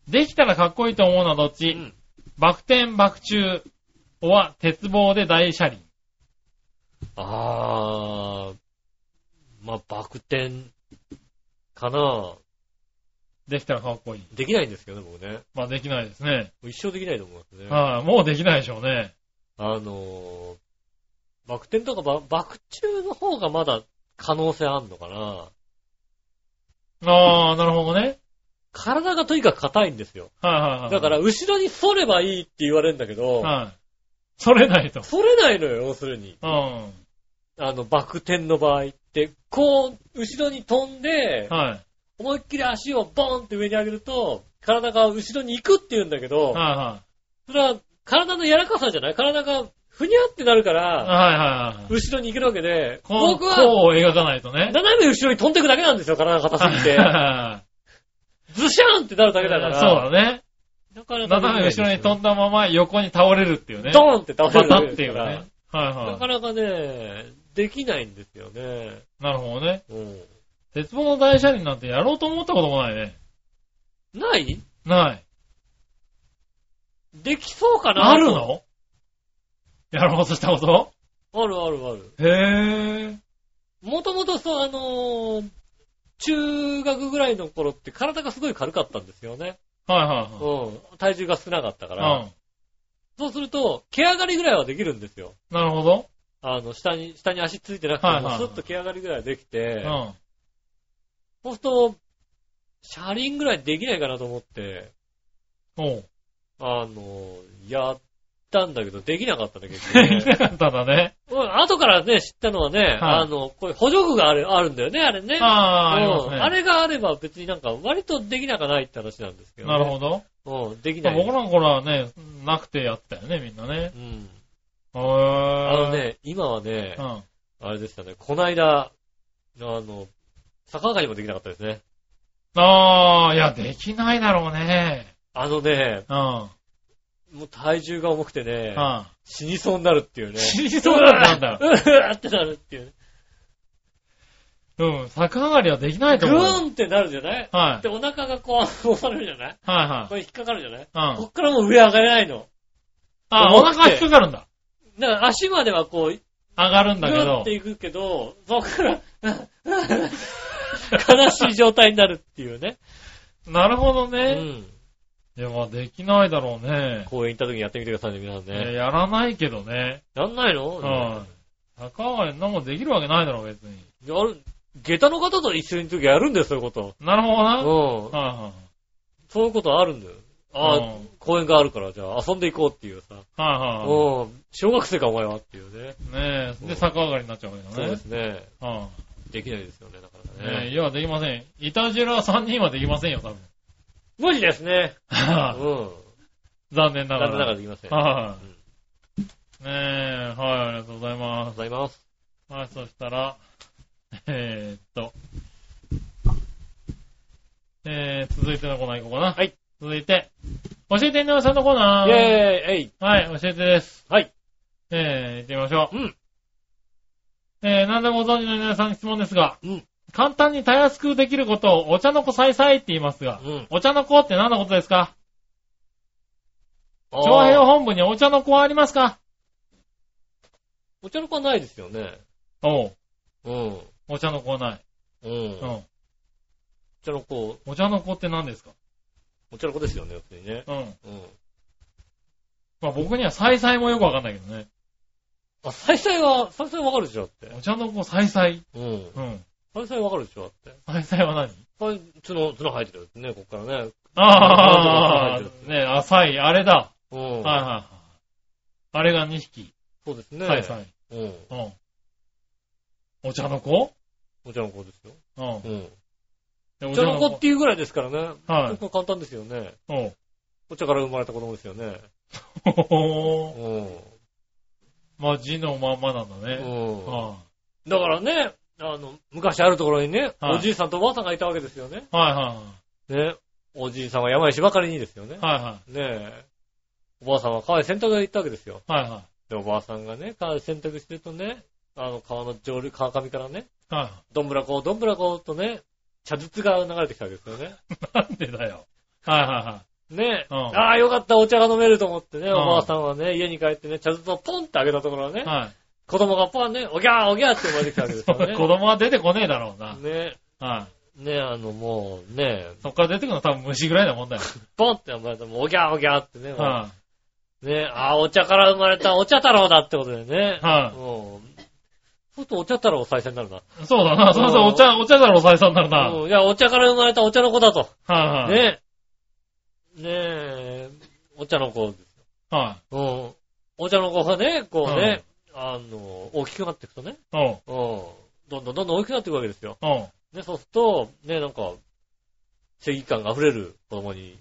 できたらかっこいいと思うのはどっち、
うん
バク転、バク中、おは鉄棒で大車輪。
あー、まあ、バク転かな
できたらかっこいい。
できないんですけどね、僕ね。
まあ、できないですね。
もう一生できないと思いますね。あ、
はい、もうできないでしょうね。
のー、バク転とかババク中の方がまだ可能性あんのかな
ああ、なるほどね。
体がとにかく硬いんですよ。
はい、はいはい。
だから、、後ろに反ればいいって言われるんだけど、
はい。それないと。
反れないのよ、要するに。
うん。
あの、バク転の場合って、こう、後ろに飛んで、
はい。
思いっきり足をボーンって上に上げると、体が後ろに行くって言うんだけど、
はいは
それは体の柔らかさじゃない体がふにゃってなるか
い。
ら、
はいはいはい。
後ろに行けるわけで、
こう、
僕
こ
は
うを描かないとね。
斜め後ろに飛んでいくだけなんですよ、体が硬すぎて
はい。はいはい
ズシャーンってなるだけだから。
そうだね。
だから
斜め後ろに飛んだまま横に倒れるっていうね。
ドーンって倒
パ
れる
タ
だ
ン
け
っ
です
ていう
から。
ね。はい
な
は
かなかね、できないんですよね。
い。なるほどね。
うん
鉄棒の大車輪なんてやろうと思ったこともないね。
ない
ない。
できそうかな
あるのやろうとしたこと
あるあるある。
へぇー。
もともとそう、あのー中学ぐらいの頃って体がすごい軽かったんですよね。
はいはいは
うん。体重が少なかったから、
い。
そうすると、毛上がりぐらいはできるんですよ。
うん。なるほど。
あの、下に、下に足ついてなくて
はい
も、
はい
スッと毛上がりぐらいはできて、
うん。
そうすると、車輪ぐらいできないかなと思って、
おう。
あの、やったんだけど、できなかったんだけど
でき <laughs>
ね。
なかったんだね。
うん後からね、知ったのはね、あの、これ補助具がある、あるんだよね、あれね。
ああー、あります
う
ね。
んあれがあれば別になんか割とできなくはないって話なんですけど、ね。
なるほど。
ど。うん、でき
ま
な
あ
い。
僕らの頃はね、なくてやったよね、みんなね。
うん。あ
へあ
の。ね、今はね
う、ん。
あれでしたね、この間、あの、逆上がりもできなかったですね。
ああ、いや、できないだろうね。
あのね、
うん。は
もう体重が重くてね
い、、あ。
死にそうになるっていうね。
死にそうだったんだ
<laughs> う。わーってなるっていうね。
うん。逆上がりはできない
グ
と思う。はい。
ーンってなるじゃない
はい
で、お腹がこう、押 <laughs> されるじゃない
は
これ引っかかるじゃない
い。う
こ
ん。
っからもう上上がれないの。
あ、お
重くて
腹引っかかるんだ。
だから足まではこう、
上がるんだけ
グーンっ
ど
て。いくけど、そっから、悲しい状態になるっていうね。
なるほど
う
ね。
ん。
いや、まあできないだろうね。
公園行った時にやってみてくださいね、皆さん
え
ね。
やらないけどね。
やんないの
うん。逆上がりなんもできるわけないだろう、別に。
やる、下駄の方と一緒に行く時やるんだよ、そういうこと。
なるほどな。はい
うん。
は
そういうことあるんだよ。ああ
うん、
公園があるから、じゃあ遊んでいこうっていうさ。
い。はいはい。
うん。小学生か、お前はっていうね。
ねえ。で、逆上がりになっちゃうわけ
そう
だ
で
ね
す。ね。
うん。
できないですよね、なかなか
ねえ、
ね。
いや、できません。イタジェラ3人はできませ
<laughs>
んよ、多分。
無理ですね。うん。
残念
残
ながら。
念ながらできません。ありが
はい。ねえ、はい、ありがとうござい
と
ま
うございます。
す。はい、そしたら、えーっと、えー、続いてのコーナー行こうかな。
はい。
続いて、教えて井上さんのコー
イ
ナ
ェー
ー。
イえい
はい、教えてです。
はい。
えー、行ってみましょう。
うん。
えー、何でもご存知の井上さんに質問ですが、
うん
簡単にたやすくできることをお茶の子さいさいって言いますが、
うん。
お茶の子って何のことですか
あー
長編本部にお茶の子はありますか
お茶の子はないですよね。
おう。
うん。
お茶の子はない。
う。
うん
お
ん。
茶の子、
お茶の子って何ですか
お茶の子ですよね、要するにね。
うん。
うん。
まあ僕にはさいさいもよくわかんないけどね。
あ、再生は、再生わかるでしょ、だって。
お茶の子さいさい。
うん。
うん。
再生わかるでしょ、だって。
さいさいは何
これ、角、角生えてるやつね、こっからね。
あ
なんとか
あ、ね、浅い、あれだ。
うん。
はいはいはい。あれが2匹。
そうですね。
さいさい。
うん。
うん。お茶の子
お茶の子ですよ。
うん
う。ん。
で
お茶の子っていうぐらいですからね。
はい
結構簡単ですよね。
おう。
お茶から生まれた子供ですよね。
ほほほ
う
ー
ん。
<laughs> まあ字のまんまなんだ
う
ね。
ん。
は
だからね、あの、昔あるところにね、
はい
おじいさんとおばあさんがいたわけですよね。
いはいは
ね。おじいさんは山にしばかりにですよね。
い。はいは
ねえ。おばあさんは川へ洗濯へ行ったわけですよ。
い。はいは
で、おばあさんがね、川で洗濯してるとね、あの、川の上流、川上からね、
い。はい。
どんぶらこう、どんぶらこうとね、茶筒が流れてきたわけですよね。
<laughs> なんでだよ。はいはいは
ねえ。
うん
ああ、よかった、お茶が飲めると思ってね、
ん
おばあさんはね、家に帰ってね、茶筒をポンってあげたところはね
い。、はい。
子供がパンね、おぎゃーおぎゃーって生まれてきたわけですよ
<laughs>
ね。
子供は出てこねえだろうな。
ね
は
え、ねえ、あの、もう、ねえ
い。、そっから出てくるの多分虫ぐらいなもんだよ。
ポンって生まれた、もうおぎゃーおぎゃーってね、もう
は
ねえ、ああ、お茶から生まれたお茶太郎だってことでね
い。。
うん。
は
そうするとお茶太郎再生になるな。
い。そうだな。そうそう、お茶、お茶だろ、おさいさんだろうな。はい
うんいや、お茶から生まれたお茶の子だと。
はい。
ねえ。ねえ、お茶の子。
は
うん。お茶の子がね、こうね、あの、大きくなっていくとね、
い。おう。
うん。どんどんどんどん大きくなっていくわけですよ。
おう。
ね、そうすると、ね、なんか、正義感が溢れる子供に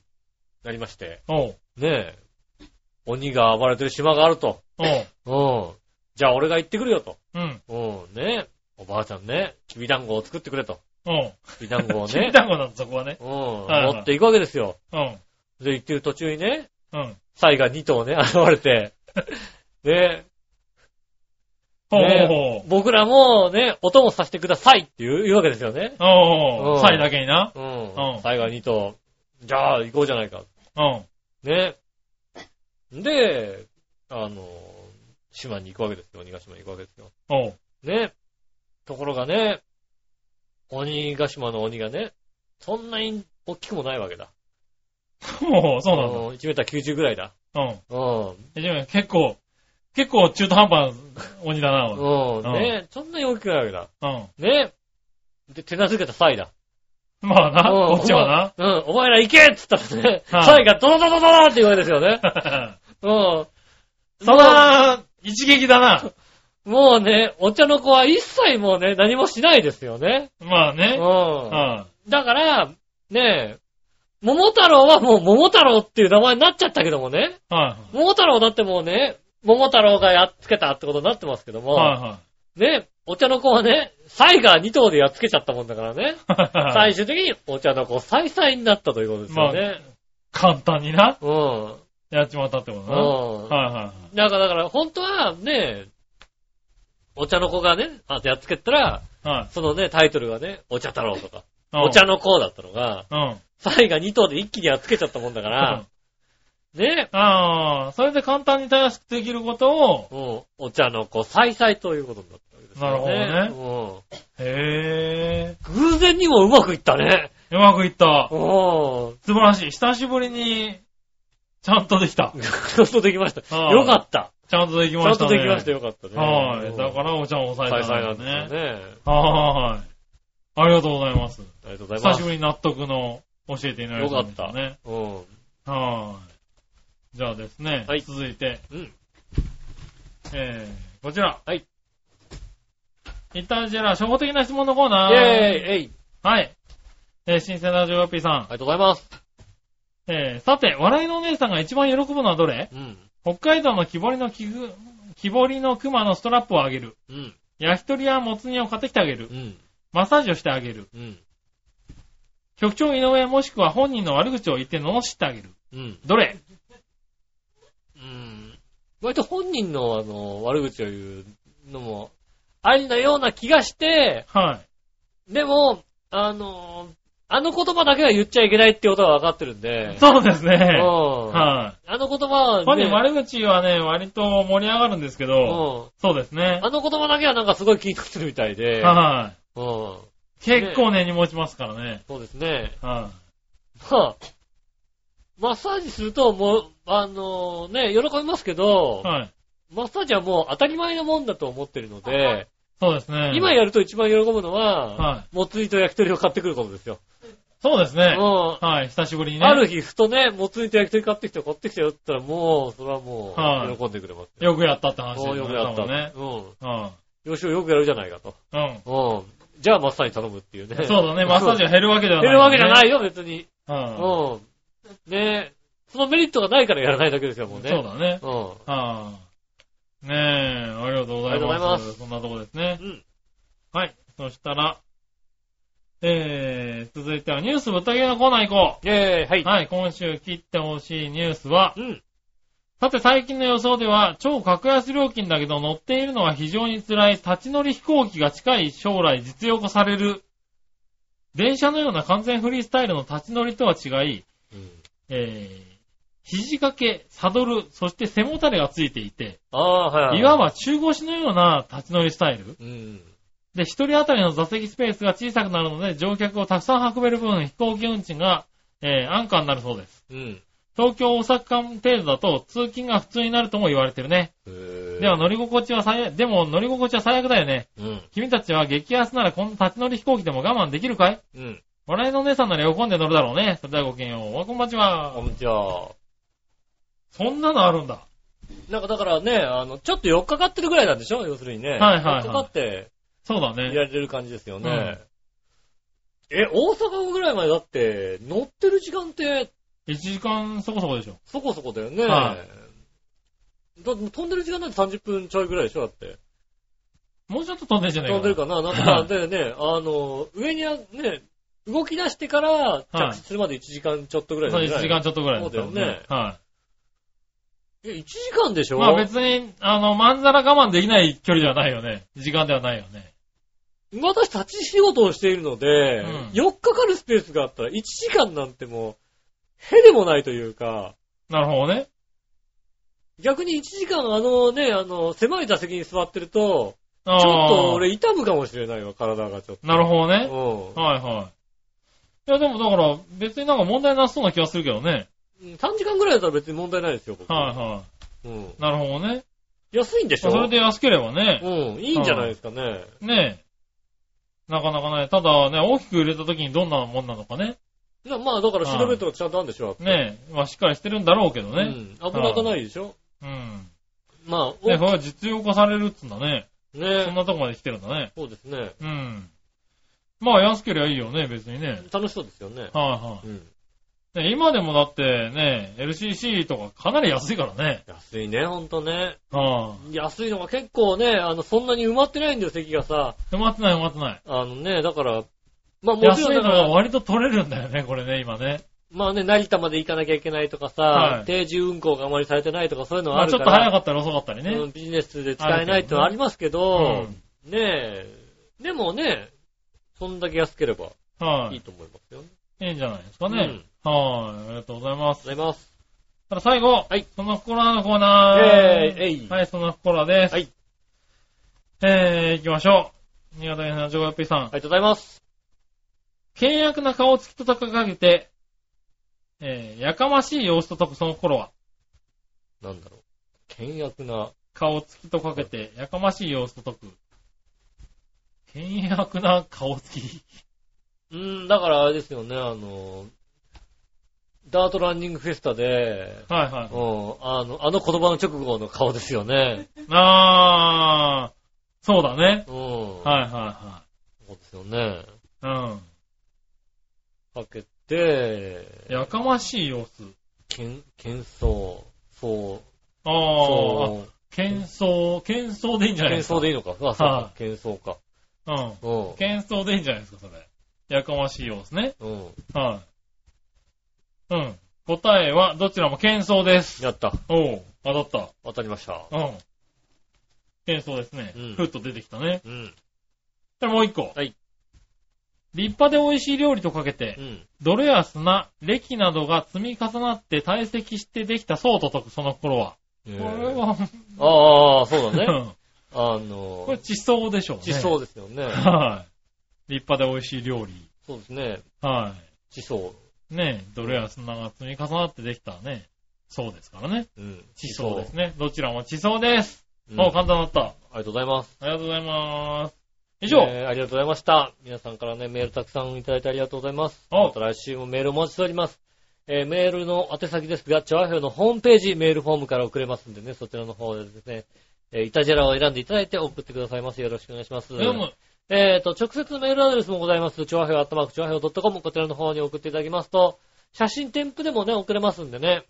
なりまして、
おう。
ねえ、鬼が暴れてる島があると。
お
う
う。
ん。じゃあ俺が行ってくるよと。
うん。
うん、ねえ。おばあちゃんね、きびだんごを作ってくれと。
おう。
きびだんご
<laughs>
を
きび
ね、
だんごなんだ、そこはね。
うん、
いはい
持っていくわけですよ。
うん。
で、行ってる途中にね、
うん。
サイが2頭ね、現れて、ね
ほう
ね
ほう
僕らもね、音もさせてくださいって言う言うわけですよね。
ほう。おうお
うん
う。サイだけにな。
う
うんん。
サイが2頭、じゃあ行こうじゃないか。
うん。
ね。で、あの、島に行くわけですよ。鬼ヶ島に行くわけですよ。
おう。
ね。ところがね、鬼ヶ島の鬼がね、そんなに大きくもないわけだ。
もう、そうなんだ。
うん1メーター90ぐらいだ。
うん。
うん。
えじゃあ結構、結構中途半端な鬼だな、俺
うん。
うん
ねそんなに大きくないわけだ。
うん。
ねで、手なずけたサイだ。
まあな、
うん
こっちは
お前うん。お前ら行けっつったらね、
はい
サイがドドドドドーンって言うわけですよ
<laughs>
ね。
な。
うん。
そら、一撃だな。
もうね、お茶の子は一切もうね、何もしないですよね。
まあ
う。
ね。うんん。
だから、ねえ、桃太郎はもう桃太郎っていう名前になっちゃったけどもね。
は
桃太郎だってもうね、桃太郎がやっつけたってことになってますけど
い
も。
は
ね、お茶の子はね、サイが2頭でやっつけちゃったもんだからね。
いはい。
最終的にお茶の子サイサイになったということですよね。
簡単にな、やっちまったってこと
う
だな。は
ん。うん
い。は
なんかだから、本当はね、お茶の子がね、あやっつけたら、
いはい。
そのね、タイトルがね、お茶太郎とか、
はい。
お茶の子だったのが、
うん。うん。
サイが2頭で一気にやっつけちゃったもんだから、ね、
ああ、それで簡単にたやすくできることを、
うん、お茶の子サイサイということになったわけですよね。
なる
ほど
へえ、
ね。偶然にもうまくいったね。
うまくいった。
うん。
素晴らしい。久しぶりに、ちゃんとできた。
ちゃんとできました。
はい
よかった。
ちゃんとでき
ちゃ
ま
ん
した
と
ね。
できました。よかったね。
はい。
うん
だから、お茶を抑えた
再々なんんですよ。ね。
はい。ありがとうございます。
ありがとうございま
久
す。
しぶりに納得の教えていただいたんですよね。
うん。
はい。じゃあですね、
はい
続いて、
うん。
えー、こちら。
はい。
インタージェラ、初歩的な質問のコーナ
イェー
ー。
イえい
はい。えー、新鮮なジョヨッピーさん
あ。りがとうございます。
えー、さて、笑いのお姉さんが一番喜ぶのはどれ
うん。
北海道の木彫りの木ぐ、木彫りの熊のストラップをあげる。
うん。
焼き鳥やもつ煮を買ってきてあげる
う。ん。
マッサージをしてあげる。
うん。
局長井上もしくは本人の悪口を言って罵ってあげる。
うん。
どれ
うん。割と本人の、あの、悪口を言うのも、ありなような気がして、
は
でも、あの、あの言葉だけは言っちゃいけないってことは分かってるんで。
い。そうですね。
うん。
は。
あの言葉はいね、
本人悪口はね、割と盛り上がるんですけど、
うん。
そうですね。
あの言葉だけはなんかすごい気になってるみたいで。
は
うん。
い。結構ね、に持ちますからね。
そうですね。
は
まあ、マッサージすると、もう、あのね、喜びますけど
い。、はい。
マッサージはもう当たり前のもんだと思ってるので、
そうですね。
今やると一番喜ぶのは、
はい。
もつ煮と焼き鳥を買ってくることですよ。
そうです
う
ね。
ん。
はい。久しぶりにね。
ある日、ふとね、もつ煮と焼き鳥買ってきて、買ってきたよって言ったら、もう、それはも、
はいう
喜んでくれますよ。
よくやったって話です
も
よ
う
ね。
よくやっ
多
た。
分ね。
う
うん。
ん。よしおよくやるじゃないかと。
うん。
うん。じゃあ、マッサージ頼むっていうね。
そうだね、マッサージが減るわけではない、。
減るわけじゃないいよ、別に。
うん。
うん。ねえ。そのメリットがないからやらないだけですよ、もうね。
そうだね。
うん。
はあ。ねえ、ありがとうござ
あ
います。
りがとうございます
そんなとこですね。
うん
はい。そしたら、えー、続いてはニュースぶった切りのコーナー行こ
イェーイ、は
う。
い。
はい、今週切ってほしいニュースは
う、ん。
さて最近の予想では、超格安料金だけど乗っているのは非常に辛い立ち乗り飛行機が近い将来実用化される。電車のような完全フリースタイルの立ち乗りとは違い、えー、肘掛け、サドル、そして背もたれがついていて、
ああ、はいはい。
いわば中腰のような立ち乗りスタイル。
うん。
で、一人当たりの座席スペースが小さくなるので、乗客をたくさん運べる分、飛行機運賃が、えー、安価になるそうです。
うん。
東京大阪間程度だと、通勤が普通になるとも言われてるね。
で
では、乗り心地は最悪、でも乗り心地は最悪だよね。
うん。
君たちは激安ならこの立ち乗り飛行機でも我慢できるかい
うん。
笑いのお姉さんなら喜んで乗るだろうね。それではごきげんよう。おはこんばんち
あ
は。
じゃあ、
そんなのあるんだ。
なんかだからね、あの、ちょっと寄っかかってるぐらいなんでしょ要するにね。
はいはいはい
寄っかかって
そうだ
や
ね。
れてる感じですよね。え、大阪ぐらいまでだって、乗ってる時間って
1時間そこそこでしょ。
そこそこだよね。
は
だって飛んでる時間なんて30分ちょいぐらいでしょだって。
もうちょっと飛んでんじゃねえか
飛ん
な。
でるかななんか、
<laughs>
でね、あの、上にあね、動き出してから着地するまで1時間ちょっとぐらい
そう、
じゃな
1
い
時間ちょっとぐらい
そうだよね
はい
や、1時間でし
い。
ょ
まあ別に、あの、まんざら我慢できない距離ではないよね。時間ではないよね。
私立ち仕事をしているので、
うん
4日かかるスペースがあったら1時間なんてもう、へでもないというか、
なるほどね。
逆に1時間あのね、あの、狭い座席に座ってると、
ちょ
ちょっと俺痛むかもしれないわ、体がちょっ
なるほどね。
と。
はいはいや、でもだから、別になんか問題なさそうな気がするけどね。
3時間ぐらいだったら別に問題ないですよ、僕。
はいは
うん。
い。なるほどね。
安いんでしょ
それで安ければね、
うん、いいんじゃないですかね。
ねえ。なかなかね、ただね、大きく売れた時にどんなもんなのかね。
なまあ、だからシルベットがちゃんとあるんでしょ、
ねえ。まあ、しっかりしてるんだろうけど
う
ね。
ん。油がないでしょ
うん。
まあ、お
ね、それは実用化されるっつうんだね。そん
ね
なとこまで来てるんだね。
そうですね。
うん。まあ、安ければいいよね、別にね。
楽しそうですよね。
はいは
うん。
い。ね、今でもだってね、LCC とかかなり安いからね。
安いね、ほんとね。
は
安いのが結構ね、あの、そんなに埋まってないんだよ、席がさ。
あ。埋まってない埋まってない。
あのね、だから、まあも
安
ちろ
い
ん
の
だか
が
ら、
割と取れるんだよね、これね、今ね。
まあね、成田まで行かなきゃいけないとかさ、
はい
定時運行があまりされてないとかそういうの
ま
はあ
あ
る
ちょ
か
っ
ら、
と早かったら遅かったりね。
うんビジネスで使えないってのはありますけど、ねえ、でもね、そんだけ安ければ
はい
い
い。
と思いますよね。
いいんじゃないですかね。はい。ありがとうございま
あ
す。
りがとうございます。
ただ最後。
はい。
その心のコーナー。
えーえい
はい、その心です。
はい。
えー、行きましょう。新潟県のジョーヨッピーさん。
ありがとうございます。
険悪な顔つきと掲げて、えー、やかましい様子と解くその頃は、
なんだろう。険悪な、
顔つきとかけて、やかましい様子と解く。険悪な顔つき。
うん、だからあれですよね、あの、ダートランニングフェスタで、
はいは
うん、あの、あの言葉の直後の顔ですよね。
い。あー、そうだね。
うん。
はいは
そうですよね。
いはい。
かけて、
うん。やかましい様子。
けん、喧騒、そう、
あー、
そう、
喧騒、喧騒でいいんじゃない
喧
ですか。
騒でいいのか。あ、そうか
は、
喧騒か。
うん。
うん。
喧騒でいいんじゃないですか、それ。やかましい様子ね。
うん。
はい。うん。答えは、どちらも喧騒です。
やった。
おう、当たった。
当たりました。
うん。幻想ですね。
うん
ふっと出てきたね。
うん。
じゃあもう一個。
はい。
立派で美味しい料理とかけて
う、ん。
泥や砂、歴などが積み重なって堆積してできた層と解く、その頃は。
え
これ
ー
は、
ああ、そうだね。
ね、
あ
これ
の、
地層でしょうね。
地層ですよね。
<laughs> はい。立派で美味しい料理。
そうですね。
は
地層。
い。ねえ、泥や砂が積み重なってできたね、層ですからね。
うん。
地層ですね。どちらも地層です。
うん
もう
あ
簡単だった。
りがとうございます。
ありがとうございます。以上。
えーありがとうございました。皆さんからね、メールたくさんいただいてありがとうございます。
お
また来週もメールお待ちしております。えーメールの宛先ですが、チョアヘオのホームページ、メールフォームから送れますんでね、そちらの方でですね、えーイタジェラを選んでいただいて送ってくださいます。よろしくお願いします。
読む。
えー、と、直接メールアドレスもございます。調和表、アットマーク、調和表 .com、こちらの方に送っていただきますと、写真添付でもね、送れますんでね。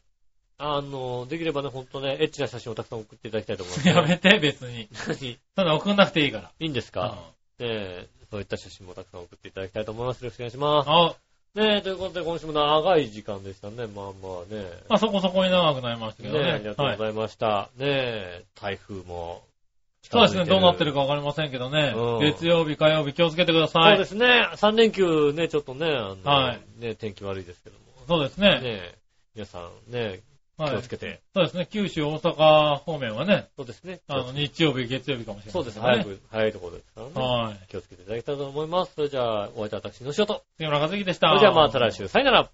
あの、できればね、ほんとね、エッチな写真をたくさん送っていただきたいと思います。
<laughs> やめて、別に。
何い
ただ送んなくていいから。
いんですか、えーそういった写真もたくさん送っていただきたいと思います。よろしくお願いします。
あ、
ねえ、ということで、今週も長い時間でしたね。まあまあね。
まあそこそこに長くなりましたけ
ね
ど
え、
ね。
ありがとう
は
ご
い。
ざいました。ねえ、台風も
そうですね、どうなってる
か。
かわかりませんけどね
うん。
月曜日、火曜日気をつけてくださ
そうで
い。そう
すね。3連休ね、ちょっとね、あの、
はい
ね、天気悪いですけども。
ですね。
<laughs> ねえ、皆さんね、
はい
気をつけて。
そうですね、九州、大阪方面はね、
そうですね。
あの、日曜日、月曜日かもしれない。
そうですね。
は
早
い。
く、早いところですからね。
はい。
気をつけていただきたいと思います。それじゃあ、お会いいたい私の仕事。
杉村和樹でし
そ
た。
れじゃあまた来週。さよなら。